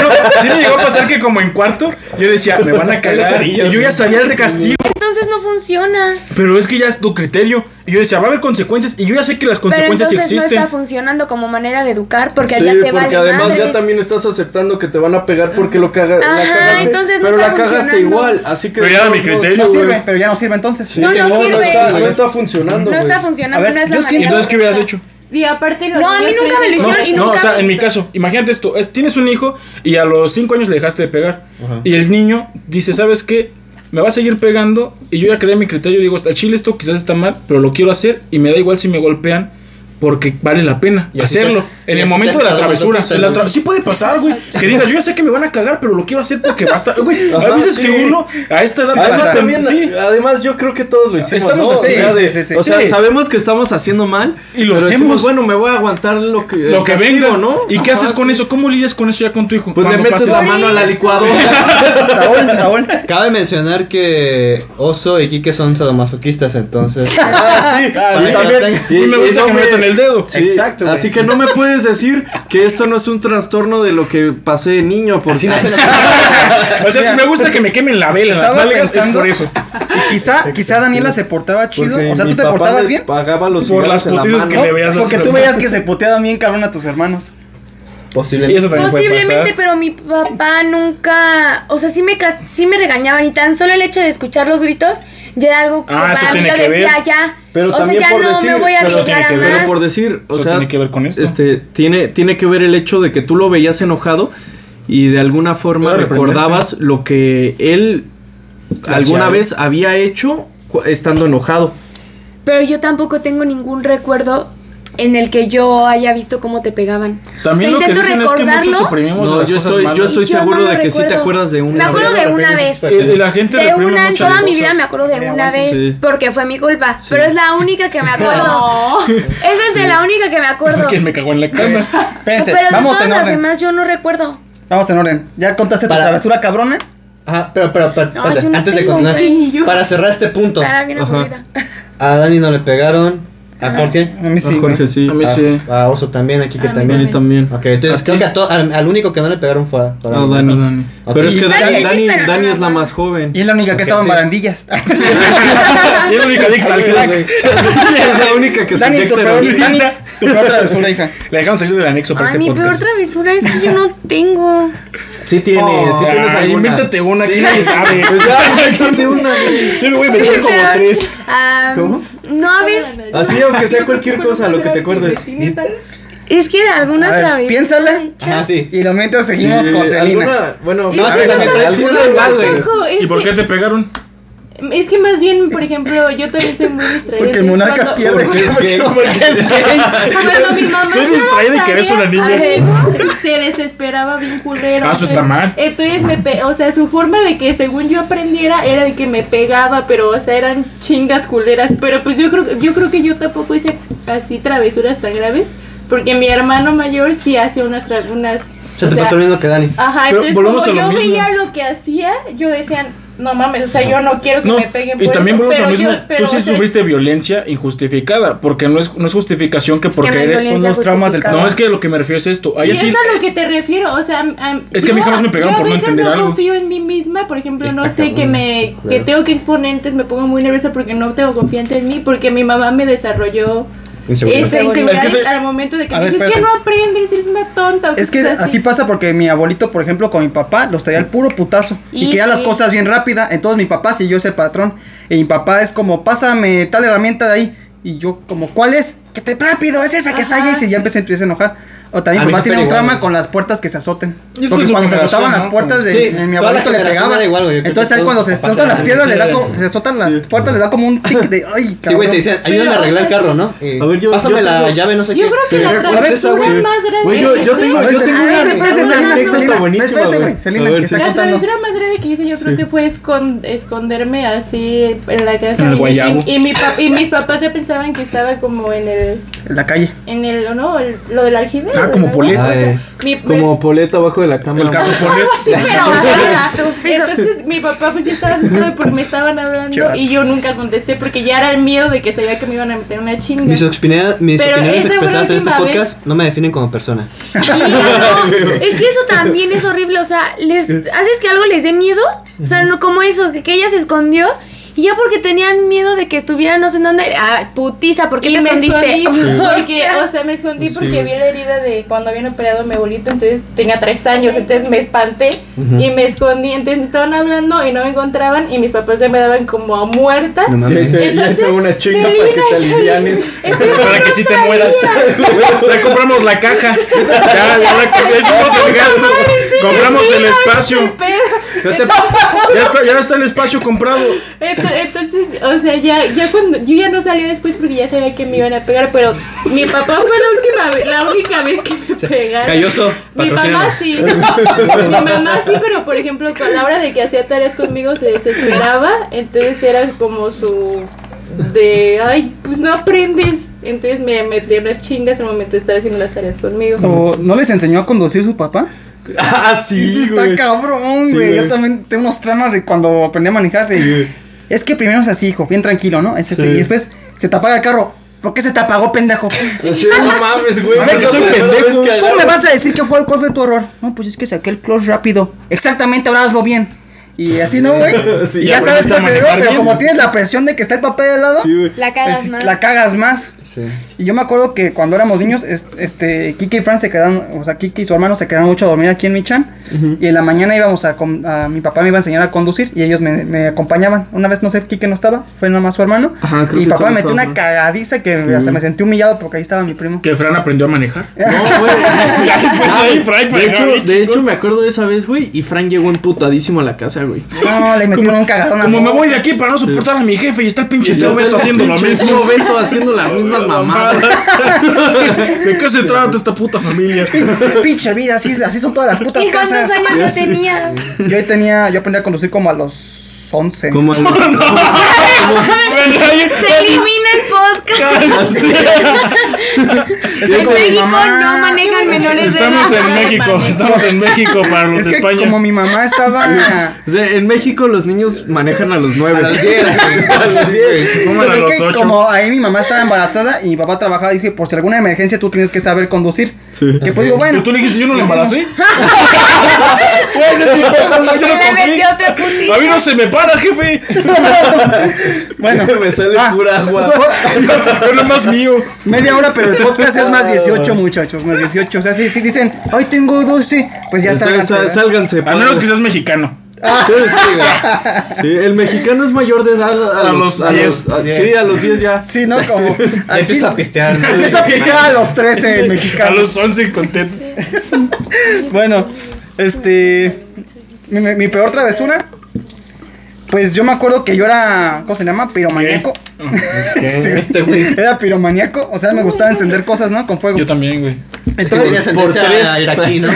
Speaker 3: No, sí me llegó a pasar que como en cuarto yo decía, me van a cagar. Y yo ya sabía el castigo,
Speaker 6: Entonces no funciona.
Speaker 3: pero es que ya es tu criterio. Y yo decía, va a haber consecuencias y yo ya sé que las
Speaker 6: Pero
Speaker 3: consecuencias
Speaker 6: entonces
Speaker 3: sí existen.
Speaker 6: no está funcionando como manera de educar porque
Speaker 5: Sí,
Speaker 6: ya te
Speaker 5: porque
Speaker 6: vale
Speaker 5: además ya
Speaker 6: madres.
Speaker 5: también estás aceptando que te van a pegar porque lo caga, la
Speaker 6: Ajá,
Speaker 5: cagaste.
Speaker 6: entonces no
Speaker 5: pero
Speaker 6: está
Speaker 5: la cagaste
Speaker 6: funcionando.
Speaker 5: igual, así que.
Speaker 3: Pero ya era mi criterio,
Speaker 2: No
Speaker 3: güey.
Speaker 2: sirve, pero ya no sirve entonces.
Speaker 5: Sí,
Speaker 6: No,
Speaker 5: no,
Speaker 6: no
Speaker 5: no
Speaker 6: sirve.
Speaker 5: está, no está funcionando.
Speaker 6: No está
Speaker 5: güey.
Speaker 6: funcionando,
Speaker 2: A ver,
Speaker 6: no es la
Speaker 2: yo
Speaker 6: manera.
Speaker 3: ¿Y entonces qué hubieras hecho?
Speaker 7: Y aparte los
Speaker 6: No, a mí
Speaker 7: niños
Speaker 6: nunca me lo
Speaker 7: crecen
Speaker 6: hicieron
Speaker 7: con
Speaker 6: y
Speaker 7: eso.
Speaker 3: No, o
Speaker 6: nunca
Speaker 3: sea, en mi
Speaker 6: acepto.
Speaker 3: caso, imagínate esto, es- tienes un hijo y a los 5 años le dejaste de pegar. Y el niño dice, ¿sabes qué? Me va a seguir pegando y yo ya creé mi criterio, digo, al chile esto quizás está mal, pero lo quiero hacer y me da igual si me golpean. Porque vale la pena
Speaker 1: Y así te
Speaker 3: hacerlo.
Speaker 1: haces-
Speaker 3: en
Speaker 1: y
Speaker 3: el
Speaker 1: así
Speaker 3: momento
Speaker 1: te
Speaker 3: de la
Speaker 1: haces algo,
Speaker 3: travesura.
Speaker 1: no te
Speaker 3: en la
Speaker 1: haces
Speaker 3: tra- sí puede pasar, güey. Que digas, yo ya sé que me van a cagar, pero lo quiero hacer porque basta. Güey, a
Speaker 5: Ajá,
Speaker 3: veces
Speaker 5: sí.
Speaker 3: que uno a esta edad
Speaker 5: Además,
Speaker 3: pasa
Speaker 5: también,
Speaker 3: sí.
Speaker 5: además, yo creo que todos lo hicimos.
Speaker 3: Estamos
Speaker 5: ¿no?
Speaker 3: así.
Speaker 5: o sea, de-
Speaker 2: Sí, sí, sí.
Speaker 5: o sea,
Speaker 3: Sí.
Speaker 5: sabemos que estamos haciendo mal.
Speaker 3: Y lo
Speaker 5: pero decimos,
Speaker 3: hacemos.
Speaker 5: bueno, me voy a aguantar lo que, el
Speaker 3: Lo que
Speaker 5: castigo,
Speaker 3: venga,
Speaker 5: ¿no?
Speaker 3: ¿no? ¿Y qué
Speaker 5: Ajá,
Speaker 3: haces con
Speaker 5: sí.
Speaker 3: eso? ¿Cómo lidias con eso ya con tu hijo?
Speaker 5: Pues le
Speaker 3: Cuando
Speaker 5: metes
Speaker 3: pases-
Speaker 5: la mano a la licuadora.
Speaker 2: Saúl, Saúl.
Speaker 1: Cabe mencionar que Oso y Kike son sadomasoquistas, entonces.
Speaker 5: Ah, sí.
Speaker 3: Ah,
Speaker 5: Y
Speaker 3: sí.
Speaker 5: también-
Speaker 3: Y me gusta
Speaker 5: no
Speaker 3: que me metan el dedo.
Speaker 5: Sí,
Speaker 2: Exacto, güey.
Speaker 5: Así que no me puedes decir que esto no es un trastorno de lo que pasé de niño. Porque
Speaker 3: O sea, si me gusta que me quemen la vela en las
Speaker 2: Estaba
Speaker 3: nalgas,
Speaker 2: pensando-
Speaker 3: es por eso.
Speaker 2: Y quizá, quizá Daniela se portaba chido.
Speaker 5: porque
Speaker 2: O sea,
Speaker 5: mi
Speaker 2: ¿tú te
Speaker 5: papá
Speaker 2: portabas
Speaker 5: le
Speaker 2: bien?
Speaker 5: Pagaba los
Speaker 3: Por
Speaker 5: cigarros
Speaker 3: las
Speaker 5: en la
Speaker 3: putizas que
Speaker 5: mano.
Speaker 6: Ah,
Speaker 3: le veías a
Speaker 2: Porque
Speaker 3: sus
Speaker 2: tú
Speaker 3: hermanos.
Speaker 2: veías que se puteaban bien cabrón a tus hermanos.
Speaker 1: Posiblemente.
Speaker 3: Y eso también puede
Speaker 6: Posiblemente,
Speaker 3: pasar.
Speaker 6: pero mi papá nunca, o sea, sí me cas- sí me regañaban y tan solo el hecho de escuchar los gritos ya era algo que
Speaker 3: Ah, eso
Speaker 6: para mí
Speaker 3: tiene
Speaker 6: yo
Speaker 3: que
Speaker 6: decía
Speaker 3: ver.
Speaker 6: ya,
Speaker 5: Pero
Speaker 6: o sea,
Speaker 5: también
Speaker 6: ya
Speaker 5: por
Speaker 6: no me
Speaker 5: decir-
Speaker 6: voy a
Speaker 3: pero eso tiene
Speaker 6: arriesgar a
Speaker 3: que ver,
Speaker 6: más.
Speaker 5: Pero por decir, o
Speaker 3: Eso
Speaker 5: sea,
Speaker 3: tiene que ver con esto.
Speaker 5: Este, tiene, tiene que ver el hecho de que tú lo veías enojado y de alguna forma
Speaker 3: Era
Speaker 5: recordabas lo que él
Speaker 3: Hacía
Speaker 5: alguna
Speaker 3: él.
Speaker 5: vez había hecho cu- estando enojado.
Speaker 6: Pero yo tampoco tengo ningún recuerdo en el que yo haya visto cómo te pegaban.
Speaker 3: También
Speaker 6: o
Speaker 3: lo
Speaker 6: sea,
Speaker 3: que
Speaker 6: intento
Speaker 3: dicen es que
Speaker 6: recordarlo.
Speaker 3: muchos suprimimos
Speaker 5: No,
Speaker 3: las
Speaker 5: yo
Speaker 3: cosas
Speaker 5: soy- yo
Speaker 3: malas.
Speaker 5: estoy-
Speaker 6: y yo
Speaker 5: seguro
Speaker 6: no
Speaker 5: de
Speaker 6: lo
Speaker 5: que sí te
Speaker 6: recuerdo.
Speaker 5: acuerdas de una
Speaker 6: Me acuerdo
Speaker 3: vez.
Speaker 6: de una vez.
Speaker 3: Y- y la gente
Speaker 6: De
Speaker 3: reprime
Speaker 6: una en
Speaker 3: muchas
Speaker 6: toda mi
Speaker 3: cosas.
Speaker 6: vida me acuerdo de una vez
Speaker 5: Sí.
Speaker 6: porque fue mi culpa, pero es la única que me acuerdo.
Speaker 7: No.
Speaker 6: Esa es de la única que me acuerdo.
Speaker 3: Porque me cagó en la cama.
Speaker 2: Espérense,
Speaker 6: pero de
Speaker 2: vamos
Speaker 6: todas
Speaker 2: en
Speaker 6: las
Speaker 2: orden.
Speaker 6: demás yo no recuerdo.
Speaker 2: Vamos en orden. ¿Ya contaste tu
Speaker 1: Para-
Speaker 2: travesura cabrona?
Speaker 1: Ajá, Ah, pero, pero, pero,
Speaker 6: No,
Speaker 1: espérate,
Speaker 6: yo no
Speaker 1: antes de
Speaker 6: tengo,
Speaker 1: continuar,
Speaker 6: güey, ni yo.
Speaker 1: para cerrar este punto,
Speaker 6: Estaba bien
Speaker 5: Ajá.
Speaker 6: aburrida.
Speaker 1: a Dani no le pegaron, a Jorge,
Speaker 2: A mí sí.
Speaker 5: A Jorge
Speaker 2: güey.
Speaker 5: sí.
Speaker 3: A mí
Speaker 1: a,
Speaker 6: Ah.
Speaker 3: sí.
Speaker 1: a Oso también, a Kike
Speaker 6: A mí
Speaker 5: A mí
Speaker 1: también.
Speaker 5: también.
Speaker 1: Ok, entonces
Speaker 5: ¿A
Speaker 1: creo
Speaker 5: ti?
Speaker 1: que a to- al, al único que no le pegaron fue a, fue a
Speaker 5: A
Speaker 1: Dani.
Speaker 5: Dani.
Speaker 3: A Dani.
Speaker 1: Ok.
Speaker 5: Pero es que
Speaker 6: Dani
Speaker 5: Dani,
Speaker 6: sí,
Speaker 5: Dani,
Speaker 6: pero no
Speaker 5: Dani
Speaker 6: me
Speaker 5: es la
Speaker 6: acuerdo.
Speaker 5: más joven.
Speaker 2: Y es la única que estaba en
Speaker 1: sí.
Speaker 2: barandillas.
Speaker 6: Ah.
Speaker 3: Y es la única adicta al crack.
Speaker 5: es la única que se
Speaker 2: Dani, tu
Speaker 5: inyecta
Speaker 2: peor,
Speaker 5: heroína.
Speaker 2: Dani, tu peor travesura, hija.
Speaker 3: La dejaron salir del anexo para
Speaker 6: Ay,
Speaker 3: este
Speaker 6: mi peor
Speaker 3: podcast.
Speaker 6: travesura es que yo no tengo.
Speaker 5: Sí tiene,
Speaker 3: Eh,
Speaker 5: sí tienes
Speaker 3: Oh, Ay,
Speaker 5: alguna.
Speaker 3: Ah, invéntate una, que nadie sabe.
Speaker 5: Pues ya, invéntate una. güey.
Speaker 3: Yo me voy a meter como
Speaker 6: Pero,
Speaker 3: tres.
Speaker 6: ah,
Speaker 5: ¿Cómo?
Speaker 6: No, a
Speaker 7: Ah,
Speaker 6: ver,
Speaker 5: Así, aunque sea cualquier cosa, lo que te acuerdes.
Speaker 6: es que de alguna
Speaker 2: A ver,
Speaker 6: travesura.
Speaker 2: piénsala.
Speaker 1: Ajá, sí.
Speaker 2: Y lo mientras seguimos
Speaker 5: Sí,
Speaker 2: con Selena.
Speaker 5: alguna- Bueno,
Speaker 1: No,
Speaker 5: a ver,
Speaker 1: espérate,
Speaker 5: alguna
Speaker 1: alguna
Speaker 5: igual, güey.
Speaker 7: Ojo, es
Speaker 3: ¿Y por
Speaker 7: que-
Speaker 3: qué te pegaron?
Speaker 7: Es que más bien, por ejemplo, yo también soy muy distraída.
Speaker 2: Porque el
Speaker 7: entonces
Speaker 2: monarcas
Speaker 7: cuando-
Speaker 2: pierde.
Speaker 7: Cuando mi mamá
Speaker 3: Soy
Speaker 7: me daba
Speaker 3: distraída y que eres una
Speaker 7: tareas,
Speaker 3: niña.
Speaker 7: a veces Se desesperaba bien culero.
Speaker 3: Ah, eso está
Speaker 7: entonces-
Speaker 3: mal.
Speaker 7: Entonces me pe- o sea, su forma de que según yo aprendiera era de que me pegaba, pero o sea, eran chingas culeras, pero pues yo creo yo creo que yo tampoco hice así travesuras tan graves, porque mi hermano mayor sí hace unas tra- unas
Speaker 1: Se
Speaker 7: o
Speaker 1: te
Speaker 7: sea,
Speaker 1: pasó lo mismo que Dani.
Speaker 7: Ajá,
Speaker 3: Pero
Speaker 7: entonces
Speaker 3: volvemos
Speaker 7: como
Speaker 3: a
Speaker 7: yo
Speaker 3: lo mismo.
Speaker 7: veía lo que hacía, yo decía, no mames, o sea, yo no quiero que
Speaker 3: No,
Speaker 7: me peguen
Speaker 3: y
Speaker 7: por
Speaker 3: también
Speaker 7: eso,
Speaker 3: volvemos a lo
Speaker 7: pero
Speaker 3: mismo.
Speaker 7: yo- pero,
Speaker 3: Tú sí
Speaker 7: o sea,
Speaker 3: sufriste violencia injustificada, porque no es, no es justificación que porque
Speaker 6: no hay
Speaker 3: eres.
Speaker 6: violencia
Speaker 2: son los traumas del-
Speaker 6: justificada.
Speaker 3: No, es que lo que me refiero es esto. Ahí
Speaker 7: y
Speaker 3: sí-
Speaker 7: es a lo que te refiero, o sea, am- am-
Speaker 3: Es que a mí jamás me pegaron
Speaker 7: yo
Speaker 3: por no
Speaker 7: a veces
Speaker 3: entender
Speaker 7: no
Speaker 3: algo.
Speaker 7: confío en mí misma, por ejemplo,
Speaker 1: Está
Speaker 7: no sé que
Speaker 1: cabrón,
Speaker 7: me que
Speaker 1: claro.
Speaker 7: tengo que exponentes, me pongo muy nerviosa porque no tengo confianza en mí, porque mi mamá me desarrolló
Speaker 1: Inseguridad.
Speaker 7: esa
Speaker 3: Es
Speaker 7: inseguridad
Speaker 3: que soy-
Speaker 7: al momento de que
Speaker 2: A
Speaker 7: me
Speaker 2: ver,
Speaker 7: dices "Es que no
Speaker 2: espérate.
Speaker 7: aprendes, eres una tonta. o
Speaker 2: Es que
Speaker 7: cosas
Speaker 2: así pasa porque mi abuelito, por ejemplo, con mi papá los traía al puro putazo y,
Speaker 6: Y
Speaker 2: quería las
Speaker 6: sí.
Speaker 2: cosas bien rápida. Entonces mi papá siguió ese patrón. Y mi papá es como, pásame tal herramienta de ahí. Y yo, como, ¿cuál es? Que te rápido, es esa que está
Speaker 7: Ajá.
Speaker 2: allá. Y se- ya empecé, empieza a enojar. O también
Speaker 1: A
Speaker 2: mi
Speaker 1: mi
Speaker 2: papá
Speaker 1: jefe
Speaker 2: tiene un
Speaker 1: igual,
Speaker 2: trauma
Speaker 1: güey.
Speaker 2: con las puertas que se azoten.
Speaker 3: Y es
Speaker 2: Porque
Speaker 3: de su
Speaker 2: cuando se
Speaker 3: generación,
Speaker 2: azotaban
Speaker 3: ¿no?
Speaker 2: las puertas de
Speaker 1: Sí,
Speaker 2: en mi
Speaker 1: toda la
Speaker 2: abuelito le
Speaker 1: generación
Speaker 2: pegaba.
Speaker 1: era igual, güey. Yo creo
Speaker 2: Entonces
Speaker 1: que
Speaker 2: él cuando
Speaker 1: todos
Speaker 2: se
Speaker 1: los papás
Speaker 2: azotan
Speaker 1: de la
Speaker 2: las piedras le da
Speaker 1: generación
Speaker 2: como,
Speaker 1: era-
Speaker 2: se azotan las puertas, le da como un tic de, ay,
Speaker 1: Sí, güey, te
Speaker 2: cabrón".
Speaker 1: dicen, ayúdame a
Speaker 7: Pero,
Speaker 1: arreglar
Speaker 7: o
Speaker 1: el
Speaker 7: sea,
Speaker 1: carro,
Speaker 7: sí.
Speaker 1: ¿no? Eh,
Speaker 5: A ver, yo-
Speaker 1: Pásame
Speaker 5: yo
Speaker 1: la
Speaker 5: tengo-
Speaker 1: llave, no sé
Speaker 7: Yo
Speaker 1: qué.
Speaker 7: creo
Speaker 1: Sí,
Speaker 7: que la
Speaker 1: güey.
Speaker 5: ¿cuál es esa,
Speaker 7: travesura
Speaker 5: güey?
Speaker 7: más grave
Speaker 5: Güey, yo, yo
Speaker 2: A
Speaker 5: tengo, yo
Speaker 2: ver,
Speaker 5: tengo
Speaker 2: espérate,
Speaker 5: una,
Speaker 2: Ah, espérate,
Speaker 5: una
Speaker 2: espérate,
Speaker 5: anécdota
Speaker 2: Selena,
Speaker 5: buenísima,
Speaker 2: espérate,
Speaker 5: güey.
Speaker 2: güey, Selena,
Speaker 5: A ver
Speaker 2: que
Speaker 5: si-
Speaker 2: está-
Speaker 7: La
Speaker 2: contando.
Speaker 7: travesura más grave que hice yo creo que fue escon- esconderme así en la casa.
Speaker 3: En el
Speaker 7: y- y-
Speaker 3: guayabo.
Speaker 7: Y, mi pap- y mis papás ya pensaban que estaba como en el,
Speaker 2: En la calle.
Speaker 7: en el, ¿no? El- lo del aljibe.
Speaker 3: Ah, como poleta.
Speaker 5: Como poleta abajo de la cama.
Speaker 3: El caso Polet.
Speaker 7: Sí, pero ajá. Entonces mi papá pues ya estaba asustado porque me estaban hablando
Speaker 2: Chato.
Speaker 7: y yo nunca contesté porque ya era el miedo de que sabía que me iban a meter una chinga.
Speaker 1: Mis, opiniones- mis
Speaker 7: Pero
Speaker 1: opiniones
Speaker 7: esa fue la
Speaker 1: expresadas en este
Speaker 7: última vez.
Speaker 1: podcast no me definen como persona.
Speaker 6: No, es que eso también es horrible, o sea, les haces que algo les dé miedo, o sea, no como eso, que, que ella se escondió y ya porque tenían miedo de que estuvieran no sé en dónde, ah, putiza, ¿por qué
Speaker 7: Y
Speaker 6: te
Speaker 7: me
Speaker 6: escondiste?
Speaker 7: escondí
Speaker 6: O
Speaker 7: porque,
Speaker 6: sea,
Speaker 7: o sea, me escondí
Speaker 5: Sí.
Speaker 7: porque vi la herida de cuando habían operado a mi abuelito, entonces tenía tres años, entonces me espanté y me escondí, entonces me estaban hablando y no me encontraban y mis papás ya me daban como a muerta.
Speaker 1: No mames.
Speaker 5: Ya te- ya
Speaker 7: Entonces,
Speaker 5: te hago una chinga
Speaker 7: Selena
Speaker 5: para que te
Speaker 7: salió-
Speaker 5: alivianes.
Speaker 7: Entonces,
Speaker 3: Para que
Speaker 7: no
Speaker 3: sí te
Speaker 7: sabía.
Speaker 3: mueras. Ya compramos la caja. Ya, ya la- ya hicimos el gasto. Compramos el espacio.
Speaker 7: Pero-
Speaker 1: Yo te-
Speaker 3: Ya está, ya está el espacio comprado.
Speaker 7: Ento- Entonces, o sea, ya, ya cuando yo ya no salí después porque ya sabía que me iban a pegar, pero mi papá fue la última vez, la única vez que me pegaron.
Speaker 1: Galloso,
Speaker 7: Mi mamá
Speaker 1: patrocínanos.
Speaker 7: sí. Mi mamá sí, pero por ejemplo, a la hora de que hacía tareas conmigo se desesperaba, entonces era como su de ay, pues no aprendes. Entonces me metí unas chingas al momento de estar haciendo las tareas conmigo.
Speaker 2: O, ¿No les enseñó a conducir su papá?
Speaker 5: Ah, sí,
Speaker 2: Eso está
Speaker 5: güey.
Speaker 2: cabrón,
Speaker 5: Sí,
Speaker 2: güey.
Speaker 5: güey.
Speaker 2: Yo también tengo unos tramas de cuando aprendí a manejar. de, Es que primero es así, hijo, bien tranquilo, ¿no? Es ese.
Speaker 5: Sí.
Speaker 2: Y después se te apaga el carro. ¿Por qué se te apagó, pendejo?
Speaker 5: Sí, no mames, güey.
Speaker 2: A ver,
Speaker 5: porque
Speaker 2: que soy
Speaker 5: la primera
Speaker 2: pendejo.
Speaker 5: vez que
Speaker 2: Tú me
Speaker 5: agarro-
Speaker 2: vas a decir que fue, cuál fue tu error. No, pues es que saqué el clutch rápido. Exactamente, ahora hazlo bien. Y así no, güey.
Speaker 5: Sí,
Speaker 2: y
Speaker 5: ya
Speaker 2: ya sabes
Speaker 5: aprendiste a
Speaker 2: cuál es el error,
Speaker 5: manejar
Speaker 2: pero
Speaker 5: bien.
Speaker 2: como tienes la presión de que está el papel de lado,
Speaker 5: Sí, güey.
Speaker 2: pues,
Speaker 6: la cagas más.
Speaker 2: la cagas más.
Speaker 1: Sí.
Speaker 2: Y yo me acuerdo que cuando éramos niños, es- este, Kike y Fran se quedaron, o sea, Kike y su hermano se quedaron mucho a dormir aquí en Michan. Y en la mañana íbamos a, com- a- mi papá me iba a enseñar a conducir y ellos me, me acompañaban. Una vez, no sé, Kike no estaba, fue nomás su hermano.
Speaker 5: Ajá, creo
Speaker 2: y
Speaker 5: que
Speaker 2: papá
Speaker 5: solo
Speaker 2: me metió
Speaker 5: estaba,
Speaker 2: una
Speaker 5: ¿no?
Speaker 2: cagadiza que hasta me sentí humillado porque ahí estaba mi primo.
Speaker 3: Que Fran aprendió a manejar.
Speaker 5: No, güey.
Speaker 3: Ya después ahí, Fran,
Speaker 5: De
Speaker 3: manejaba
Speaker 5: hecho,
Speaker 3: bien
Speaker 5: de
Speaker 3: chingón.
Speaker 5: hecho, me acuerdo de esa vez, güey, y Fran llegó emputadísimo a la casa, güey.
Speaker 2: Ah, No, le metieron un cagadón. a
Speaker 3: Como
Speaker 2: todos.
Speaker 3: me voy de aquí para no soportar a mi jefe y está el pinche tío Beto haciendo lo
Speaker 5: Pinche
Speaker 3: mismo.
Speaker 5: Beto haciendo la misma mamada.
Speaker 3: ¿De qué se trata esta puta familia?
Speaker 2: Pinche vida, así, así son todas las putas
Speaker 6: ¿Y
Speaker 2: casas.
Speaker 6: cuántos años ya tenías?
Speaker 2: Yo ahí tenía, yo aprendí a conducir como a los 11.
Speaker 5: Como el-
Speaker 6: Se elimina el podcast.
Speaker 2: Es que
Speaker 6: en
Speaker 2: como mi
Speaker 6: México
Speaker 2: mamá-
Speaker 6: no manejan menores de edad.
Speaker 3: Estamos en México, estamos en México para los
Speaker 2: Es
Speaker 3: de
Speaker 2: que
Speaker 3: España.
Speaker 2: como mi mamá estaba...
Speaker 5: O sea, en México los niños manejan a los
Speaker 1: A
Speaker 5: nueve.
Speaker 1: los 10, A los 10.
Speaker 3: Coman
Speaker 2: Pero
Speaker 3: a
Speaker 2: Pues es
Speaker 3: los
Speaker 2: que
Speaker 3: ocho.
Speaker 2: como ahí mi mamá estaba embarazada y mi papá trabajaba, dije, por si alguna emergencia tú tienes que saber conducir.
Speaker 5: Sí.
Speaker 2: Y pues digo,
Speaker 3: Pero
Speaker 2: bueno,
Speaker 3: tú le dijiste, yo no la embaracé.
Speaker 6: Yo le metí otra putita.
Speaker 3: A mí no se me para, jefe.
Speaker 2: bueno,
Speaker 5: Me sale
Speaker 2: Ah.
Speaker 5: pura agua.
Speaker 3: Pero no más mío.
Speaker 2: media hora, pero el podcast es más 18, muchachos, más 18. O sea, si, si dicen, hoy tengo 12, pues ya
Speaker 5: Entonces,
Speaker 2: salgan.
Speaker 5: sá- sálganse.
Speaker 3: A menos que seas mexicano.
Speaker 5: Sí, sí, güey. Sí, el mexicano es mayor de edad a,
Speaker 3: A
Speaker 5: los
Speaker 3: los
Speaker 5: a
Speaker 3: 10.
Speaker 5: los- a- Sí, a los 10 ya.
Speaker 2: Sí, ¿no? Como
Speaker 1: Ya empieza a pistear.
Speaker 2: empieza a pistear a los 13
Speaker 3: A
Speaker 2: mexicanos.
Speaker 3: los 11 contento.
Speaker 2: Bueno, este. Mi, mi- mi peor travesura. Pues yo me acuerdo que yo era, ¿cómo se llama? Piromaníaco. Este-
Speaker 5: Este güey.
Speaker 2: Era piromaníaco, o sea, me gustaba encender cosas, ¿no? Con fuego.
Speaker 3: Yo también, güey.
Speaker 2: Entonces,
Speaker 1: ascendencia iraquí, ¿no?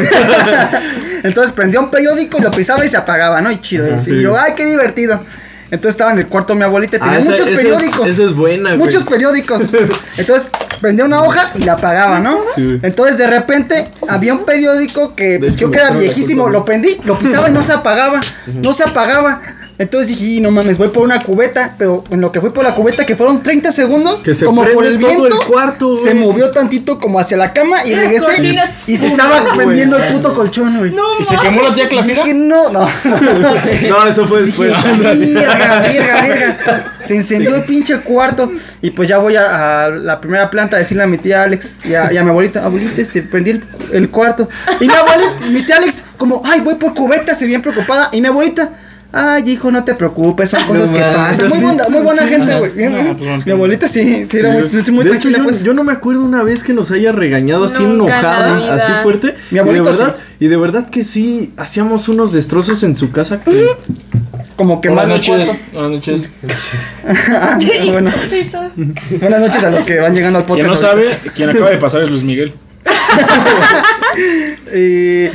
Speaker 2: entonces prendía un periódico, lo pisaba y se apagaba, ¿no? Y chido. y yo, ay, qué divertido. Entonces estaba en el cuarto mi abuelita, y tenía
Speaker 5: Ah, esa-
Speaker 2: muchos
Speaker 5: esa es-
Speaker 2: periódicos.
Speaker 5: esa es buena, güey.
Speaker 2: Muchos periódicos. Entonces prendía una hoja y la apagaba, ¿no?
Speaker 5: Sí.
Speaker 2: Entonces de repente había un periódico que pues, creo que
Speaker 5: hecho, me
Speaker 2: era
Speaker 5: echaron la
Speaker 2: viejísimo,
Speaker 5: culpa a mí.
Speaker 2: lo prendí, lo pisaba y no se apagaba, no se apagaba. Entonces dije, "Y no mames, voy por una cubeta, pero en lo que fui por la cubeta, que fueron 30 segundos,
Speaker 5: Que se
Speaker 2: como por
Speaker 5: prende
Speaker 2: el
Speaker 5: todo el
Speaker 2: viento,
Speaker 5: cuarto,
Speaker 2: se
Speaker 5: güey.
Speaker 2: movió tantito como hacia la cama y
Speaker 7: Las
Speaker 2: regresé
Speaker 7: cortinas,
Speaker 2: y se
Speaker 7: pum,
Speaker 2: estaba
Speaker 7: güey.
Speaker 2: prendiendo el puto colchón, güey.
Speaker 7: No,
Speaker 3: ¿Y se
Speaker 7: mames.
Speaker 3: quemó la tía Clafira?
Speaker 2: Dije, no, no.
Speaker 5: No, eso fue
Speaker 2: Dije,
Speaker 5: después.
Speaker 2: verga, verga, verga. Se encendió el pinche cuarto. Y pues ya voy a, a la primera planta a decirle a mi tía Alex y a, y a mi abuelita, abuelita, este, prendí el, el cuarto. Y mi abuelita, mi tía Alex, como, ay, voy por cubetas y bien preocupada. Y mi abuelita. Ay, hijo, no te preocupes, son cosas que
Speaker 5: mames,
Speaker 2: pasan. Muy
Speaker 5: sí,
Speaker 2: buena, muy buena
Speaker 5: sí.
Speaker 2: gente, güey. Bien,
Speaker 3: No,
Speaker 2: bien.
Speaker 3: pues, no
Speaker 2: Mi abuelita sí, sí, era muy, sí, muy
Speaker 5: de hecho,
Speaker 2: tranquila,
Speaker 5: yo,
Speaker 2: pues.
Speaker 5: yo no me acuerdo una vez que nos haya regañado así
Speaker 6: Nunca en la
Speaker 5: enojada,
Speaker 6: vida.
Speaker 5: así fuerte.
Speaker 2: Mi abuelito
Speaker 5: y de verdad, y de verdad que sí, hacíamos unos destrozos en su casa. que-
Speaker 2: como que más
Speaker 3: Buenas
Speaker 2: no
Speaker 3: noches.
Speaker 2: cuarto.
Speaker 3: Buenas noches.
Speaker 2: Ah, bueno. Buenas noches a los que van llegando al podcast.
Speaker 3: Quien no
Speaker 2: ahorita.
Speaker 3: sabe, quien acaba de pasar es Luis Miguel.
Speaker 2: Y,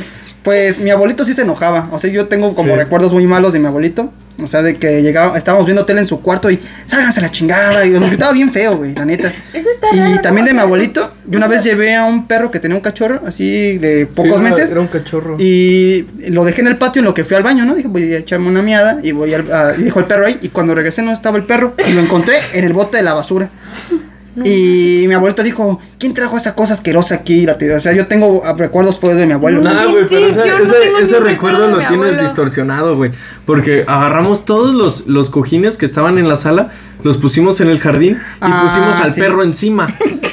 Speaker 2: pues mi abuelito sí se enojaba. O sea, yo tengo como
Speaker 5: Sí.
Speaker 2: recuerdos muy malos de mi abuelito. O sea, de que llegaba, estábamos viendo tele en su cuarto y sálganse a la chingada. Y nos gritaba bien feo, güey, la neta.
Speaker 7: Eso está
Speaker 2: Y
Speaker 7: raro,
Speaker 2: también de mi
Speaker 7: ¿no?
Speaker 2: abuelito. Yo una vez llevé a un perro que tenía un cachorro, así de pocos
Speaker 5: Sí, era-
Speaker 2: meses.
Speaker 5: Era un cachorro.
Speaker 2: Y lo dejé en el patio en lo que fui al baño, ¿no? Dije, voy a echarme una miada y voy al, a- y dijo el perro ahí. Y cuando regresé no estaba el perro y lo encontré en el bote de la basura. y mi abuelito dijo, ¿quién trajo esa cosa asquerosa aquí? La tiró?". o sea, yo tengo ah, recuerdos fuertes de mi abuelo.
Speaker 5: Nah, güey, pero
Speaker 6: Sientes,
Speaker 5: esa-
Speaker 6: yo no
Speaker 5: ese,
Speaker 6: tengo
Speaker 5: ese
Speaker 6: ningún recuerdo
Speaker 5: recuerdo
Speaker 6: de
Speaker 5: lo
Speaker 6: mi
Speaker 5: tienes
Speaker 6: abuelo.
Speaker 5: distorsionado, güey. Porque agarramos todos los, los cojines que estaban en la sala, los pusimos en el jardín y
Speaker 2: Ah,
Speaker 5: pusimos al
Speaker 2: sí.
Speaker 5: perro encima.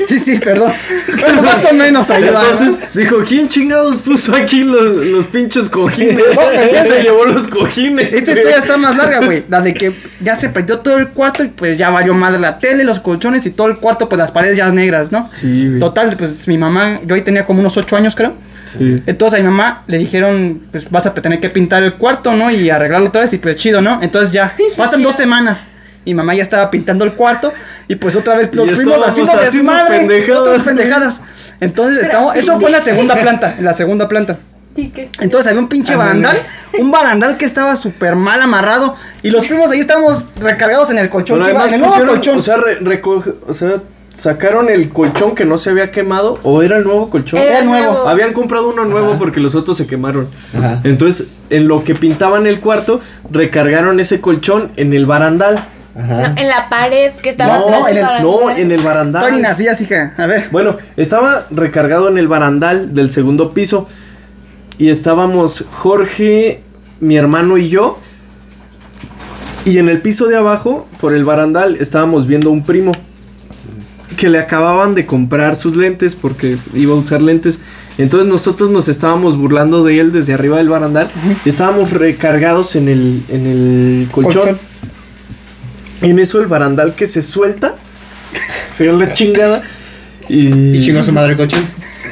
Speaker 2: Sí, sí, perdón. Bueno, más o menos ahí va. ¿no?
Speaker 5: Entonces dijo, ¿quién chingados puso aquí los, los pinches cojines?
Speaker 2: No,
Speaker 5: Él
Speaker 2: ese-
Speaker 5: se llevó los cojines.
Speaker 2: Esta
Speaker 5: güey.
Speaker 2: historia está más larga, güey. La de que ya se perdió todo el cuarto y pues ya valió madre la tele, los colchones y todo el cuarto, pues las paredes ya negras, ¿no?
Speaker 5: Sí, güey.
Speaker 2: Total, pues mi mamá, yo ahí tenía como unos ocho años, creo.
Speaker 5: Sí.
Speaker 2: Entonces a mi mamá le dijeron, pues vas a tener que pintar el cuarto, ¿no? Y arreglarlo otra vez y pues chido, ¿no? Entonces ya, pasan dos semanas. Y mamá ya estaba pintando el cuarto y pues otra vez
Speaker 5: Y
Speaker 2: los fuimos
Speaker 5: estábamos
Speaker 2: haciendo
Speaker 5: haciendo
Speaker 2: desmadre,
Speaker 5: pendejadas,
Speaker 2: otras
Speaker 5: güey.
Speaker 2: pendejadas. Entonces, estamos, eso fue en la segunda planta, en la segunda planta.
Speaker 7: Sí, que está-
Speaker 2: Entonces había un
Speaker 5: Ah,
Speaker 2: pinche barandal, un barandal que estaba súper mal amarrado y los primos ahí estábamos recargados en el colchón,
Speaker 5: Pero
Speaker 2: que iba-
Speaker 5: además
Speaker 2: en el nuevo
Speaker 5: pusieron-
Speaker 2: colchón.
Speaker 5: O sea, re- recoge- o sea, sacaron el colchón que no se había quemado o era el nuevo colchón.
Speaker 2: Era nuevo.
Speaker 5: Habían comprado uno nuevo porque los otros se quemaron.
Speaker 1: Ajá.
Speaker 5: Entonces, en lo que pintaban el cuarto, recargaron ese colchón en el barandal.
Speaker 6: No,
Speaker 1: Ajá.
Speaker 6: en la pared que estaba
Speaker 5: No,
Speaker 6: atrás
Speaker 2: no, en
Speaker 6: del
Speaker 2: el-
Speaker 6: barandal.
Speaker 5: No, en el
Speaker 2: Todavía ni
Speaker 5: barandal.
Speaker 2: nacías, hija. A ver.
Speaker 5: Bueno, estaba recargado en el barandal del segundo piso. Y estábamos Jorge, mi hermano y yo. Y en el piso de abajo, por el barandal, estábamos viendo un primo. Que le acababan de comprar sus lentes porque iba a usar lentes. Entonces nosotros nos estábamos burlando de él desde arriba del barandal. y estábamos recargados en el, en el colchón.
Speaker 2: Colchón.
Speaker 5: En eso el barandal que se suelta. Se dio la chingada. Y,
Speaker 1: Y chingó su madre el colchón.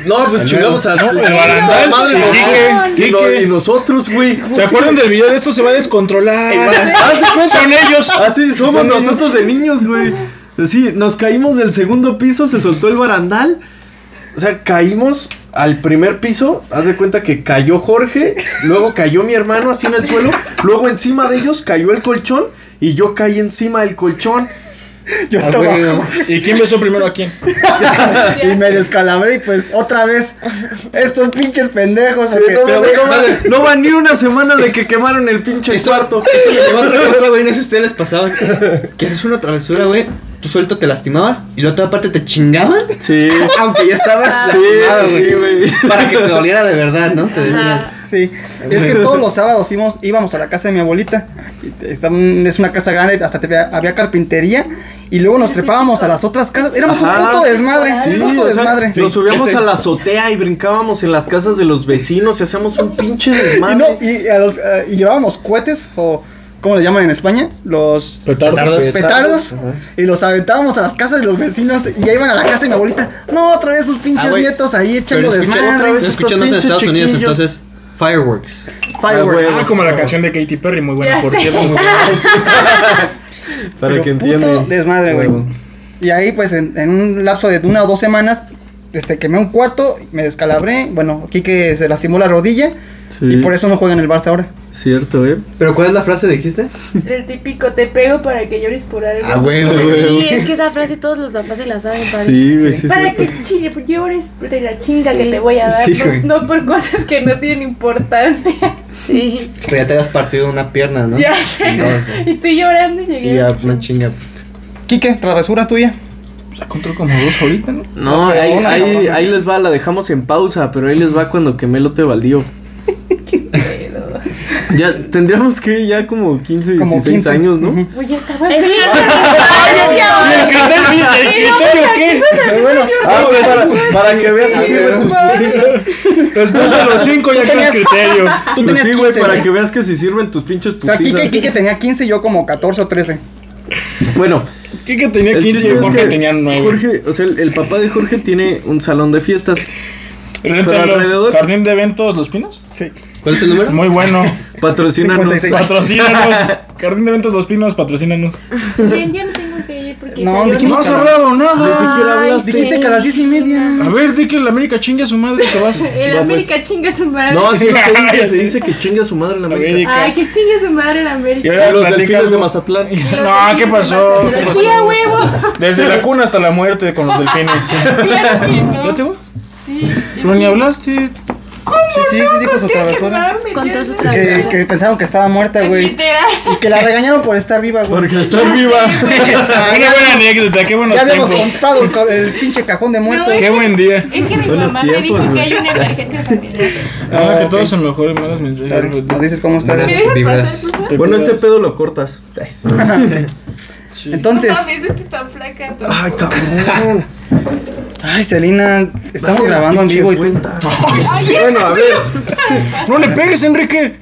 Speaker 5: No, pues chingamos al el barandal.
Speaker 3: el
Speaker 5: y,
Speaker 3: Quique,
Speaker 5: y lo-
Speaker 3: Quique.
Speaker 5: y nosotros, güey.
Speaker 3: ¿Se acuerdan del video de esto? Se va a descontrolar.
Speaker 5: Haz de cuenta.
Speaker 3: Son ellos.
Speaker 5: Así somos
Speaker 3: Son ellos.
Speaker 5: nosotros de niños, güey. Sí, nos caímos del segundo piso, se soltó el barandal. O sea, caímos al primer piso. Haz de cuenta que cayó Jorge, luego cayó mi hermano así en el suelo, luego encima de ellos cayó el colchón y yo caí encima del colchón. Ah,
Speaker 2: Yo estaba abajo
Speaker 3: ¿Y quién besó primero a quién?
Speaker 2: y me descalabré y pues otra vez estos pinches pendejos.
Speaker 5: Sí,
Speaker 2: porque-
Speaker 5: no,
Speaker 2: pero,
Speaker 5: va-
Speaker 2: pero-
Speaker 5: no va- no va ni una semana de que quemaron el pinche cuarto.
Speaker 1: Eso me llegó otra cosa, güey. No sé si a ustedes les pasaba. Que haces una travesura, güey. Tú suelto te lastimabas y la otra parte te chingaban.
Speaker 5: Sí.
Speaker 1: Aunque ya estabas
Speaker 5: Sí,
Speaker 1: lastimado,
Speaker 5: sí, güey.
Speaker 1: Para que te doliera de verdad, ¿no? Te decían.
Speaker 6: Ajá.
Speaker 2: Sí, es que todos los sábados íbamos, íbamos a la casa de mi abuelita. Está un- es una casa grande, hasta había, había carpintería. Y luego nos trepábamos a las otras casas. Éramos un
Speaker 5: Ajá.
Speaker 2: puto desmadre. un puto
Speaker 5: o sea,
Speaker 2: desmadre.
Speaker 5: Nos subíamos
Speaker 1: Este-
Speaker 5: a la azotea y brincábamos en las casas de los vecinos y hacíamos un pinche
Speaker 2: Y,
Speaker 5: desmadre.
Speaker 2: no, y, a los, eh, y llevábamos cohetes o ¿cómo les llaman en España? Los
Speaker 3: Petardos.
Speaker 2: petardos.
Speaker 1: Petardos,
Speaker 2: Y los aventábamos a las casas de los vecinos y ya iban a la casa de mi abuelita. No, otra vez sus pinches
Speaker 1: Ah, güey.
Speaker 2: nietos ahí echando
Speaker 1: Pero escucha-
Speaker 2: desmadre.
Speaker 1: otra vez escuchándose en
Speaker 5: pinches
Speaker 1: Estados Unidos,
Speaker 5: chiquillos.
Speaker 1: entonces Fireworks.
Speaker 3: Ah,
Speaker 2: Fireworks.
Speaker 3: como la canción de Katy Perry, muy buena, por
Speaker 7: Pues, Ya sé.
Speaker 3: cierto. Muy buena.
Speaker 5: Para que
Speaker 2: Puto
Speaker 5: entiendan.
Speaker 2: desmadre, güey.
Speaker 1: Huevo.
Speaker 2: Y ahí, pues, en, en un lapso de una o dos semanas, este, quemé un cuarto, me descalabré. Bueno, aquí que se lastimó la rodilla.
Speaker 5: Sí,
Speaker 2: Y por eso no juega en el Barça ahora.
Speaker 5: Cierto, ¿eh?
Speaker 1: ¿Pero cuál es la frase dijiste?
Speaker 7: El típico te pego para que llores por algo.
Speaker 1: huevo.
Speaker 6: Y es que esa frase todos los papás se la saben, parece.
Speaker 5: Sí, güey, sí,
Speaker 7: para
Speaker 5: cierto.
Speaker 7: que chille, pues, llores por de la chinga
Speaker 6: Sí.
Speaker 7: que te voy a dar.
Speaker 1: Sí,
Speaker 7: no-
Speaker 1: güey.
Speaker 7: no, por cosas que no tienen importancia.
Speaker 6: Sí.
Speaker 1: Pero ya te habías partido una pierna, ¿no?
Speaker 7: Ya.
Speaker 1: Entonces,
Speaker 7: Y tú llorando llegué.
Speaker 1: y ya una chinga.
Speaker 2: Quique, travesura tuya.
Speaker 3: Pues ya encontró como dos ahorita, ¿no?
Speaker 5: No, ahí,
Speaker 2: Una,
Speaker 5: ahí,
Speaker 2: cabrón.
Speaker 5: ahí les va, la dejamos en pausa, pero ahí les va cuando quemé lote baldío. Ya tendríamos que ya como 15, 16
Speaker 2: Como 15.
Speaker 5: años, ¿no?
Speaker 2: Ujú.
Speaker 7: Uy, ya estaba.
Speaker 6: Es bien
Speaker 2: Pero bueno,
Speaker 5: Ah, pues, para, para que veas así, güey. tus putizas.
Speaker 3: Después de los cinco ya creas
Speaker 2: tú
Speaker 3: criterio.
Speaker 5: Pues
Speaker 2: tenías
Speaker 5: sí,
Speaker 2: 15,
Speaker 5: güey, para
Speaker 2: güey.
Speaker 5: que veas que si sirven tus pinches
Speaker 2: O sea,
Speaker 5: putizas.
Speaker 2: Quique, Quique tenía 15 y yo como 14 o 13.
Speaker 5: Bueno,
Speaker 3: Kike tenía
Speaker 5: el
Speaker 3: 15
Speaker 5: chiste
Speaker 3: y
Speaker 5: es
Speaker 3: Jorge
Speaker 5: que
Speaker 3: tenía 9.
Speaker 5: Jorge, o sea, el, el papá de Jorge tiene un salón de fiestas.
Speaker 3: Réntalo.
Speaker 5: Pero alrededor-
Speaker 3: Jardín de eventos Los Pinos.
Speaker 2: Sí.
Speaker 1: ¿Cuál es el número?
Speaker 3: Muy bueno.
Speaker 5: Patrocínanos.
Speaker 2: 56.
Speaker 3: Patrocínanos. Jardín de eventos Los Pinos, patrocínanos.
Speaker 7: Bien, ya me tengo que ir porque.
Speaker 2: No,
Speaker 7: salió
Speaker 2: dijimos
Speaker 7: mi-
Speaker 2: que
Speaker 3: hablado
Speaker 5: Ah,
Speaker 3: nada.
Speaker 6: Ay,
Speaker 2: Dijiste
Speaker 6: sí.
Speaker 2: que a las 10 y media. ¿no?
Speaker 3: A ver, di que la América chingue a su madre, te vas.
Speaker 7: El
Speaker 5: No,
Speaker 7: América chinga a su madre.
Speaker 5: No, sí, se dice, se dice que chinga su madre en la América.
Speaker 3: América.
Speaker 7: Ay, que chingue a su madre el América.
Speaker 5: Y los
Speaker 3: platica
Speaker 5: delfines de
Speaker 3: algo.
Speaker 5: Mazatlán.
Speaker 3: No, ¿qué pasó? ¿Qué
Speaker 7: Sí, a
Speaker 3: pasó?
Speaker 7: huevo.
Speaker 3: Desde la cuna hasta la muerte con los delfines.
Speaker 7: Claro que
Speaker 3: ¿Ya
Speaker 7: no.
Speaker 3: te vas?
Speaker 7: Sí.
Speaker 3: Pero ni hablaste.
Speaker 2: Sí, sí, sí, dijo su
Speaker 7: ¿Qué
Speaker 2: travesura.
Speaker 7: quemaron?
Speaker 6: Con todo su
Speaker 7: ¿Entiendes?
Speaker 2: Que, que pensaron que estaba muerta, güey.
Speaker 7: Literal.
Speaker 2: Y que la regañaron por estar viva, güey.
Speaker 5: Porque está viva.
Speaker 2: Ah,
Speaker 3: Qué
Speaker 2: ya-
Speaker 3: buena anécdota, qué buenos
Speaker 2: Ya habíamos
Speaker 3: tiempos.
Speaker 2: comprado el, co- el pinche cajón de muertos.
Speaker 7: No,
Speaker 3: Qué buen día.
Speaker 7: Es que mi
Speaker 5: Buenos
Speaker 7: mamá me dijo
Speaker 5: tiempos,
Speaker 7: que
Speaker 5: güey.
Speaker 7: hay una emergencia familiar.
Speaker 3: Ah,
Speaker 2: Ah,
Speaker 3: que
Speaker 2: ok.
Speaker 3: todos son mejores, malos
Speaker 2: Dale,
Speaker 3: mensajes.
Speaker 2: pues, Nos dices cómo
Speaker 7: ¿Me
Speaker 2: ustedes.
Speaker 7: dejas
Speaker 1: Diveras.
Speaker 7: pasar, por favor?
Speaker 5: Bueno, este pedo lo cortas.
Speaker 7: No
Speaker 2: Entonces,
Speaker 7: mames, estoy tan flaca.
Speaker 5: Ay, cabrón.
Speaker 2: ay, Celina, estamos grabando en
Speaker 5: Pinche
Speaker 2: vivo y tú.
Speaker 5: vuelta. Bueno, a ver.
Speaker 3: No le pegues, Enrique.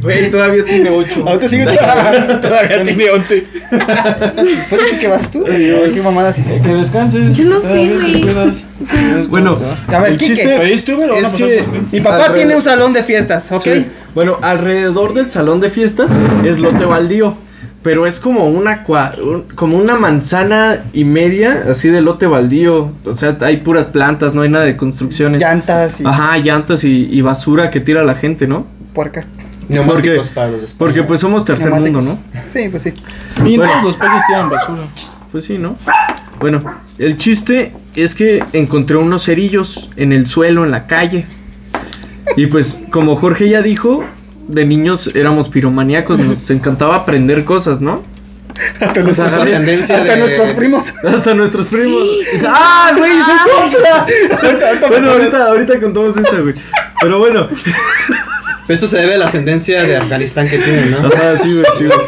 Speaker 5: Güey, todavía tiene 8.
Speaker 2: Ahorita sigue
Speaker 3: Todavía tiene 11.
Speaker 2: Después de que vas tú. Qué mamadas hiciste.
Speaker 3: Que descanses.
Speaker 6: Yo no sé, güey.
Speaker 5: Bueno,
Speaker 2: A ver,
Speaker 5: el
Speaker 2: Quique.
Speaker 5: chiste
Speaker 3: ¿Pediste Uber o
Speaker 5: es
Speaker 3: no?
Speaker 5: que.
Speaker 2: Mi papá
Speaker 5: alrededor-
Speaker 2: tiene un salón de fiestas, ¿ok?
Speaker 5: Sí. Bueno, alrededor del salón de fiestas es lote baldío. Pero es como una cua- un- como una manzana y media así de lote baldío. O sea, hay puras plantas, no hay nada de construcciones.
Speaker 2: Llantas y
Speaker 5: Ajá, llantas y, y basura que tira la gente, ¿no?
Speaker 2: puerca.
Speaker 1: Neumáticos para los españoles.
Speaker 5: Porque pues somos tercer mundo,
Speaker 2: Neumáticos.
Speaker 5: ¿no?
Speaker 2: Sí, pues sí.
Speaker 3: Y
Speaker 5: Bueno.
Speaker 3: todos los peces tiran basura.
Speaker 5: Pues sí, ¿no? Bueno, el chiste es que encontré unos cerillos en el suelo, en la calle. Y pues, como Jorge ya dijo, de niños éramos piromaníacos, nos encantaba aprender cosas, ¿no?
Speaker 2: Hasta
Speaker 5: O sea,
Speaker 2: nuestros,
Speaker 1: descendencia
Speaker 2: hasta
Speaker 1: de-
Speaker 2: nuestros primos.
Speaker 5: Hasta nuestros primos. ¡Ah, güey! ¡Esa es otra!
Speaker 2: Ahorita- ahorita me
Speaker 5: Bueno,
Speaker 2: acuerdo.
Speaker 5: ahorita, ahorita contamos esa, güey. Pero bueno.
Speaker 1: Pero esto se debe a la ascendencia de Afganistán que tienen, ¿no?
Speaker 5: Ajá, sí, güey, sí, güey.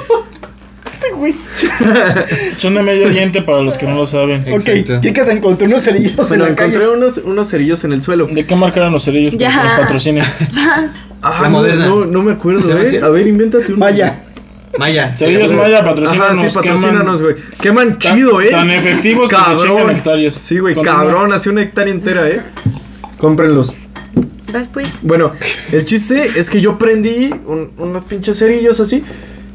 Speaker 3: Son de medio oriente para los que no lo saben.
Speaker 2: Ok,
Speaker 1: Exacto.
Speaker 2: Quique se encontró unos cerillos en
Speaker 5: Bueno,
Speaker 2: la calle.
Speaker 5: encontré unos, unos cerillos en el suelo.
Speaker 3: ¿De qué marca eran los cerillos? Para
Speaker 6: Ya.
Speaker 3: que los patrocinen.
Speaker 5: Ah,
Speaker 1: La
Speaker 5: no,
Speaker 1: moderna.
Speaker 5: No, no me acuerdo,
Speaker 1: ¿Se llama
Speaker 5: ¿eh?
Speaker 1: así?
Speaker 5: A ver, invéntate uno.
Speaker 2: Vaya,
Speaker 1: Maya.
Speaker 3: Cerillos Maya,
Speaker 5: Ajá,
Speaker 3: patrocínanos.
Speaker 5: sí, patrocínanos, güey.
Speaker 3: Tan-
Speaker 5: Queman chido, eh.
Speaker 3: tan efectivos que se chingan hectáreas.
Speaker 5: Sí, güey,
Speaker 3: Continúa.
Speaker 5: cabrón, hace una hectárea entera, eh. Cómprenlos.
Speaker 6: Vas pues.
Speaker 5: Bueno, el chiste es que yo prendí un- unos pinches cerillos así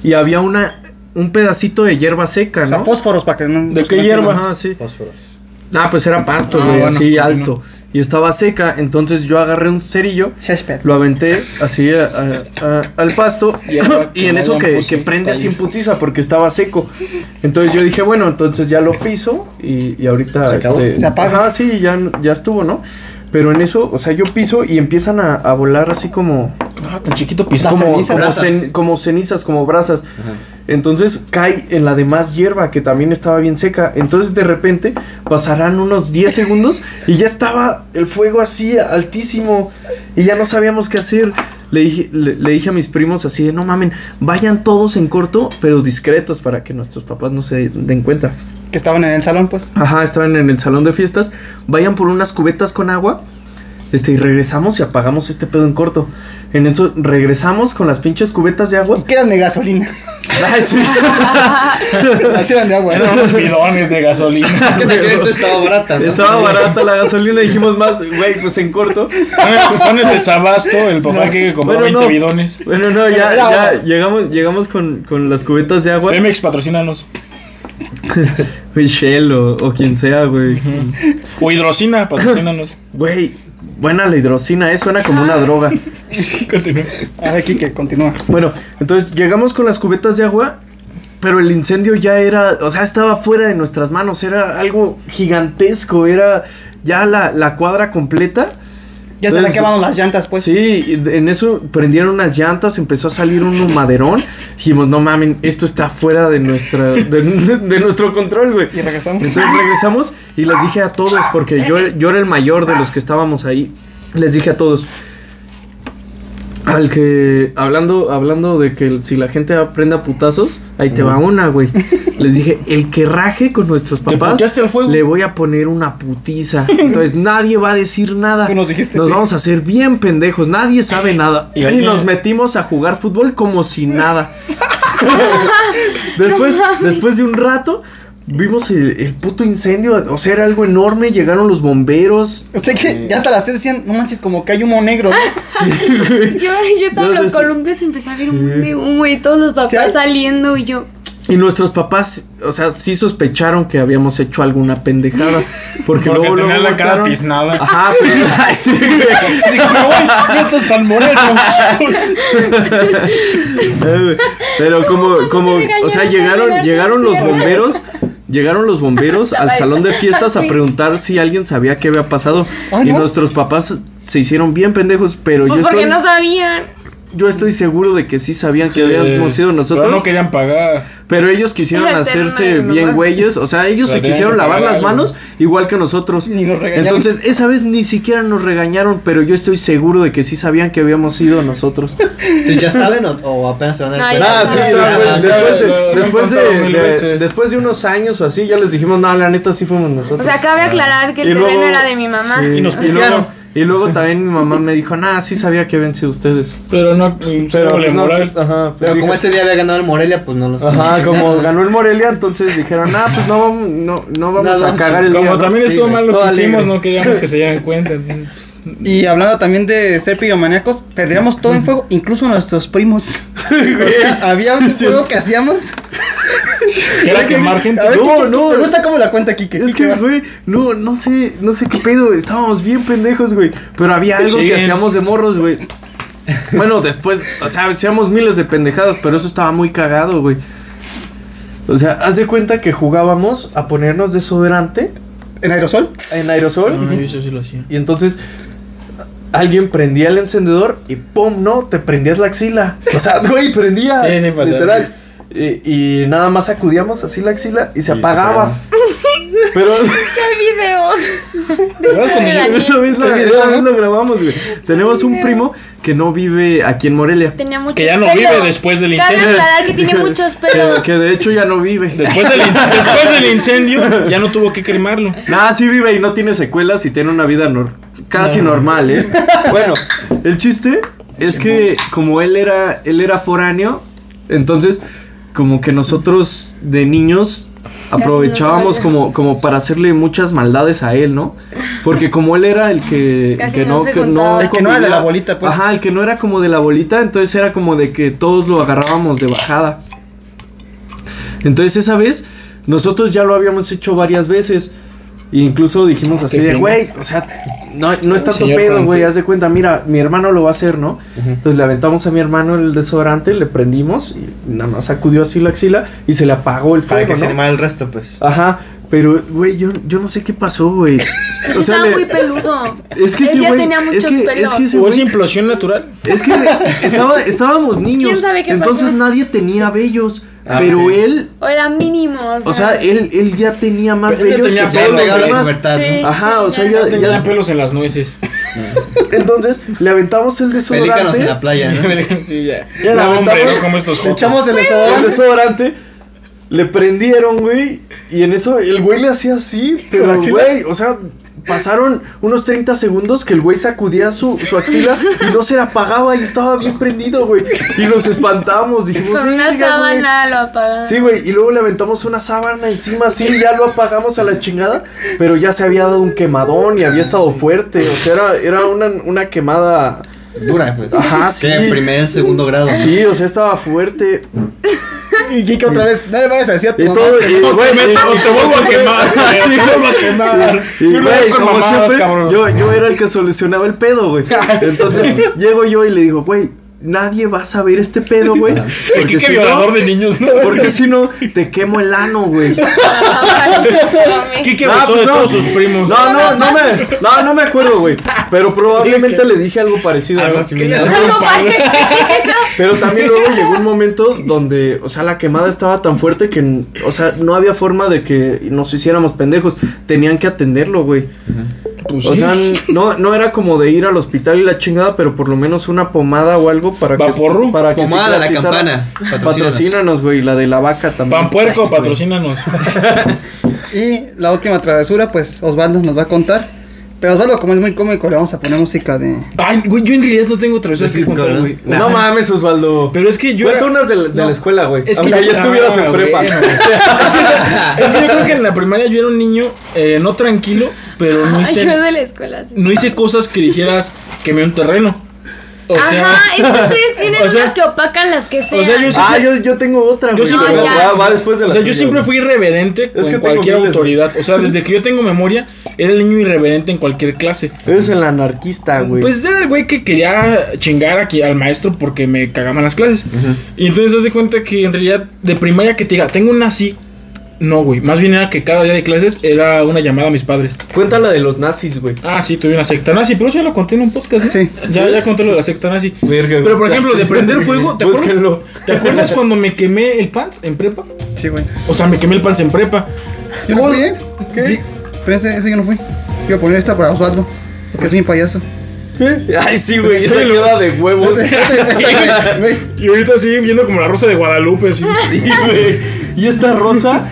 Speaker 5: y había una un pedacito de hierba seca,
Speaker 2: o sea,
Speaker 5: ¿no?
Speaker 2: fósforos para que no.
Speaker 3: ¿De qué hierba?
Speaker 5: Ajá, sí.
Speaker 1: Fósforos.
Speaker 5: Ah, pues era pasto,
Speaker 3: Ah,
Speaker 5: güey,
Speaker 3: bueno,
Speaker 5: así
Speaker 3: continúa.
Speaker 5: alto. Y estaba seca, entonces yo agarré un cerillo,
Speaker 2: Césped.
Speaker 5: lo aventé así a- a- a- al pasto y,
Speaker 3: ahora que
Speaker 5: en
Speaker 3: no
Speaker 5: eso
Speaker 3: hayan
Speaker 5: que,
Speaker 3: puse
Speaker 5: que prende así en
Speaker 3: tallo.
Speaker 5: putiza porque estaba seco. Entonces yo dije, bueno, entonces ya lo piso y, y ahorita este,
Speaker 1: Se acabó.
Speaker 2: Se apaga.
Speaker 5: ajá, sí, ya, ya estuvo, ¿no? Pero en eso, o sea, yo piso y empiezan a, a volar así como
Speaker 3: Ah, tan chiquito piso.
Speaker 2: Las
Speaker 5: como,
Speaker 2: cenizas.
Speaker 5: como
Speaker 1: Brasas.
Speaker 5: cen- como cenizas, como brasas. Entonces cae en la demás hierba que también estaba bien seca. Entonces de repente pasarán unos 10 segundos y ya estaba el fuego así altísimo y ya no sabíamos qué hacer. Le dije, le, le dije a mis primos así de no mamen, vayan todos en corto, pero discretos para que nuestros papás no se den cuenta.
Speaker 2: Que estaban en el salón, pues.
Speaker 5: Ajá, estaban en el salón de fiestas. Vayan por unas cubetas con agua. Este, y regresamos y apagamos este pedo en corto. En eso regresamos con las pinches cubetas de agua.
Speaker 2: Que eran de gasolina.
Speaker 5: Ay, sí.
Speaker 2: Así eran de agua.
Speaker 3: Eran unos bidones de gasolina.
Speaker 1: Es que en aquel entonces estaba barata. ¿no?
Speaker 5: Estaba barata la gasolina, dijimos más, güey, pues en corto.
Speaker 3: Con el desabasto, el papá que compró
Speaker 5: Bueno,
Speaker 3: 20
Speaker 5: no.
Speaker 3: bidones.
Speaker 5: Bueno, no, ya,
Speaker 2: Era
Speaker 5: ya
Speaker 2: agua.
Speaker 5: llegamos, llegamos con, con las cubetas de agua.
Speaker 3: Pemex, patrocínanos.
Speaker 5: Güey, Shell o, o quien sea, güey.
Speaker 3: O hidrocina, patrocínanos.
Speaker 5: Güey, buena la hidrocina, eh, suena como una droga.
Speaker 3: Continúa.
Speaker 2: A ver, Kike, continúa.
Speaker 5: Bueno, entonces llegamos con las cubetas de agua, pero el incendio ya era, o sea, estaba fuera de nuestras manos, era algo gigantesco, era ya la, la cuadra completa.
Speaker 2: Ya se le han
Speaker 5: Entonces-
Speaker 2: quemado las llantas, pues.
Speaker 5: sí, y de- en eso prendieron unas llantas, empezó a salir un maderón. Dijimos, no mamen, esto está fuera de, nuestra, de, de nuestro control, güey.
Speaker 2: Y regresamos.
Speaker 5: Entonces regresamos y les dije a todos, porque yo, yo era el mayor de los que estábamos ahí. Les dije a todos. Al que, hablando, hablando de que si la gente aprende a putazos, ahí te va una, güey. Les dije, el que raje con nuestros papás,
Speaker 3: puteaste al fuego?
Speaker 5: le voy a poner una putiza. Entonces nadie va a decir nada.
Speaker 2: Tú nos dijiste, sí.
Speaker 5: vamos a hacer bien pendejos, nadie sabe nada.
Speaker 3: Y
Speaker 5: Y,
Speaker 3: ahí-
Speaker 5: nos metimos a jugar fútbol como
Speaker 2: eh,
Speaker 5: si nada. Después, después de un rato, vimos el, el puto incendio. O sea, era algo enorme. Llegaron los bomberos.
Speaker 2: O sea que ya hasta las 6 decían, no manches, como que hay humo negro.
Speaker 6: Yo, yo estaba en
Speaker 5: No,
Speaker 6: los
Speaker 5: no sé.
Speaker 6: columpios y empecé a ver un montón de humo y todos los papás
Speaker 2: Sí, hay-
Speaker 6: saliendo y yo.
Speaker 5: Y nuestros papás, o sea, sí sospecharon que habíamos hecho alguna pendejada.
Speaker 3: Porque
Speaker 5: Porque, luego,
Speaker 3: tenía
Speaker 5: luego
Speaker 3: la cara
Speaker 5: voltearon.
Speaker 3: tiznada.
Speaker 5: Ajá, pero- Ay, sí, güey.
Speaker 3: Así que, güey, no estás tan moreno.
Speaker 5: Eh, Pero como,
Speaker 6: cuando
Speaker 5: como,
Speaker 6: te regañaron
Speaker 5: o sea,
Speaker 6: por
Speaker 5: llegaron,
Speaker 6: llevarte
Speaker 5: llegaron los
Speaker 6: tierra.
Speaker 5: bomberos, llegaron los bomberos al salón de fiestas a
Speaker 6: Sí.
Speaker 5: preguntar si alguien sabía qué había pasado.
Speaker 2: Ah,
Speaker 5: Y
Speaker 2: ¿no?
Speaker 5: nuestros papás se hicieron bien pendejos, pero yo
Speaker 6: Pues porque
Speaker 5: estoy,
Speaker 6: no sabían.
Speaker 5: yo estoy seguro de que sí sabían que habíamos sido nosotros.
Speaker 3: Eh, Pero no
Speaker 5: Pero,
Speaker 3: querían pagar.
Speaker 5: ellos quisieron
Speaker 6: Era el
Speaker 5: hacerse
Speaker 6: tema de mi
Speaker 5: bien
Speaker 6: mamá.
Speaker 5: güeyes, o sea,
Speaker 3: Pero
Speaker 5: ellos se
Speaker 3: tenían que
Speaker 5: quisieron lavar
Speaker 3: pagar
Speaker 5: las
Speaker 3: algo.
Speaker 5: manos igual que nosotros.
Speaker 2: Ni nos regañaron.
Speaker 5: Entonces, esa vez ni siquiera nos regañaron, pero yo estoy seguro de que sí sabían que habíamos sido nosotros.
Speaker 1: Entonces, ¿Ya saben o, o apenas se van a
Speaker 6: No,
Speaker 1: dar
Speaker 6: ya
Speaker 5: Ah, sí,
Speaker 6: Ah,
Speaker 5: o sea,
Speaker 3: ya,
Speaker 5: pues,
Speaker 3: ya,
Speaker 5: después,
Speaker 3: ya,
Speaker 5: de-
Speaker 3: ya, ya,
Speaker 5: después
Speaker 3: ya, ya, ya,
Speaker 5: de,
Speaker 3: ya, ya.
Speaker 5: de- después de unos años o así, ya les dijimos, no, la neta sí fuimos nosotros.
Speaker 6: O sea, cabe aclarar que el
Speaker 5: Ah. Y luego-
Speaker 6: terreno era de mi mamá.
Speaker 5: sí,
Speaker 2: Y nos
Speaker 5: luego-
Speaker 2: pifiaron.
Speaker 5: Y luego también mi mamá me dijo, nah, sí sabía que habían sido ustedes.
Speaker 3: Pero no, pero
Speaker 5: Pero
Speaker 3: no,
Speaker 5: pues, no,
Speaker 3: moral.
Speaker 5: ajá, pues,
Speaker 1: Pero como
Speaker 5: dije-
Speaker 1: ese día había ganado el Morelia, pues no los.
Speaker 5: Ajá, como ganó el Morelia, entonces dijeron, nah, pues no, vamos- no, no vamos
Speaker 1: No,
Speaker 5: a
Speaker 1: no,
Speaker 5: cagar el
Speaker 3: Como
Speaker 5: día, ¿no?"
Speaker 3: también
Speaker 5: Sí,
Speaker 3: estuvo
Speaker 5: güey,
Speaker 3: mal lo
Speaker 5: todo
Speaker 3: que hicimos,
Speaker 5: alegre.
Speaker 3: no queríamos que se dieran cuenta. Entonces, pues,
Speaker 2: Y hablando también de ser piromaníacos, perdíamos todo en fuego, incluso nuestros primos. o sea, había un juego que hacíamos.
Speaker 3: que era quemar gente.
Speaker 2: A ver,
Speaker 5: No,
Speaker 2: Kike,
Speaker 5: no.
Speaker 2: Me gusta cómo la cuenta Kike.
Speaker 5: Es
Speaker 2: Kike,
Speaker 5: que,
Speaker 2: vas.
Speaker 5: güey, no, no sé, no sé qué pedo, estábamos bien pendejos, güey. Pero había algo
Speaker 3: Sí.
Speaker 5: que hacíamos de morros, güey. Bueno, después, o sea, hacíamos miles de pendejadas, pero eso estaba muy cagado, güey. O sea, haz de cuenta que jugábamos a ponernos desodorante
Speaker 2: ¿En aerosol?
Speaker 5: en aerosol.
Speaker 3: No, yo eso sí lo hacía.
Speaker 5: Y entonces alguien prendía el encendedor y ¡pum! No, te prendías la axila. O sea, güey, prendía.
Speaker 3: Sí, sí, pasaba.
Speaker 5: literal. Y, y nada más sacudíamos así la axila y se apagaba. Pero
Speaker 6: Hay videos.
Speaker 3: ¿Verdad? Cuando yo-
Speaker 6: Daniel.
Speaker 5: esa vez, lo-
Speaker 2: Ese video,
Speaker 5: esa vez
Speaker 2: ¿no?
Speaker 5: lo grabamos, güey. Tenemos un primo que no vive aquí en Morelia.
Speaker 6: Tenía muchos
Speaker 3: Que ya no
Speaker 6: pelos.
Speaker 3: vive después del
Speaker 6: Cabe
Speaker 3: incendio.
Speaker 6: aclarar que tiene muchos
Speaker 5: Que,
Speaker 6: pelos.
Speaker 5: que de hecho ya no vive.
Speaker 3: Después del, in- después del incendio, ya no tuvo que quemarlo.
Speaker 5: Nada, Ah, sí vive y no tiene secuelas y tiene una vida nor- casi normal, ¿eh? Bueno, el chiste es que como él era, él era foráneo, entonces como que nosotros de niños aprovechábamos
Speaker 6: Casi no se
Speaker 5: como, como para hacerle muchas maldades a él, ¿no? Porque como él era el que,
Speaker 6: Casi
Speaker 5: que
Speaker 6: no
Speaker 5: no,
Speaker 6: se
Speaker 5: que no
Speaker 6: juntaba. El
Speaker 2: que no era de la
Speaker 5: convivía-
Speaker 2: bolita, pues.
Speaker 5: Ajá, el que no era como de la bolita, entonces era como de que todos lo agarrábamos de bajada. Entonces esa vez nosotros ya lo habíamos hecho varias veces. E incluso
Speaker 1: Ah,
Speaker 5: dijimos así
Speaker 3: Qué
Speaker 5: de,
Speaker 3: fino.
Speaker 5: güey, o sea, no, no está tu
Speaker 3: Señor
Speaker 5: pedo, güey,
Speaker 3: Francis.
Speaker 5: haz de cuenta, mira, mi hermano lo va a hacer, ¿no? Entonces le aventamos a mi hermano el desodorante, le prendimos y nada más sacudió así la axila y se le apagó el fuego,
Speaker 1: Para que se
Speaker 5: ¿no?
Speaker 1: animara el resto, pues.
Speaker 5: Ajá, pero, güey, yo, yo no sé qué pasó, güey. O sea,
Speaker 6: Estaba
Speaker 5: le-
Speaker 6: muy peludo.
Speaker 5: es que
Speaker 6: Él
Speaker 5: ese
Speaker 6: ya
Speaker 5: güey,
Speaker 6: tenía muchos
Speaker 5: es que, es
Speaker 6: pelos.
Speaker 5: que ese
Speaker 3: ¿O es
Speaker 5: güey,
Speaker 3: implosión natural?
Speaker 5: es que estaba, estábamos niños,
Speaker 6: sabe qué
Speaker 5: entonces
Speaker 6: pasó?
Speaker 5: nadie tenía vellos,
Speaker 1: Ah,
Speaker 5: pero
Speaker 1: ok.
Speaker 5: él
Speaker 6: O era mínimo.
Speaker 5: o sea, él, él ya tenía más
Speaker 3: Pero él ya
Speaker 5: vellos
Speaker 3: tenía
Speaker 5: que
Speaker 1: Ya eh,
Speaker 3: pelo,
Speaker 5: todos los
Speaker 1: pegado la
Speaker 5: demás.
Speaker 1: pubertad,
Speaker 6: Sí.
Speaker 1: ¿no?
Speaker 5: Ajá, o sea,
Speaker 6: ya-
Speaker 5: ya,
Speaker 3: No tenía
Speaker 5: ya-
Speaker 3: pelos en las nueces.
Speaker 5: Entonces, le aventamos el
Speaker 1: Pelícanos en la
Speaker 5: desodorante.
Speaker 1: playa, ¿no?
Speaker 3: sí, ya.
Speaker 5: Ya la
Speaker 3: no, hombre,
Speaker 5: aventamos.
Speaker 3: no como estos
Speaker 2: Le
Speaker 3: jotos.
Speaker 2: echamos el
Speaker 5: El
Speaker 2: desodorante.
Speaker 5: desodorante. Le prendieron, güey. Y en eso el güey le hacía así, pero güey, o sea, pasaron unos 30 segundos que el güey sacudía su, su axila y no se la apagaba y estaba bien prendido, güey. Y nos espantamos, dijimos,
Speaker 6: Con
Speaker 5: "Verga,
Speaker 6: una
Speaker 5: güey".
Speaker 6: sábana lo apagaron.
Speaker 5: Sí, güey, y luego le aventamos una sábana encima, sí, ya lo apagamos a la chingada, pero ya se había dado un quemadón y había estado fuerte, o sea, era, era una, una quemada,
Speaker 1: Dura, pues.
Speaker 5: Ajá, sí.
Speaker 1: Que primer, segundo grado. ¿no?
Speaker 5: sí, o sea, estaba fuerte.
Speaker 2: Y Kike otra vez, no le vayas a decir a tu
Speaker 5: Y
Speaker 2: mamá
Speaker 5: todo,
Speaker 2: que-
Speaker 5: y, güey, y-
Speaker 3: O te vuelvo a quemar.
Speaker 5: Sí,
Speaker 3: Te vuelvo a quemar.
Speaker 5: Y,
Speaker 3: Yo no
Speaker 5: güey,
Speaker 3: con
Speaker 5: como
Speaker 3: mamadas,
Speaker 5: siempre,
Speaker 3: cabrón.
Speaker 5: yo, yo era el que solucionaba el pedo, güey. Entonces, llego yo y le digo, güey, nadie va a saber este pedo, güey.
Speaker 3: El
Speaker 5: Porque
Speaker 3: Kike
Speaker 5: si
Speaker 3: violador
Speaker 5: no,
Speaker 3: de niños, ¿no?
Speaker 5: porque si no, te quemo el ano, güey.
Speaker 3: Kike
Speaker 5: No,
Speaker 3: abusó
Speaker 5: pues
Speaker 3: de
Speaker 5: no.
Speaker 3: todos sus primos.
Speaker 5: No, no, no me, no, no me acuerdo, güey. Pero probablemente le dije algo parecido.
Speaker 1: Algo
Speaker 5: ¿no?
Speaker 1: similar.
Speaker 6: Algo parecido.
Speaker 5: Pero también luego llegó un momento donde, o sea, la quemada estaba tan fuerte que, o sea, no había forma de que nos hiciéramos pendejos. Tenían que atenderlo, güey.
Speaker 3: Pues
Speaker 5: O
Speaker 3: sí.
Speaker 5: sea, no, no era como de ir al hospital y la chingada, pero por lo menos una pomada o algo para
Speaker 3: Vaporru.
Speaker 5: que para que
Speaker 1: Pomada de la
Speaker 5: cicatrizara.
Speaker 1: campana. Patrocínanos.
Speaker 5: Patrocínanos, güey, la de la vaca también.
Speaker 3: Pan puerco,
Speaker 5: Sí, güey.
Speaker 3: patrocínanos.
Speaker 2: Y la última travesura, pues Osvaldo nos va a contar. Pero Osvaldo, como es muy cómico, le vamos a poner música de.
Speaker 3: Ay, güey, yo en realidad no tengo travesuras
Speaker 1: Es que
Speaker 3: que contar,
Speaker 1: cabrón.
Speaker 3: güey. O
Speaker 5: No
Speaker 3: sea,
Speaker 5: mames, Osvaldo.
Speaker 3: Pero es que yo.
Speaker 5: Cuenta
Speaker 3: era-
Speaker 5: unas de, la- de
Speaker 3: No.
Speaker 5: la escuela, güey.
Speaker 3: Es que
Speaker 5: Aunque ya
Speaker 3: no,
Speaker 5: estuvieras en
Speaker 3: güey.
Speaker 5: prepa.
Speaker 3: Es que yo creo que en la primaria yo era un niño eh, no tranquilo, pero no
Speaker 6: Ay, yo
Speaker 3: hice,
Speaker 6: de la escuela. sí.
Speaker 3: no hice cosas que dijeras quemé un terreno. O sea,
Speaker 6: Ajá, es que ustedes tienen
Speaker 3: o sea-
Speaker 6: unas que opacan las que sean.
Speaker 3: o sea, yo sí
Speaker 5: Ah,
Speaker 3: sé-
Speaker 5: yo, yo tengo otra,
Speaker 3: Yo
Speaker 5: güey.
Speaker 3: siempre-
Speaker 5: pero
Speaker 6: No, ya.
Speaker 5: va, va después de la
Speaker 3: O sea, yo
Speaker 5: tuya,
Speaker 3: siempre
Speaker 5: güey.
Speaker 3: fui irreverente
Speaker 5: que
Speaker 3: con
Speaker 5: tengo
Speaker 3: cualquier
Speaker 5: miles, güey.
Speaker 3: autoridad. O sea, desde que yo tengo memoria, era el niño irreverente en cualquier clase.
Speaker 5: Eres el anarquista, güey.
Speaker 3: Pues era el güey que quería chingar aquí al maestro porque me cagaban las clases. Y entonces te das de cuenta que en realidad, de primaria que te diga, tengo una así. No, güey. Más bien era que cada día de clases era una llamada a mis padres.
Speaker 5: Cuéntala de los nazis, güey.
Speaker 3: Ah, sí, tuve una secta nazi, pero eso ya lo conté en un podcast, ¿no?
Speaker 2: Sí.
Speaker 3: Ya, ya conté lo de la secta nazi.
Speaker 5: Verga, güey.
Speaker 3: Pero por ejemplo, de prender fuego, ¿te acuerdas,
Speaker 5: Búsquenlo.
Speaker 3: ¿te acuerdas cuando me quemé el pants en prepa?
Speaker 2: Sí, güey.
Speaker 3: O sea, me quemé el pants en prepa.
Speaker 2: Yo no fui, ¿eh? ¿Qué?
Speaker 3: Sí.
Speaker 2: Espérense, ese yo no fui. Iba a poner esta para Osvaldo, porque es mi payaso.
Speaker 5: Ay, sí, güey.
Speaker 3: Sí,
Speaker 5: Esa
Speaker 3: lo-
Speaker 5: queda de huevos.
Speaker 2: Esta, güey, güey.
Speaker 3: Y ahorita sí, viendo como la rosa de Guadalupe, así.
Speaker 5: Sí, güey. Y esta rosa.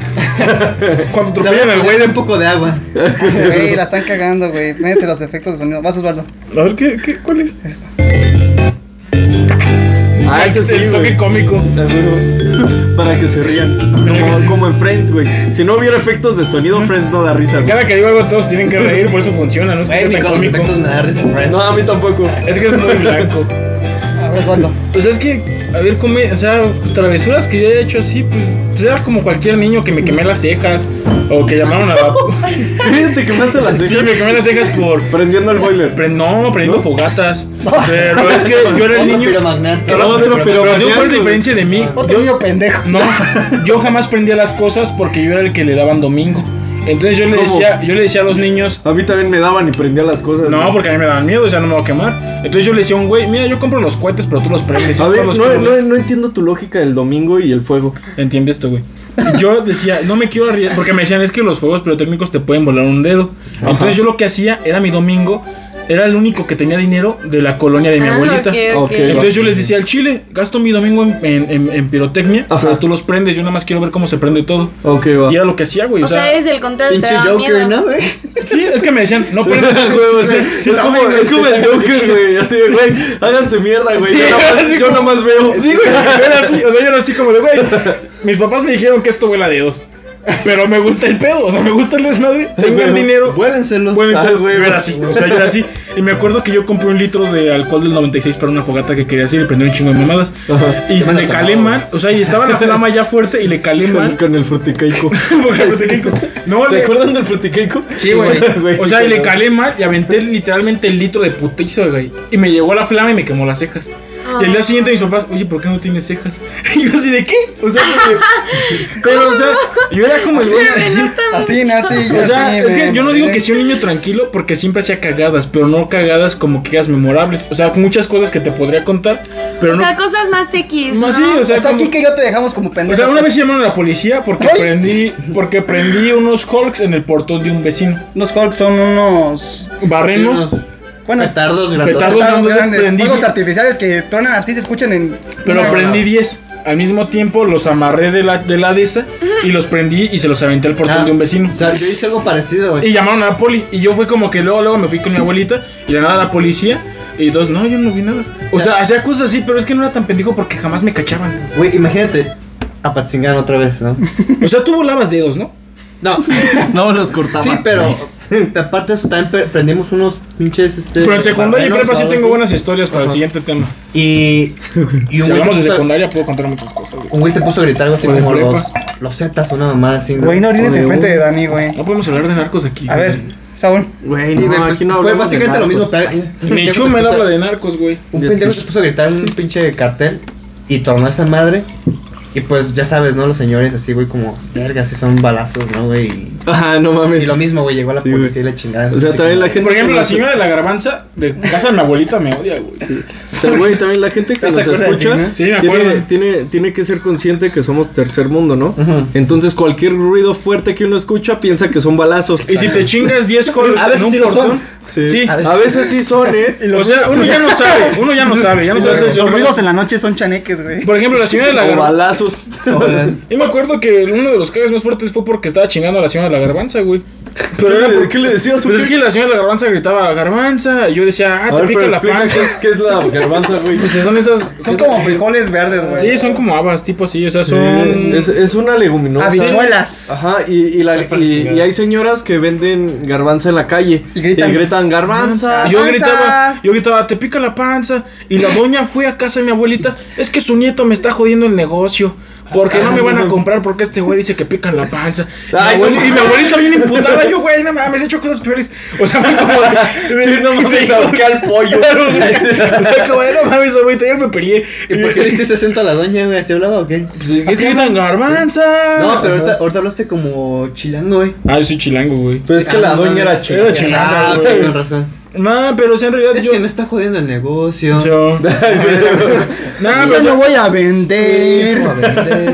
Speaker 3: Cuando
Speaker 1: Te voy a
Speaker 3: atropellan al güey
Speaker 1: poner
Speaker 3: de...
Speaker 1: un poco de agua.
Speaker 2: Güey, la están cagando, güey. Métanse los efectos de sonido. Vas, Osvaldo.
Speaker 3: A ver, ¿qué, qué, ¿cuál es?
Speaker 2: Es esta.
Speaker 5: Ah,
Speaker 3: ese
Speaker 5: ese sí,
Speaker 3: El toque
Speaker 5: güey.
Speaker 3: cómico.
Speaker 5: A huevo. Para que se rían. Como, como en Friends, güey. Si no hubiera efectos de sonido, Friends no da risa, güey.
Speaker 3: Cada que digo algo todos tienen que reír, por eso funciona, no es que
Speaker 1: Güey,
Speaker 3: sea
Speaker 1: ni
Speaker 3: tan
Speaker 1: con los
Speaker 3: cómico.
Speaker 1: efectos me da risa, Friends.
Speaker 5: No, a mí tampoco.
Speaker 3: Es que es muy blanco.
Speaker 2: A ver, Osvaldo.
Speaker 3: O sea, Pues es que, a ver, come, o sea, travesuras que yo he hecho así, pues, pues era como cualquier niño que me quemé las cejas o que llamaron a la...
Speaker 5: Fíjate que me hace la
Speaker 3: Sí,
Speaker 5: ceja
Speaker 3: me quemé las cejas por...
Speaker 5: prendiendo el boiler.
Speaker 3: pre- no, prendiendo fogatas. Pero es que yo
Speaker 1: Otro
Speaker 3: era el niño...
Speaker 1: piromagnato.
Speaker 3: Pero,
Speaker 5: Otro
Speaker 3: pero, Ah. pero,
Speaker 5: piromagnato,
Speaker 3: ¿cuál es la
Speaker 5: güey.
Speaker 3: diferencia de mí?
Speaker 2: Otro niño pendejo.
Speaker 3: No, yo jamás prendía las cosas porque yo era el que le daban domingo. Entonces yo le
Speaker 5: ¿Cómo?
Speaker 3: decía, yo le decía a los niños,
Speaker 5: A mí también me daban y prendía las cosas.
Speaker 3: no,
Speaker 5: güey.
Speaker 3: porque a mí me daban miedo, o sea, no me voy a quemar. Entonces yo le decía a un güey, mira, yo compro los cohetes, pero tú los prendes. yo
Speaker 5: A ver,
Speaker 3: compro
Speaker 5: no,
Speaker 3: los
Speaker 5: no,
Speaker 3: cohetes".
Speaker 5: no entiendo tu lógica del domingo y el fuego.
Speaker 3: Entiendes esto, güey. Yo decía, no me quiero arriesgar, porque me decían, es que los fuegos pirotécnicos te pueden volar un dedo. Entonces yo lo que hacía era mi domingo, era el único que tenía dinero de la colonia de mi
Speaker 6: Ah,
Speaker 3: abuelita.
Speaker 6: ok, ok.
Speaker 5: Ok.
Speaker 3: Entonces yo les decía al chile, gasto mi domingo en, en- en- en pirotecnia,
Speaker 5: Ajá.
Speaker 3: pero tú los prendes, yo nada más quiero ver cómo se prende todo.
Speaker 5: Ok, va.
Speaker 3: Y era lo que hacía, güey.
Speaker 6: O sea, eres el contrario, te
Speaker 1: Pinche
Speaker 6: daba
Speaker 1: Joker,
Speaker 6: miedo.
Speaker 1: ¿no, güey?
Speaker 3: Sí, es que me decían, no prendas
Speaker 5: Esas
Speaker 3: esas
Speaker 5: huevos, sí.
Speaker 3: Sí,
Speaker 5: es, como, es como el Joker, güey. Así de, güey, háganse mierda, güey. yo, nomás, yo nomás veo.
Speaker 3: Sí, güey. Yo era así, o sea, yo era así como de, güey. Mis papás me dijeron que esto vuela de dos. Pero me gusta el pedo, o sea, me gusta el desmadre. Tengo el dinero.
Speaker 1: Vuélenselo.
Speaker 3: pueden
Speaker 5: Ah,
Speaker 3: ser-
Speaker 5: güey.
Speaker 3: Yo era así, o sea, yo era así. Y me acuerdo que yo compré un litro de alcohol del 96 para una fogata que quería hacer y prendí un chingo de mamadas. Y se
Speaker 1: me la tomaba,
Speaker 3: le calé
Speaker 1: güey.
Speaker 3: mal, o sea, y estaba la flama ya fuerte y le calé
Speaker 5: Con,
Speaker 3: mal.
Speaker 5: con el fruticaico.
Speaker 3: Porque no sé qué- No,
Speaker 5: ¿Se
Speaker 3: le-
Speaker 5: acuerdan del fruticaico?
Speaker 3: Sí, güey. O sea, y le calé mal y aventé literalmente el litro de putizo, güey. Y me llegó la flama y me quemó las cejas. Y al día siguiente mis papás, oye, ¿por qué no tienes cejas? Y yo así, ¿de qué? O sea, porque- pero, o sea, yo era como el güey.
Speaker 2: Así nací yo.
Speaker 3: O sea,
Speaker 2: así,
Speaker 3: es que
Speaker 2: güey.
Speaker 3: yo no digo que sea un niño tranquilo porque siempre hacía cagadas, pero no cagadas como que eras memorables. O sea, muchas cosas que te podría contar, pero
Speaker 6: O
Speaker 3: no.
Speaker 6: sea, cosas más X.
Speaker 3: Más sí,
Speaker 6: ¿no?
Speaker 3: o sea,
Speaker 2: O sea,
Speaker 3: como-
Speaker 2: aquí que yo te dejamos como pendejo.
Speaker 3: o sea, una vez llamaron a la policía porque
Speaker 2: Ay.
Speaker 3: prendí, porque prendí unos Hulks en el portón de un vecino.
Speaker 2: Los Hulk son unos.
Speaker 3: Barrenos.
Speaker 1: Unos
Speaker 2: Bueno,
Speaker 1: Petardos
Speaker 3: Petardos.
Speaker 1: grandotes.
Speaker 2: petardos
Speaker 3: Entonces,
Speaker 2: grandes.
Speaker 3: prendí-
Speaker 2: Fuegos artificiales que tronan así, se escuchan en.
Speaker 3: Pero
Speaker 2: una-
Speaker 3: aprendí 10. al mismo tiempo los amarré de la, de la de esa y los prendí y se los aventé al portón de un vecino.
Speaker 1: Ah. O sea, yo hice algo parecido, güey.
Speaker 3: Y llamaron a la poli. Y yo fue como que luego, luego me fui con mi abuelita y de nada la policía. Y todos, no, yo no vi nada. O sea, hacía cosas así, pero es que no era tan pendejo porque jamás me cachaban.
Speaker 1: Güey, imagínate. Apatzingán otra vez, ¿no?
Speaker 3: O sea, tú volabas dedos, ¿no?
Speaker 1: No,
Speaker 5: No los cortaba.
Speaker 1: sí, pero aparte de eso también pre- prendimos unos pinches este.
Speaker 3: Pero en secundaria y
Speaker 1: barrenos
Speaker 3: prepa
Speaker 1: o
Speaker 3: sí
Speaker 1: algo
Speaker 3: tengo
Speaker 1: así.
Speaker 3: buenas historias para el siguiente tema.
Speaker 1: Y, y un
Speaker 3: Si
Speaker 1: güey se
Speaker 3: hablamos de
Speaker 1: puso-
Speaker 3: secundaria puedo contar muchas cosas. güey.
Speaker 1: Un güey se puso a gritar algo así
Speaker 3: O de
Speaker 1: como
Speaker 3: prepa.
Speaker 1: los, los Zetas, una mamada así.
Speaker 2: Güey, no orines
Speaker 5: Oye,
Speaker 2: enfrente
Speaker 5: güey.
Speaker 2: de Dani, güey.
Speaker 3: No podemos hablar de narcos aquí.
Speaker 2: A
Speaker 3: güey.
Speaker 2: ver, Saúl.
Speaker 5: Güey,
Speaker 1: Sí,
Speaker 5: no,
Speaker 1: güey, pues,
Speaker 5: aquí no
Speaker 1: fue
Speaker 5: hablamos de pues.
Speaker 1: básicamente lo mismo.
Speaker 5: narcos.
Speaker 1: pero- un
Speaker 3: Ni
Speaker 1: pendejo se
Speaker 3: Chumel
Speaker 1: puso a-
Speaker 3: habla de narcos, güey.
Speaker 1: Un pendejo se puso a gritar un pinche cartel y tornó esa madre. Y pues ya sabes, ¿no? Los señores así, güey, como, verga, si son balazos, ¿no, güey? Y,
Speaker 5: Ajá, no mames.
Speaker 1: y lo mismo, güey, llegó la
Speaker 5: Sí, güey.
Speaker 1: policía y la chingada.
Speaker 5: O sea, también la gente.
Speaker 3: Por ejemplo,
Speaker 5: que
Speaker 3: la
Speaker 5: nos-
Speaker 3: señora de la garbanza de casa de mi abuelita me odia, güey.
Speaker 5: O sea, güey, también la gente que
Speaker 2: ¿Te
Speaker 5: nos
Speaker 2: acuerdas de ti,
Speaker 5: escucha
Speaker 2: no?
Speaker 3: Sí, me
Speaker 5: tiene,
Speaker 3: acuerdo.
Speaker 5: tiene, tiene que ser consciente que somos tercer mundo, ¿no? Entonces, cualquier ruido fuerte que uno escucha piensa que son balazos.
Speaker 3: Y si te chingas 10 colos
Speaker 1: A veces
Speaker 3: en un
Speaker 1: sí lo
Speaker 3: portón.
Speaker 1: son.
Speaker 5: Sí.
Speaker 3: Sí.
Speaker 5: A veces sí son, ¿eh?
Speaker 3: O sea, uno ya no sabe, uno ya no sabe, ya no sabe si
Speaker 2: Los
Speaker 3: son
Speaker 2: ruidos en la noche son chaneques, güey.
Speaker 3: Por ejemplo, la señora de la
Speaker 5: O
Speaker 3: garbanza.
Speaker 5: balazos.
Speaker 3: Yo me acuerdo que uno de los cagues más fuertes fue porque estaba chingando a la señora de la garbanza, güey. Pero era por-
Speaker 5: ¿Qué le decías?
Speaker 3: Pero es que la señora de la garbanza gritaba garbanza. Y yo decía, ah, te pica la panza.
Speaker 5: ¿qué es, qué es la garbanza, güey?
Speaker 3: Pues son esas.
Speaker 2: Son como frijoles verdes, güey.
Speaker 3: Sí, son como habas, tipo así. O sea, son.
Speaker 5: Es, es una leguminosa.
Speaker 3: Ah,
Speaker 2: Habichuelas.
Speaker 5: Ajá, y, y, la-
Speaker 1: Está para
Speaker 5: y-
Speaker 1: la chingada.
Speaker 5: y hay señoras que venden garbanza en la calle.
Speaker 2: Y gritan-
Speaker 5: garbanza.
Speaker 3: Y yo
Speaker 2: ¡Panza!
Speaker 3: gritaba, yo gritaba, te pica la panza. Y la doña fue a casa de mi abuelita. Es que su nieto me está jodiendo el negocio. Porque no me van a comprar porque este güey dice que pican la panza. Y,
Speaker 5: Ay,
Speaker 3: mi, abueli-
Speaker 5: no
Speaker 3: y mi abuelita bien imputada. Yo, güey, no mames, he hecho cosas peores. O sea, fue como. de-
Speaker 5: Sí, no mames, ahorqué al pollo.
Speaker 3: Claro, güey. o sea, como, de, no mames, abuelita, yo me peleé. pues,
Speaker 1: ¿Y por qué le diste 60 a la doña, güey? ¿Así hablaba o qué?
Speaker 3: Es que gritan garbanza.
Speaker 1: No, pero ahorita, ahorita hablaste como chilango, güey.
Speaker 3: Ah, yo soy chilango, güey.
Speaker 5: Pero es que la doña era chingada.
Speaker 3: Era chingada,
Speaker 1: Ah,
Speaker 3: güey.
Speaker 1: con razón.
Speaker 3: No, pero o sea, en realidad
Speaker 1: Es
Speaker 3: yo.
Speaker 1: que me está jodiendo el negocio.
Speaker 3: yo- No, pero, o sea,
Speaker 2: Ah, voy a vender.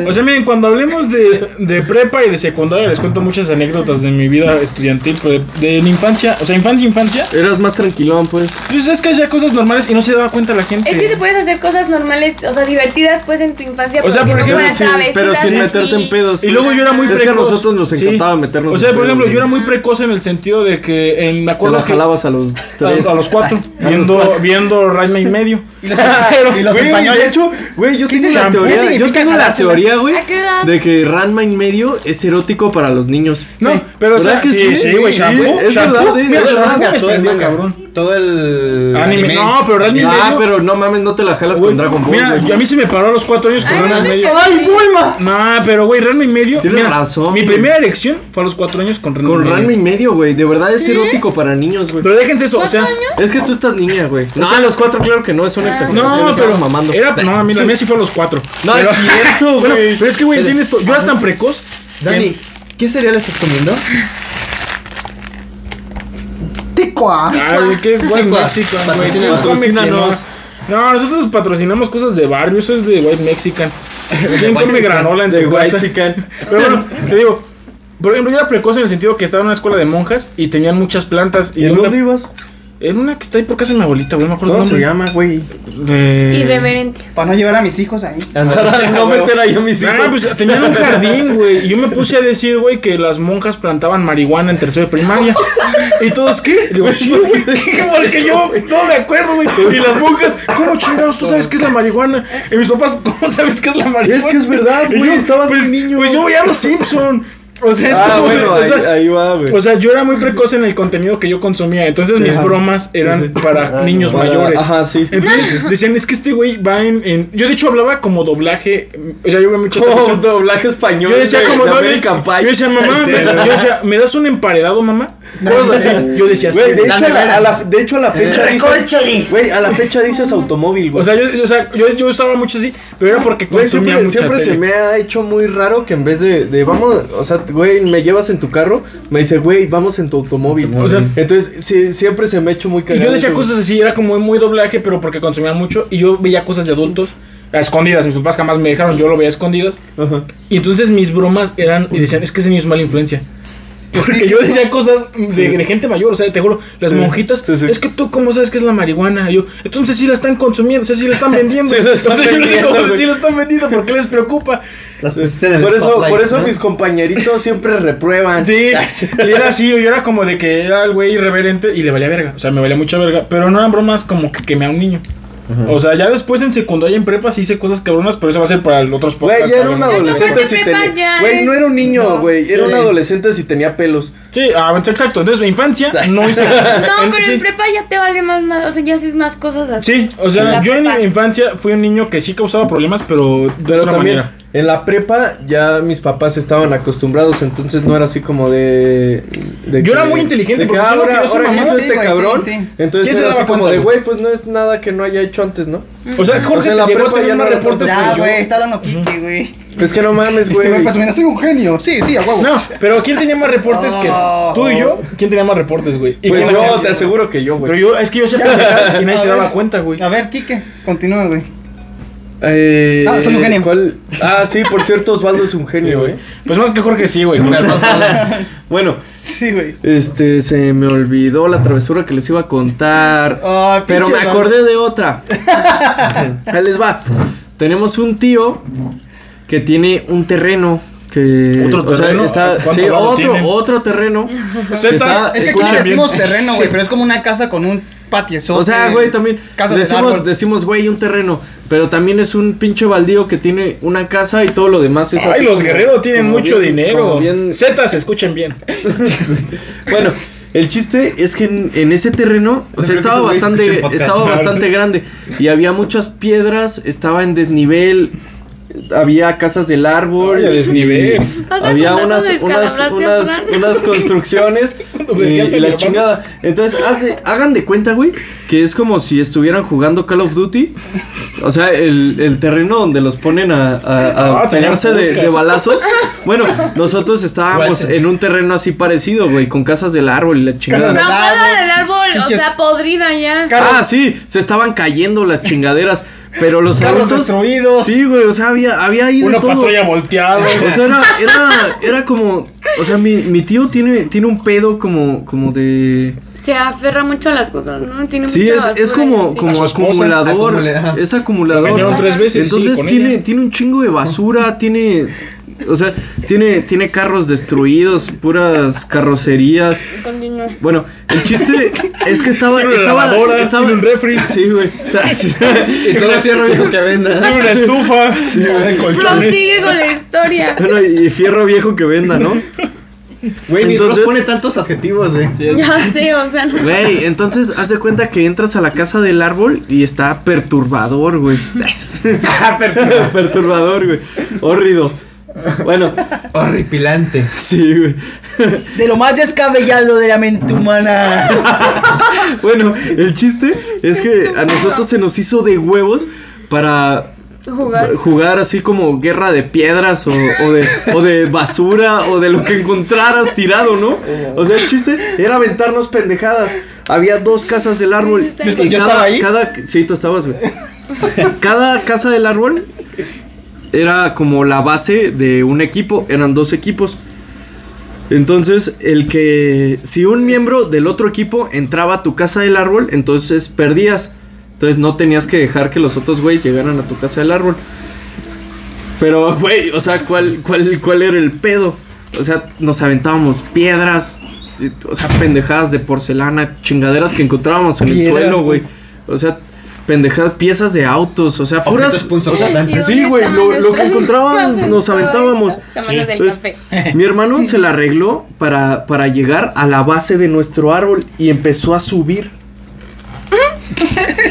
Speaker 3: O sea, miren, cuando hablemos de, de prepa y de secundaria, les cuento muchas anécdotas de mi vida estudiantil, pero de, de la infancia, o sea, infancia, infancia,
Speaker 5: Eras más tranquilón, pues.
Speaker 3: pues es que hacía cosas normales y no se daba cuenta la gente.
Speaker 6: Es que te puedes hacer cosas normales, o sea, divertidas pues en tu infancia,
Speaker 3: O sea,
Speaker 6: porque
Speaker 3: por
Speaker 6: no
Speaker 3: ejemplo,
Speaker 6: fueran
Speaker 5: sin-
Speaker 6: travesuras
Speaker 5: pero sin
Speaker 6: así.
Speaker 5: meterte en pedos. pues.
Speaker 3: Y luego yo era muy
Speaker 5: Es
Speaker 3: precoz.
Speaker 5: que a nosotros nos
Speaker 3: Sí.
Speaker 5: encantaba meternos
Speaker 3: O sea,
Speaker 5: en
Speaker 3: por ejemplo,
Speaker 5: pedos,
Speaker 3: yo era
Speaker 5: güey.
Speaker 3: muy precoz en el sentido de que en, me
Speaker 5: Te
Speaker 3: acuerdo
Speaker 5: la
Speaker 3: que
Speaker 5: jalabas a los
Speaker 3: a,
Speaker 5: tres.
Speaker 3: a los cuatro, viendo, viendo Rasma y medio.
Speaker 2: Y los españoles.
Speaker 5: Güey, yo
Speaker 2: ¿Qué
Speaker 5: tengo la
Speaker 2: significa- qué
Speaker 5: teoría, yo
Speaker 2: significa
Speaker 5: tengo la
Speaker 2: jalársela?
Speaker 5: teoría, güey,
Speaker 6: ¿A qué edad?
Speaker 5: de que Ranma en medio es erótico para los niños.
Speaker 3: No,
Speaker 5: Sí.
Speaker 3: pero o sea,
Speaker 5: ¿Verdad que sí,
Speaker 3: sí, güey, shampoo,
Speaker 5: es
Speaker 3: shampoo,
Speaker 5: verdad,
Speaker 3: mira,
Speaker 5: es
Speaker 3: shampoo.
Speaker 5: verdad.
Speaker 1: Manga, todo el
Speaker 3: Pendejo,
Speaker 1: manga.
Speaker 3: cabrón.
Speaker 1: Todo el.
Speaker 3: Anime, no, pero Ranma y
Speaker 5: Ah,
Speaker 3: medio.
Speaker 5: pero no mames, no te la jalas
Speaker 3: Güey,
Speaker 5: con Dragon Ball.
Speaker 3: Mira,
Speaker 5: güey.
Speaker 3: yo a mí se me paró a los cuatro años con
Speaker 6: Ay,
Speaker 3: Ranma
Speaker 6: no
Speaker 3: y
Speaker 6: me
Speaker 3: medio.
Speaker 6: quedes así.
Speaker 3: No, pero güey, Ranma y medio.
Speaker 5: Tienes
Speaker 3: mira,
Speaker 5: razón,
Speaker 3: Mi
Speaker 5: güey.
Speaker 3: primera elección fue a los cuatro años con Ranma y
Speaker 5: con
Speaker 3: medio.
Speaker 5: Ranma y medio, güey, de verdad es erótico para niños, güey.
Speaker 3: Pero déjense eso, o
Speaker 6: ¿Cuatro
Speaker 3: sea.
Speaker 6: años?
Speaker 5: Es que tú estás niña, güey. No, a los cuatro claro que no, es
Speaker 6: Ah.
Speaker 5: una exageración.
Speaker 3: No, pero
Speaker 5: estamos mamando. Pues.
Speaker 3: Era, no, mira, la mía sí fue a los cuatro.
Speaker 5: No,
Speaker 3: pero,
Speaker 5: es cierto,
Speaker 3: Bueno,
Speaker 5: güey.
Speaker 3: pero es que, güey, entiendes esto. Yo era tan precoz. que-
Speaker 1: Dani, ¿qué cereal estás comiendo?
Speaker 2: Ticua.
Speaker 3: Ay, qué guay,
Speaker 1: Ticua.
Speaker 3: Mexican, güey.
Speaker 1: Patrocina-
Speaker 3: Tú come
Speaker 5: patrocínanos.
Speaker 3: quinoa. No, nosotros patrocinamos cosas de barrio, eso es de White Mexican. ¿Quién come granola en
Speaker 5: De
Speaker 3: su
Speaker 5: White
Speaker 3: casa? Pero bueno, te digo, por ejemplo, yo era precoz en el sentido que estaba en una escuela de monjas y tenían muchas plantas.
Speaker 5: ¿Y
Speaker 3: yo
Speaker 5: en
Speaker 3: una-
Speaker 5: dónde ibas?
Speaker 3: En una que está ahí por casa de mi abuelita, güey, no me acuerdo
Speaker 5: ¿Cómo
Speaker 3: el
Speaker 5: se
Speaker 3: nombre.
Speaker 5: llama, güey?
Speaker 3: De-
Speaker 6: Irreverente.
Speaker 2: Para no llevar a mis hijos ahí.
Speaker 5: Para no meter ahí a mis hijos.
Speaker 3: Ah, pues tenían un jardín, güey. Y yo me puse a decir, güey, que las monjas plantaban marihuana en tercero de primaria. Y todos, ¿qué? Le digo,
Speaker 5: Pues
Speaker 3: sí, güey. Porque yo no me acuerdo, güey. Y las monjas, ¿cómo chingados tú sabes qué es la marihuana? Y mis papás, ¿cómo sabes qué es la marihuana?
Speaker 5: Es que es verdad,
Speaker 3: Y
Speaker 5: güey,
Speaker 3: yo,
Speaker 5: estabas
Speaker 3: pues,
Speaker 5: bien niño.
Speaker 3: Pues yo veía a los Simpson. O sea, es
Speaker 5: Ah,
Speaker 3: como,
Speaker 5: bueno,
Speaker 3: o
Speaker 5: ahí,
Speaker 3: sea, pues,
Speaker 5: ahí va, güey.
Speaker 3: o sea, yo era muy precoz en el contenido que yo consumía. Entonces mis bromas eran para niños
Speaker 5: Ah, Para-
Speaker 3: mayores.
Speaker 5: ajá, sí.
Speaker 3: Entonces decían, es que este güey va en, en- Yo de hecho hablaba como doblaje. mm, O sea, yo veía mucho
Speaker 5: Como
Speaker 3: televisión.
Speaker 5: doblaje español.
Speaker 3: Yo decía
Speaker 5: Oh, de-
Speaker 3: como
Speaker 5: de
Speaker 3: no, yo,
Speaker 5: American Pie.
Speaker 3: yo decía, mamá,
Speaker 5: Sí,
Speaker 3: me,
Speaker 5: güey.
Speaker 3: yo decía, ¿me das un emparedado, mamá? Cosas así. Yo decía así.
Speaker 5: Güey, de,
Speaker 1: La
Speaker 5: hecho, a la,
Speaker 1: nevera.
Speaker 5: a la- de hecho, a la fecha dices. Güey, a la fecha dices automóvil,
Speaker 3: Eh,
Speaker 5: güey.
Speaker 3: O sea, yo, yo- o sea, yo, yo usaba mucho así, pero era porque
Speaker 5: Güey,
Speaker 3: consumía
Speaker 5: siempre,
Speaker 3: mucha
Speaker 5: siempre se
Speaker 3: tele.
Speaker 5: me ha hecho muy raro que en vez de, de vamos, o sea, güey, me llevas en tu carro, me dice, güey, vamos en tu automóvil.
Speaker 3: O sea-
Speaker 5: entonces sí, siempre se me ha hecho muy
Speaker 3: Y
Speaker 5: cagado.
Speaker 3: yo decía
Speaker 5: eso, güey.
Speaker 3: cosas así, era como muy doblaje, pero porque consumía mucho. Y yo veía cosas de adultos a escondidas. Mis papás jamás me dejaron, yo lo veía a escondidas.
Speaker 5: Ajá.
Speaker 3: Y entonces mis bromas eran y decían, es que ese niño es mala influencia. Porque yo decía cosas de, de gente mayor, o sea, te juro, las monjitas,
Speaker 8: sí, sí.
Speaker 3: es que tú cómo sabes que es la marihuana, Y yo, entonces sí la están consumiendo, o sea, sí la están vendiendo,
Speaker 8: Sí la están
Speaker 3: O sea, yo no sé
Speaker 8: vendiendo,
Speaker 3: cómo-
Speaker 8: güey.
Speaker 3: sí la están vendiendo, ¿por qué les preocupa?
Speaker 1: Las pusiste en el
Speaker 8: Por eso,
Speaker 1: spotlight,
Speaker 8: por eso
Speaker 1: ¿no?
Speaker 8: mis compañeritos siempre reprueban.
Speaker 3: Sí, y era así, yo era como de que era el güey irreverente y le valía verga, o sea, me valía mucha verga, pero no eran bromas como que quemé a un niño. O sea, ya después en secundaria y en prepa sí hice cosas cabronas, pero eso va a ser para el- otros
Speaker 8: Güey,
Speaker 3: podcasts.
Speaker 8: ya era un
Speaker 3: cabronas.
Speaker 6: Ya no
Speaker 8: adolescente
Speaker 6: te
Speaker 8: si
Speaker 6: prepa,
Speaker 8: tenía.
Speaker 6: ya
Speaker 8: Güey,
Speaker 2: eh.
Speaker 6: es-
Speaker 8: no era un niño,
Speaker 6: no.
Speaker 8: güey. Era un
Speaker 3: Sí.
Speaker 8: adolescente si tenía pelos.
Speaker 3: Sí, ah, exacto, entonces mi infancia no hice
Speaker 6: No, pero
Speaker 3: sí.
Speaker 6: en prepa ya te vale más, más, o sea, ya haces más cosas así.
Speaker 3: Sí, o
Speaker 6: En
Speaker 3: sea,
Speaker 6: la
Speaker 3: yo en
Speaker 6: prepa.
Speaker 3: mi infancia fui un niño que sí causaba problemas, pero de
Speaker 8: Pero
Speaker 3: otra
Speaker 8: también,
Speaker 3: manera.
Speaker 8: en la prepa ya mis papás estaban acostumbrados, entonces no era así como de. de
Speaker 3: Yo era muy inteligente,
Speaker 8: de que
Speaker 3: porque
Speaker 8: "Ah,
Speaker 3: yo no
Speaker 8: ahora,
Speaker 3: quería ser
Speaker 8: ahora que
Speaker 3: mamá".
Speaker 8: hizo
Speaker 2: Sí,
Speaker 8: este
Speaker 2: güey, sí,
Speaker 8: cabrón.
Speaker 2: sí.
Speaker 8: Entonces
Speaker 3: ¿Quién se
Speaker 8: era
Speaker 3: daba
Speaker 8: así como
Speaker 3: cuenta,
Speaker 8: de,
Speaker 3: güey?
Speaker 8: güey, pues no es nada que no haya hecho antes, ¿no?
Speaker 3: O sea,
Speaker 8: O sea,
Speaker 3: Jorge
Speaker 8: en la
Speaker 3: te llegó a
Speaker 8: prepa
Speaker 3: tener
Speaker 8: ya no
Speaker 3: más
Speaker 8: era
Speaker 3: reportes
Speaker 8: tanto.
Speaker 3: que
Speaker 2: Ya,
Speaker 3: yo. Este
Speaker 2: güey, está hablando Kike, güey.
Speaker 8: Es que no mames, güey.
Speaker 2: me
Speaker 3: pues,
Speaker 2: presumiendo, soy un genio. Sí, sí, a huevo.
Speaker 3: No, pero ¿quién tenía más reportes que
Speaker 2: Oh.
Speaker 3: tú y yo? ¿Quién tenía más reportes, güey? ¿Y
Speaker 8: Pues
Speaker 3: quién hacía?
Speaker 8: yo te aseguro que yo,
Speaker 3: Pero
Speaker 8: güey.
Speaker 3: yo, es que yo hacía pendejadas y nadie
Speaker 2: A
Speaker 3: se
Speaker 2: ver.
Speaker 3: daba cuenta, güey.
Speaker 2: A ver, Kike, continúa, güey.
Speaker 8: Eh,
Speaker 2: Ah, soy un genio.
Speaker 8: ¿cuál? Ah, sí, por cierto, Osvaldo es un
Speaker 3: Sí,
Speaker 5: ¿eh?
Speaker 8: genio,
Speaker 3: güey.
Speaker 8: güey.
Speaker 3: Pues más que Jorge sí, güey.
Speaker 5: Bueno,
Speaker 2: Sí, güey.
Speaker 5: este, se me olvidó la travesura que les iba a contar.
Speaker 2: Ah,
Speaker 5: pero me
Speaker 2: pinche Osvaldo.
Speaker 5: acordé de otra. Ahí les va. Tenemos un tío que tiene un terreno que
Speaker 3: ¿Otro
Speaker 5: o sea,
Speaker 3: terreno?
Speaker 5: está-
Speaker 3: ¿Cuánto
Speaker 5: sí,
Speaker 3: lado
Speaker 5: otro
Speaker 3: tiene?
Speaker 5: otro terreno.
Speaker 3: Zetas,
Speaker 5: Está-
Speaker 2: Es que aquí
Speaker 5: escuchen
Speaker 2: le
Speaker 5: bien.
Speaker 2: decimos terreno, güey, pero es como una casa con un patiezote.
Speaker 5: O sea, güey, también
Speaker 2: Casa de árbol.
Speaker 5: decimos, decimos, güey, un terreno, pero también es un pinche baldío que tiene una casa y todo lo demás es
Speaker 3: Ay,
Speaker 5: así
Speaker 3: los
Speaker 5: como-
Speaker 3: guerreros tienen
Speaker 5: como
Speaker 3: mucho
Speaker 5: bien-
Speaker 3: dinero.
Speaker 5: como bien-
Speaker 3: Zetas, escuchen bien.
Speaker 5: Bueno, el chiste es que en, en ese terreno, o
Speaker 1: creo que
Speaker 5: sea, estaba
Speaker 1: esos güeyes
Speaker 5: bastante,
Speaker 1: escuchen podcast,
Speaker 5: estaba
Speaker 1: ¿no?
Speaker 5: bastante grande y había muchas piedras, estaba en desnivel, había casas del árbol,
Speaker 3: Ay, a desnivel.
Speaker 6: Vas a
Speaker 5: había
Speaker 6: contar
Speaker 5: unas,
Speaker 6: cuando
Speaker 5: unas,
Speaker 6: descalabraste a
Speaker 5: unas,
Speaker 6: Fran.
Speaker 5: unas construcciones y,
Speaker 3: me
Speaker 5: y
Speaker 3: dijiste mi
Speaker 5: la
Speaker 3: hermano.
Speaker 5: chingada. Entonces, haz de- hagan de cuenta, güey, que es como si estuvieran jugando Call of Duty. O sea, el, el terreno donde los ponen a, a- a
Speaker 3: Ah, tenían
Speaker 5: pelearse de,
Speaker 3: fuscas.
Speaker 5: de balazos. Bueno, nosotros estábamos en un terreno así parecido, güey, con casas del árbol y la chingada.
Speaker 6: La
Speaker 2: árbol,
Speaker 6: hoja del árbol, o
Speaker 2: pinches-
Speaker 6: sea, podrida ya.
Speaker 5: Ah, sí, se estaban cayendo las chingaderas, pero los
Speaker 2: Carros
Speaker 5: adultos-
Speaker 2: destruidos.
Speaker 5: Sí, güey, o sea, había, había ahí de
Speaker 3: Una
Speaker 5: todo.
Speaker 3: patrulla volteada.
Speaker 5: O sea, era, era, era como. O sea, mi, mi tío tiene, tiene un pedo como, como de.
Speaker 6: Se aferra mucho a las cosas, ¿no? Tiene
Speaker 5: Sí,
Speaker 6: mucha
Speaker 5: es, es
Speaker 6: basura
Speaker 5: como,
Speaker 6: y así.
Speaker 5: como
Speaker 1: A su esposa,
Speaker 5: acumulador.
Speaker 1: acumula- ajá.
Speaker 5: Es
Speaker 3: Me engañaron
Speaker 5: acumulador.
Speaker 3: tres veces,
Speaker 5: Entonces
Speaker 3: sí, con
Speaker 5: tiene,
Speaker 3: ella.
Speaker 5: tiene un chingo de basura, tiene. O sea, tiene, tiene carros destruidos, puras carrocerías.
Speaker 6: Continúa.
Speaker 5: Bueno, el chiste es que estaba.
Speaker 3: Tiene una
Speaker 5: estaba,
Speaker 3: lavadora,
Speaker 5: estaba
Speaker 3: tiene un refri.
Speaker 5: Sí, güey.
Speaker 1: Y todo el fierro viejo que venda.
Speaker 3: Tiene una estufa. colchones.
Speaker 6: Prosigue con la historia.
Speaker 5: Bueno, y fierro viejo que venda, ¿no?
Speaker 1: Güey, ni Dross
Speaker 5: Entonces-
Speaker 1: pone tantos adjetivos, güey.
Speaker 6: Ya sé, o sea, no.
Speaker 5: Güey, entonces haz de cuenta que entras a la casa del árbol y está perturbador, güey.
Speaker 3: Ah,
Speaker 5: perturbador, güey. Horrido. Bueno,
Speaker 1: Horripilante.
Speaker 5: sí, güey.
Speaker 2: De lo más descabellado de la mente humana.
Speaker 5: Bueno, el chiste es que a nosotros se nos hizo de huevos para
Speaker 6: jugar.
Speaker 5: jugar así como guerra de piedras o, o de, o de basura o de lo que encontraras tirado, ¿no? O sea, el chiste era aventarnos pendejadas. Había dos casas del árbol.
Speaker 6: Yo est-
Speaker 5: y
Speaker 2: yo
Speaker 5: cada-
Speaker 2: estaba ahí.
Speaker 5: Cada, sí, tú estabas, güey. Cada casa del árbol era como la base de un equipo. Eran dos equipos. Entonces, el que. Si un miembro del otro equipo entraba a tu casa del árbol, entonces perdías. Entonces no tenías que dejar que los otros güeyes llegaran a tu casa del árbol. Pero, güey, o sea, ¿cuál, cuál, ¿cuál era el pedo? O sea, nos aventábamos piedras, y- o sea, pendejadas de porcelana, chingaderas que encontrábamos en el
Speaker 2: Piedras,
Speaker 5: suelo, güey.
Speaker 2: güey.
Speaker 5: O sea, pendejadas, piezas de autos, o sea, puras.
Speaker 1: Objetos punzocortantes.
Speaker 5: Sí, güey, lo- lo que encontraban,
Speaker 6: encontraban
Speaker 5: nos aventábamos.
Speaker 6: Tamaños del
Speaker 5: Entonces,
Speaker 6: café.
Speaker 5: Mi hermano se la arregló para, para llegar a la base de nuestro árbol y empezó a subir.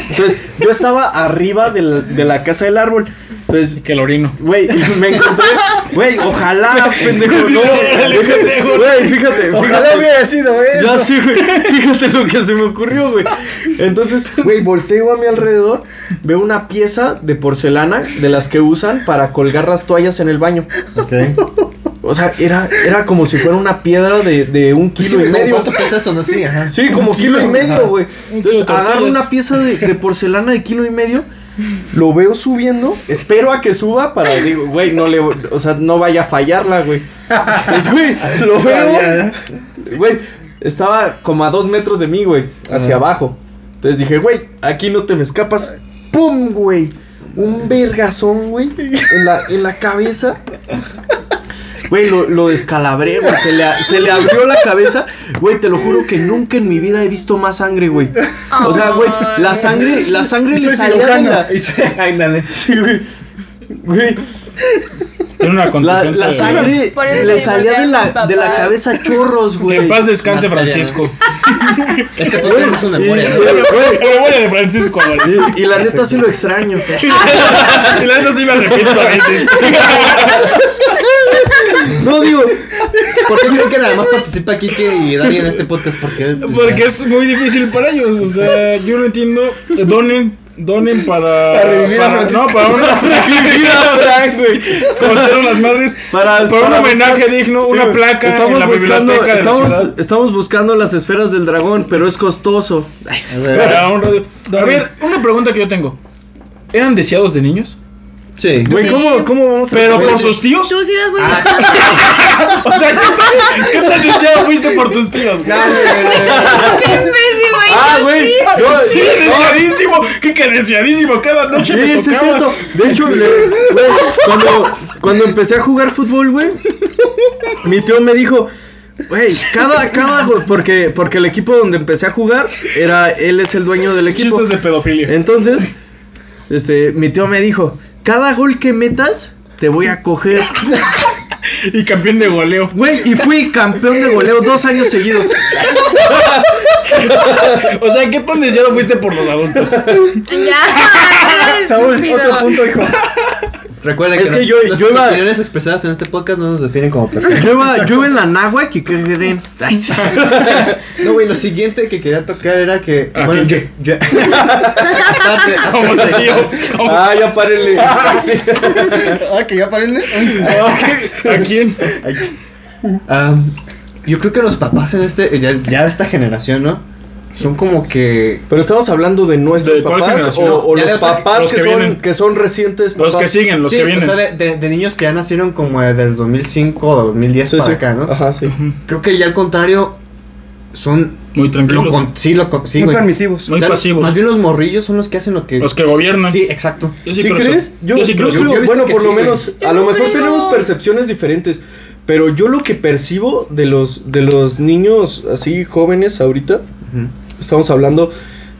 Speaker 5: Entonces, yo estaba arriba del- de la casa del árbol. Entonces,
Speaker 3: Que el orino.
Speaker 5: Güey, me encontré. Güey, ojalá, pendejo. No, Güey, fíjate,
Speaker 2: Ojalá
Speaker 5: fíjate.
Speaker 2: hubiera sido
Speaker 5: Ya
Speaker 2: eso.
Speaker 5: sé, güey. Fíjate lo que se me ocurrió, güey. Entonces, güey, volteo a mi alrededor, veo una pieza de porcelana de las que usan para colgar las toallas en el baño.
Speaker 1: Ok.
Speaker 5: O sea, era, era como si fuera una piedra de, de un kilo y medio.
Speaker 1: ¿Cuánto pesa eso? No sé, ajá.
Speaker 5: Sí, como kilo y medio, güey.
Speaker 3: kilo
Speaker 5: Entonces
Speaker 3: de tortillas.
Speaker 5: agarro una pieza de, de porcelana de kilo y medio Lo veo subiendo, espero a que suba para, digo, güey, no le, o sea, no vaya a fallarla, güey. Es, güey, lo veo, güey, estaba como a dos metros de mí, güey, hacia abajo. Entonces dije, güey, aquí no te me escapas. ¡Pum, güey! Un vergazón, güey, en la, en la cabeza. Güey, lo, lo descalabré, güey. Se le, a- se le abrió la cabeza. Güey, te lo juro que nunca en mi vida he visto más sangre, güey. O sea, güey, la sangre, la sangre le
Speaker 2: Soy
Speaker 5: salía de
Speaker 2: cirujano.
Speaker 5: la-
Speaker 2: Y se- ándale.
Speaker 5: Sí, güey. Güey,
Speaker 3: Tiene una
Speaker 5: la,
Speaker 3: contusión. cerebral.
Speaker 5: la sangre
Speaker 6: Por eso
Speaker 5: le
Speaker 6: tenemos
Speaker 5: salía de
Speaker 6: alma,
Speaker 5: la, de la
Speaker 6: papá.
Speaker 5: cabeza a chorros,
Speaker 3: Que
Speaker 5: güey.
Speaker 3: en paz descanse,
Speaker 1: Material.
Speaker 3: Francisco.
Speaker 1: Este podcast es una
Speaker 5: Y,
Speaker 1: memoria. ¿no?
Speaker 5: güey,
Speaker 3: La memoria de Francisco. güey.
Speaker 5: y la neta sí lo extraño.
Speaker 3: Y la neta sí me arrepiento a veces.
Speaker 5: No digo,
Speaker 1: ¿Por qué creo que nada más participa Kike y Dani en este podcast? Porque,
Speaker 3: Porque es muy difícil para ellos. O sea, yo no entiendo. Donen. Donen para.
Speaker 2: Para revivir a
Speaker 3: para-
Speaker 2: Francisco.
Speaker 3: No, para una. Como hicieron las madres.
Speaker 5: Para-
Speaker 3: Para,
Speaker 5: para
Speaker 3: un homenaje
Speaker 5: buscar-
Speaker 3: digno,
Speaker 5: Sí,
Speaker 3: una
Speaker 5: güey.
Speaker 3: placa en la
Speaker 5: buscando,
Speaker 3: biblioteca. de la
Speaker 5: estamos,
Speaker 3: ciudad.
Speaker 5: estamos buscando las esferas del dragón, pero es costoso. Ay, sí.
Speaker 3: Para un radio. A ver, una pregunta que yo tengo. ¿Eran deseados de niños?
Speaker 1: Sí.
Speaker 5: Güey,
Speaker 6: Sí.
Speaker 5: ¿cómo, ¿cómo vamos a
Speaker 3: ¿Pero
Speaker 5: saber
Speaker 3: por
Speaker 5: si-
Speaker 3: sus tíos?
Speaker 6: Tú sí eras muy
Speaker 3: O sea, ¿qué tan, qué tan deseado fuiste por tus tíos? güey?
Speaker 6: ¡Qué pésimo!
Speaker 5: Ah, güey. no,
Speaker 3: Sí, deseadísimo. Que, que deseadísimo. Cada noche
Speaker 5: Sí,
Speaker 3: me
Speaker 5: sí es
Speaker 3: tocaba.
Speaker 5: cierto. De hecho, le- güey, cuando, cuando empecé a jugar fútbol, güey, mi tío me dijo, güey, cada, cada, go- porque, porque el equipo donde empecé a jugar era, él es el dueño del equipo.
Speaker 3: Chistes de pedofilia.
Speaker 5: Entonces, este, mi tío me dijo, cada gol que metas, te voy a coger.
Speaker 3: Y campeón de goleo.
Speaker 5: Güey, y fui campeón de goleo dos años seguidos.
Speaker 3: O sea, ¿qué tan deseado fuiste por los adultos?
Speaker 6: Ya.
Speaker 2: Saúl,
Speaker 6: estúpido.
Speaker 2: otro punto, hijo.
Speaker 1: Recuerden
Speaker 5: Es
Speaker 1: que,
Speaker 5: que
Speaker 1: no-
Speaker 5: yo- yo
Speaker 1: nuestras
Speaker 5: iba-
Speaker 1: opiniones expresadas en este podcast no nos definen como personas.
Speaker 5: Yo iba, yo iba en la náhuatl y qué creen. Ay, sí.
Speaker 1: No, güey, lo siguiente que quería tocar era que.
Speaker 3: ¿A
Speaker 1: bueno,
Speaker 3: quién
Speaker 1: yo. yo- Aparte-
Speaker 3: ¿Cómo se tío? ¿Cómo?
Speaker 5: Ah, ya párenle.
Speaker 2: Ah, que ya paren.
Speaker 3: ¿A quién?
Speaker 1: Am, yo creo que los papás en este. Ya, ya de esta generación, ¿no? Son como que.
Speaker 5: Pero estamos hablando de nuestros
Speaker 3: ¿De cuál
Speaker 5: papás o,
Speaker 3: generación?
Speaker 5: o
Speaker 1: Ya
Speaker 5: los
Speaker 1: de-
Speaker 5: papás
Speaker 3: los
Speaker 5: que,
Speaker 3: que
Speaker 5: son,
Speaker 3: vienen.
Speaker 5: que son recientes
Speaker 3: Los que
Speaker 5: papás.
Speaker 3: siguen, los
Speaker 1: sí,
Speaker 3: que
Speaker 1: o
Speaker 3: vienen.
Speaker 1: sea, de, de- de niños que ya nacieron como eh, del 2005 o 2010
Speaker 5: Sí,
Speaker 1: para
Speaker 5: sí.
Speaker 1: acá, ¿no?
Speaker 5: Ajá, sí.
Speaker 1: Creo que ya al contrario. Son.
Speaker 3: Muy
Speaker 1: Lo
Speaker 3: tranquilos.
Speaker 1: con- sí, lo con- sí,
Speaker 2: Muy
Speaker 1: güey.
Speaker 2: permisivos.
Speaker 3: Muy
Speaker 1: O sea,
Speaker 3: pasivos.
Speaker 1: Más bien los morrillos son los que hacen lo que.
Speaker 3: Los que gobiernan.
Speaker 1: Sí, exacto.
Speaker 3: Yo
Speaker 5: ¿Sí,
Speaker 3: creo eso.
Speaker 5: crees? Yo,
Speaker 3: sí
Speaker 5: yo
Speaker 3: creo eso.
Speaker 5: creo-
Speaker 1: Yo he visto
Speaker 5: bueno,
Speaker 1: que
Speaker 5: por
Speaker 1: sí,
Speaker 5: lo
Speaker 1: güey.
Speaker 5: menos,
Speaker 6: Yo
Speaker 5: a lo
Speaker 6: no
Speaker 5: mejor
Speaker 6: creo.
Speaker 5: tenemos percepciones diferentes, pero yo lo que percibo de los, de los niños así jóvenes ahorita, estamos hablando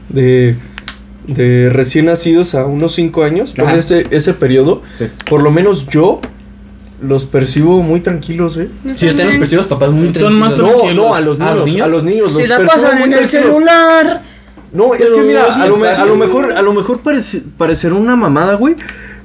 Speaker 5: de, de recién nacidos a unos 5 años,
Speaker 1: Ajá.
Speaker 5: pon ese, ese periodo,
Speaker 1: Sí.
Speaker 5: por lo menos yo los percibo muy tranquilos, ¿eh.
Speaker 1: Sí, yo tengo los, los papás muy
Speaker 3: Son más
Speaker 1: tranquilos.
Speaker 5: No,
Speaker 3: Tranquilos.
Speaker 5: no, a los
Speaker 1: ¿A
Speaker 5: niños.
Speaker 1: los niños?
Speaker 5: A los niños.
Speaker 2: Si
Speaker 5: los
Speaker 2: la
Speaker 5: percibo
Speaker 2: pasan
Speaker 5: muy
Speaker 2: en el
Speaker 5: tranquilos.
Speaker 2: celular.
Speaker 5: No, es
Speaker 1: Pero
Speaker 5: que mira,
Speaker 1: es
Speaker 5: a lo, me-
Speaker 1: mensaje.
Speaker 5: a lo mejor, a lo mejor parece, parecerá una mamada, güey.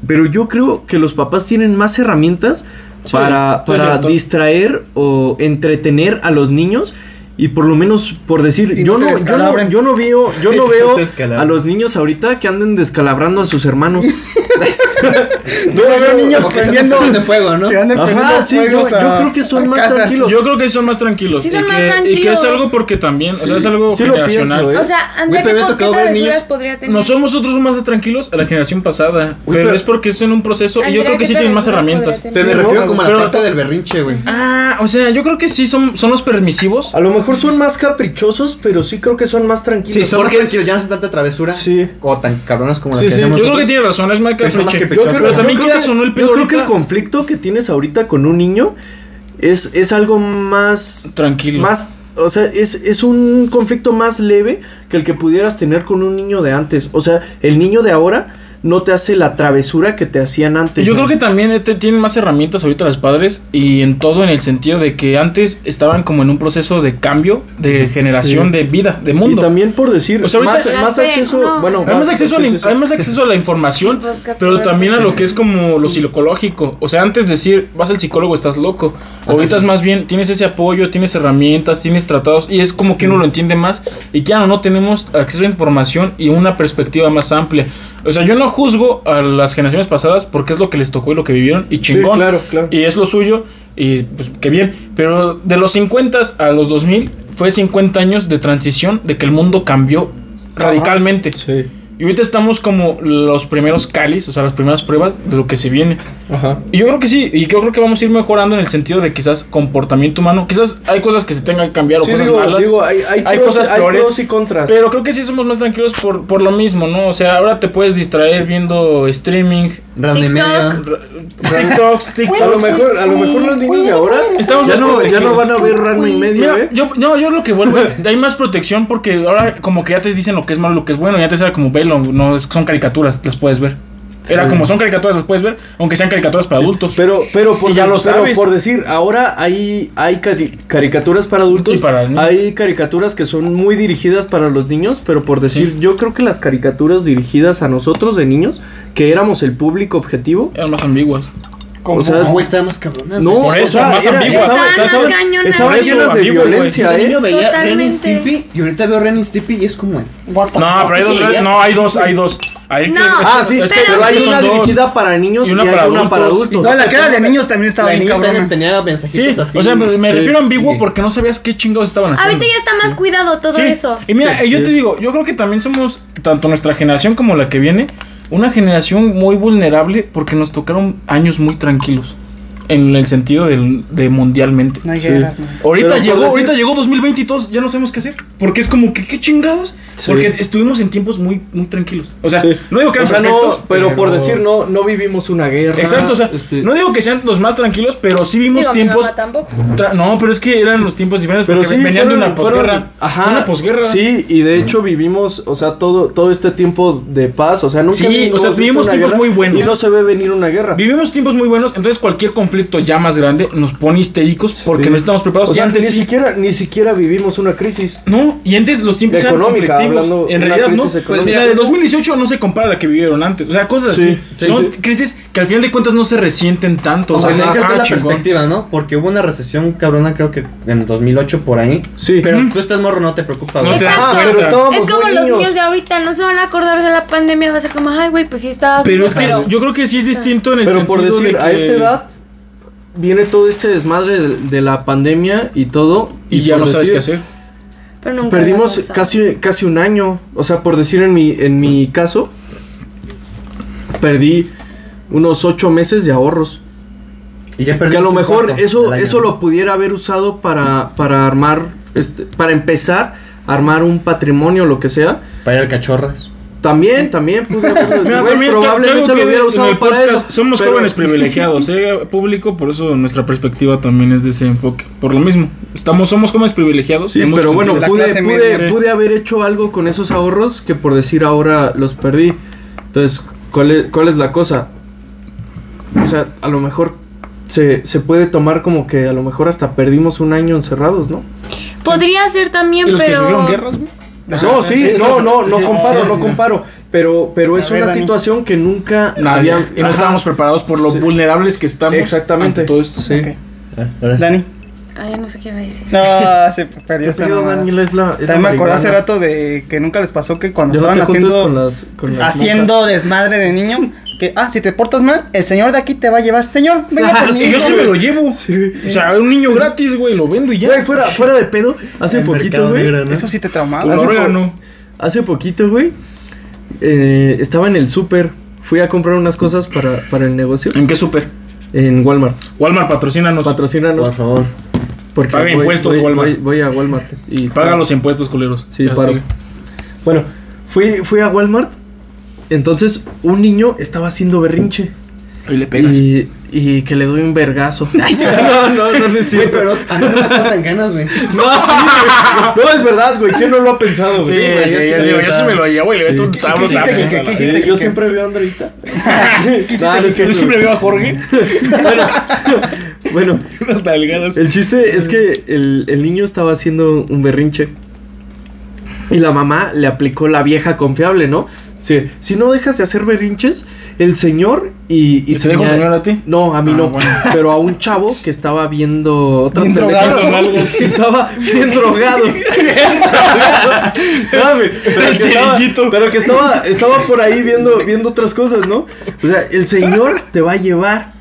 Speaker 5: Pero yo creo que los papás tienen más herramientas para,
Speaker 3: estoy
Speaker 5: para
Speaker 3: cierto.
Speaker 5: distraer o entretener a los niños. Y por lo menos por decir,
Speaker 2: Y no se
Speaker 5: yo no, yo no,
Speaker 2: descalabren.
Speaker 5: yo no veo, yo no
Speaker 1: No
Speaker 5: veo
Speaker 1: se descalabren.
Speaker 5: a los niños ahorita que anden descalabrando a sus hermanos.
Speaker 2: No veo niños
Speaker 1: Porque se
Speaker 2: prendiendo.
Speaker 1: prenden fuego, ¿no?
Speaker 2: Que anden
Speaker 5: Ajá,
Speaker 2: prendiendo
Speaker 5: sí, yo-
Speaker 2: fuegos
Speaker 5: yo
Speaker 2: a-
Speaker 5: creo que son
Speaker 2: a
Speaker 5: más
Speaker 2: casas.
Speaker 5: tranquilos.
Speaker 3: Yo creo que son más tranquilos.
Speaker 6: Sí,
Speaker 3: y,
Speaker 6: son
Speaker 3: que,
Speaker 6: más
Speaker 3: y que es
Speaker 6: tranquilos.
Speaker 3: algo porque también, o sea, es algo
Speaker 5: Sí lo pienso,
Speaker 3: generacional.
Speaker 5: ¿eh?
Speaker 6: O sea,
Speaker 1: Güey, pero
Speaker 6: Andrea, ¿qué,
Speaker 1: me ha
Speaker 6: po- qué
Speaker 1: tocado ver
Speaker 6: travesuras
Speaker 1: niños-
Speaker 6: podría tener?
Speaker 3: No somos nosotros más tranquilos a la generación pasada, pero,
Speaker 5: pero-
Speaker 3: es porque es en un proceso y yo
Speaker 6: Andrea,
Speaker 3: creo que
Speaker 6: ¿qué
Speaker 3: sí tienen más
Speaker 6: travesuras
Speaker 3: herramientas.
Speaker 6: podría
Speaker 1: Se me
Speaker 6: tener?
Speaker 1: refiero como a la
Speaker 3: Pero-
Speaker 1: parte del berrinche, güey.
Speaker 3: Ah, o sea, yo creo que sí son, son los permisivos.
Speaker 5: A lo mejor son más caprichosos, pero sí creo que son más tranquilos.
Speaker 1: Sí, son más
Speaker 5: Porque-
Speaker 1: tranquilos, ya no se tanta travesura.
Speaker 5: Sí.
Speaker 1: O tan cabronas como
Speaker 5: Sí,
Speaker 1: las que
Speaker 5: sí,
Speaker 1: hacemos
Speaker 3: Yo creo que
Speaker 1: nosotros.
Speaker 3: tiene razón, es más
Speaker 1: Pero son más
Speaker 3: capricho.
Speaker 1: que
Speaker 5: Yo
Speaker 1: Yo
Speaker 5: creo,
Speaker 1: creo-
Speaker 5: yo
Speaker 3: también
Speaker 5: creo
Speaker 3: queda
Speaker 5: que-
Speaker 3: sonó el pedo
Speaker 5: Yo creo que el
Speaker 3: ahorita.
Speaker 5: conflicto que tienes ahorita con un niño es, es algo más.
Speaker 3: Tranquilo.
Speaker 5: Más. O sea, es, es un conflicto más leve que el que pudieras tener con un niño de antes. O sea, el niño de ahora no te hace la travesura que te hacían antes.
Speaker 3: Yo creo que también este, tienen más herramientas ahorita los padres y en todo en el sentido de que antes estaban como en un proceso de cambio, de generación, de vida, de
Speaker 5: Y
Speaker 3: mundo.
Speaker 5: también por decir,
Speaker 3: O sea, ahorita-
Speaker 5: más, más
Speaker 6: Ya sé,
Speaker 5: acceso.
Speaker 6: no.
Speaker 5: Bueno,
Speaker 3: Hay más, acceso a la,
Speaker 5: acceso.
Speaker 3: hay más acceso a la información,
Speaker 6: Sí, podcast,
Speaker 3: pero
Speaker 6: podcast.
Speaker 3: también a lo que es como lo psicológico. O sea, antes de decir, vas al psicólogo, estás loco. Ahorita es más bien, tienes ese apoyo, tienes herramientas, tienes tratados, y es como que uno lo entiende más. Y claro, no tenemos acceso a información y una perspectiva más amplia. O sea, yo no juzgo a las generaciones pasadas porque es lo que les tocó y lo que vivieron, y chingón.
Speaker 5: claro, claro.
Speaker 3: Y es lo suyo, y pues qué bien. Pero de los 50 a los 2000 fue 50 años de transición, de que el mundo cambió radicalmente.
Speaker 5: Sí.
Speaker 3: Y Y ahorita estamos como los primeros cáliz, o sea, las primeras pruebas de lo que se viene.
Speaker 5: Ajá.
Speaker 3: Y yo creo que sí, y yo creo que vamos a ir mejorando en el sentido de quizás comportamiento humano. Quizás hay cosas que se tengan que cambiar o
Speaker 5: Sí,
Speaker 3: cosas
Speaker 5: digo,
Speaker 3: malas.
Speaker 5: digo, hay, hay,
Speaker 3: hay
Speaker 5: pros,
Speaker 3: cosas
Speaker 5: hay
Speaker 3: peores,
Speaker 5: pros y contras.
Speaker 3: Pero creo que sí somos más tranquilos por, por lo mismo, ¿no? O sea, ahora te puedes distraer viendo streaming,
Speaker 1: Round y medio.
Speaker 6: TikTok.
Speaker 3: r- TikToks,
Speaker 5: a lo
Speaker 3: TikToks.
Speaker 5: mejor, a lo mejor los niños de ahora
Speaker 3: Estamos
Speaker 5: ya
Speaker 3: más
Speaker 5: no, ya
Speaker 3: protegidos.
Speaker 5: no van a ver Ranma y medio,
Speaker 3: Mira,
Speaker 5: ¿eh?
Speaker 3: yo, no, yo lo que vuelvo, hay más protección porque ahora como que ya te dicen lo que es malo, lo que es bueno, ya te era como velo, no es- son caricaturas, las puedes ver. Era como son caricaturas, las puedes ver, aunque sean caricaturas para adultos.
Speaker 5: Pero, pero por,
Speaker 3: Y ya lo
Speaker 5: pero
Speaker 3: sabes.
Speaker 5: por decir, ahora hay, hay cari- caricaturas para adultos,
Speaker 3: Y para niños.
Speaker 5: hay caricaturas que son muy dirigidas para los niños, pero por decir,
Speaker 3: Sí.
Speaker 5: yo creo que las caricaturas dirigidas a nosotros de niños, que éramos el público objetivo,
Speaker 3: Eran más ambiguas.
Speaker 5: o sea,
Speaker 1: Güey, está más cabronas.
Speaker 5: no,
Speaker 1: güey.
Speaker 3: Por eso,
Speaker 5: o sea,
Speaker 3: más ambigua.
Speaker 5: estaba-
Speaker 6: Estaban
Speaker 5: estaba-
Speaker 6: más cañonas.
Speaker 5: estaban
Speaker 3: Por eso,
Speaker 5: llenas de
Speaker 3: ambigua, güey.
Speaker 5: violencia,
Speaker 1: Yo
Speaker 5: ¿eh?
Speaker 1: veía Ren y
Speaker 6: Totalmente.
Speaker 1: Stimpy y ahorita veo Ren y Stimpy y es como. No,
Speaker 3: No,
Speaker 5: Oh,
Speaker 3: pero hay dos,
Speaker 1: Sí, ya.
Speaker 3: no, hay dos, hay dos. Hay
Speaker 6: No,
Speaker 3: es
Speaker 5: Ah, sí,
Speaker 3: es
Speaker 5: pero,
Speaker 6: pero
Speaker 5: hay
Speaker 3: son
Speaker 5: una
Speaker 3: dos.
Speaker 5: dirigida para niños y,
Speaker 3: Y una
Speaker 5: hay
Speaker 3: para
Speaker 5: una para
Speaker 3: adultos.
Speaker 5: adultos.
Speaker 2: No, la cara de niños también estaba bien cabrona.
Speaker 1: tenía
Speaker 3: Sí,
Speaker 1: mensajitos así.
Speaker 3: o sea, me me
Speaker 1: Sí,
Speaker 3: refiero a ambiguo
Speaker 1: sí.
Speaker 3: porque no sabías qué chingados estaban haciendo.
Speaker 6: Ahorita ya está más cuidado todo
Speaker 3: Sí,
Speaker 6: eso.
Speaker 3: Y mira, eh, yo te digo, yo creo que también somos, tanto nuestra generación como la que viene, una generación muy vulnerable porque nos tocaron años muy tranquilos. En el sentido del- de mundialmente.
Speaker 2: No hay guerras, no.
Speaker 3: Ahorita
Speaker 5: Pero por
Speaker 3: llegó,
Speaker 5: decir-
Speaker 3: ahorita llegó 2020 y todos ya no sabemos qué hacer. Porque es como que qué chingados.
Speaker 5: Sí.
Speaker 3: Porque estuvimos en tiempos muy, muy tranquilos. O sea,
Speaker 5: Sí.
Speaker 3: no digo que
Speaker 5: O
Speaker 3: eran
Speaker 5: sea, no,
Speaker 3: perfectos, eh,
Speaker 5: pero, por decir, no, no vivimos una guerra.
Speaker 3: Exacto, o sea,
Speaker 5: este-
Speaker 3: no digo que sean los más tranquilos, pero sí vimos
Speaker 6: Digo, mi
Speaker 3: tiempos.
Speaker 6: mamá tampoco.
Speaker 3: tra- No, pero es que eran los tiempos diferentes.
Speaker 5: Pero
Speaker 3: porque
Speaker 5: sí,
Speaker 3: venían de
Speaker 5: fueron-
Speaker 3: una
Speaker 5: fueron-
Speaker 3: posguerra.
Speaker 5: Ajá.
Speaker 3: Una posguerra.
Speaker 5: Sí, y de hecho vivimos, o sea, todo, todo este tiempo de paz, o sea, nunca
Speaker 3: Sí,
Speaker 5: habíamos
Speaker 3: o sea,
Speaker 5: visto
Speaker 3: vivimos
Speaker 5: una
Speaker 3: tiempos
Speaker 5: guerra
Speaker 3: muy buenos.
Speaker 5: Y no se ve venir una guerra.
Speaker 3: Vivimos tiempos muy buenos, entonces cualquier conflicto ya más grande nos pone histéricos porque
Speaker 5: Sí.
Speaker 3: no estamos preparados.
Speaker 5: O sea,
Speaker 3: y antes
Speaker 5: ni
Speaker 3: sí.
Speaker 5: siquiera, ni siquiera vivimos una crisis.
Speaker 3: No, y antes los tiempos eran
Speaker 5: Económica,
Speaker 3: conflictivos.
Speaker 5: hablando,
Speaker 3: en
Speaker 5: una
Speaker 3: realidad no.
Speaker 5: crisis económica.
Speaker 3: la de 2018 no se compara a la que vivieron antes. O sea, cosas
Speaker 5: Sí,
Speaker 3: así.
Speaker 5: sí,
Speaker 3: Son
Speaker 5: sí.
Speaker 3: crisis que al final de cuentas no se resienten tanto.
Speaker 1: O sea,
Speaker 3: Ajá.
Speaker 1: tenés cierta
Speaker 3: Ah,
Speaker 1: la
Speaker 3: chingón.
Speaker 1: perspectiva, ¿no? Porque hubo una recesión cabrona, creo que en el 2008 por ahí.
Speaker 5: Sí.
Speaker 1: Pero tú estás morro, no te preocupa,
Speaker 3: No
Speaker 1: güey.
Speaker 3: te das
Speaker 6: Exacto.
Speaker 3: cuenta.
Speaker 5: Pero estábamos
Speaker 6: Es como
Speaker 5: muy
Speaker 6: los
Speaker 5: niños.
Speaker 6: niños de ahorita, no se van a acordar de la pandemia, va a ser como, ay, güey, pues sí estaba.
Speaker 3: Pero es que
Speaker 6: culero".
Speaker 3: yo creo que sí es distinto en el
Speaker 5: Pero
Speaker 3: sentido
Speaker 5: por decir,
Speaker 3: de
Speaker 5: a
Speaker 3: que-
Speaker 5: esta edad viene todo este desmadre de, de la pandemia y todo.
Speaker 3: Y ya
Speaker 5: por
Speaker 3: no sabes
Speaker 5: decir,
Speaker 3: qué hacer.
Speaker 6: Pero nunca
Speaker 5: Perdimos
Speaker 6: vamos a-
Speaker 5: casi, casi un año. O sea, por decir en mi, en mi caso, perdí unos ocho meses de ahorros.
Speaker 1: Y ya
Speaker 5: Que a
Speaker 1: perdimos
Speaker 5: lo
Speaker 1: un
Speaker 5: mejor
Speaker 1: cuarto del
Speaker 5: eso,
Speaker 1: año.
Speaker 5: eso lo pudiera haber usado para, para armar, este, para empezar a armar un patrimonio, lo que sea.
Speaker 1: Para ir al cachorras.
Speaker 5: También, también pude haberlo-
Speaker 3: Mira,
Speaker 5: güey,
Speaker 3: también te-
Speaker 5: probablemente
Speaker 3: tengo que
Speaker 5: lo hubiera
Speaker 3: en
Speaker 5: usado
Speaker 3: el
Speaker 5: para
Speaker 3: podcast
Speaker 5: eso.
Speaker 3: Somos
Speaker 5: pero-
Speaker 3: jóvenes privilegiados, eh, público, por eso nuestra perspectiva también es de ese enfoque. Por lo mismo, estamos, somos jóvenes privilegiados.
Speaker 5: Sí,
Speaker 3: en muchos
Speaker 5: pero bueno,
Speaker 2: de la
Speaker 5: pude,
Speaker 2: clase
Speaker 5: pude,
Speaker 3: media.
Speaker 5: pude haber hecho algo con esos ahorros que por decir ahora los perdí. Entonces, ¿cuál es, cuál es la cosa? O sea, a lo mejor se, se puede tomar como que a lo mejor hasta perdimos un año encerrados, ¿no?
Speaker 6: Podría ser también,
Speaker 3: ¿Y los que
Speaker 6: pero.
Speaker 3: sufrieron guerras, güey?
Speaker 5: No, sí, no, no, no comparo, no comparo. Pero, pero es
Speaker 2: A ver,
Speaker 5: una
Speaker 2: Dani.
Speaker 5: situación que nunca
Speaker 3: Nadie.
Speaker 5: había-
Speaker 3: y no
Speaker 5: Ajá.
Speaker 3: estábamos preparados por lo
Speaker 5: Sí.
Speaker 3: vulnerables que estamos.
Speaker 5: Exactamente.
Speaker 3: ante todo esto.
Speaker 5: Sí.
Speaker 2: Ok.
Speaker 1: Ah, Ahora sí.
Speaker 2: Dani.
Speaker 6: Ay, ya no sé qué iba a decir.
Speaker 2: No, se perdió
Speaker 5: ¿Qué
Speaker 2: esta
Speaker 5: pedo,
Speaker 2: mamada.
Speaker 5: Daniela? Es la- es la
Speaker 2: También me acordé hace
Speaker 5: marihuana.
Speaker 2: rato de que nunca les pasó que cuando
Speaker 5: Ya no
Speaker 2: estaban
Speaker 5: te juntes
Speaker 2: haciendo
Speaker 5: con las- con las
Speaker 2: haciendo desmadre de niño, que ah, si te portas mal, el señor de aquí te va a llevar. Señor, venga
Speaker 5: Ah,
Speaker 2: conmigo.
Speaker 3: Y yo sí me lo llevo. O sea, un niño gratis, güey, lo vendo y ya.
Speaker 5: Güey, fuera, fuera de pedo, hace
Speaker 1: El
Speaker 5: poquito,
Speaker 1: mercado
Speaker 5: güey.
Speaker 1: negro, ¿no?
Speaker 2: Eso sí te traumaba.
Speaker 3: Un
Speaker 2: Hace
Speaker 3: orégano.
Speaker 5: Hace poquito, güey, eh, estaba en el súper. Fui a comprar unas cosas para, para el negocio
Speaker 3: ¿En qué super?
Speaker 5: en Walmart.
Speaker 3: Walmart, patrocínanos.
Speaker 1: Por
Speaker 5: Patrocínanos.
Speaker 1: favor.
Speaker 5: Porque
Speaker 3: Paga
Speaker 5: voy,
Speaker 3: impuestos,
Speaker 5: voy-
Speaker 3: Walmart.
Speaker 5: voy- voy a Walmart. Y
Speaker 3: Paga los impuestos, culeros.
Speaker 5: Sí,
Speaker 3: Ya,
Speaker 5: paro.
Speaker 3: sigue.
Speaker 5: Bueno, fui, fui a Walmart. Entonces, un niño estaba haciendo berrinche.
Speaker 3: Y le pegas.
Speaker 5: Y, y que le doy un vergazo. no, no, no, no es
Speaker 1: Güey,
Speaker 5: cierto.
Speaker 1: pero a mí no me faltan ganas, güey.
Speaker 5: No, sí, güey. No, es verdad, güey. ¿Quién no lo ha pensado,
Speaker 3: Sí,
Speaker 5: güey?
Speaker 3: sí,
Speaker 5: güey,
Speaker 3: yo,
Speaker 5: yo sí,
Speaker 3: digo,
Speaker 5: o
Speaker 3: yo
Speaker 5: sea,
Speaker 3: sí me lo llevo y le meto un sabroso.
Speaker 2: hiciste,
Speaker 3: taco.
Speaker 2: Kike? ¿Qué
Speaker 5: Sí,
Speaker 2: hiciste,
Speaker 5: Yo
Speaker 2: Kike?
Speaker 5: siempre veo a Andreita.
Speaker 3: Ah,
Speaker 5: No, no es
Speaker 3: Yo
Speaker 5: cierto,
Speaker 3: siempre veo a Jorge
Speaker 5: güey. Bueno,
Speaker 3: unas nalgadas.
Speaker 5: el chiste es que el, el niño estaba haciendo un berrinche. Y la mamá le aplicó la vieja confiable, ¿no? Sí, si no dejas de hacer berrinches, el señor y... y
Speaker 3: ¿Y te dejo
Speaker 5: señala-
Speaker 3: señor a ti?
Speaker 5: No, a mí
Speaker 3: Ah,
Speaker 5: no.
Speaker 3: bueno.
Speaker 5: Pero a un chavo que estaba viendo otras
Speaker 2: Bien
Speaker 5: pendejadas,
Speaker 2: drogado,
Speaker 5: ¿no? Que estaba bien drogado. Bien drogado. No, güey, pero
Speaker 3: El
Speaker 5: que estaba-
Speaker 3: cerillito.
Speaker 5: Pero que estaba, estaba por ahí viendo, viendo otras cosas, ¿no? O sea, el señor te va a llevar.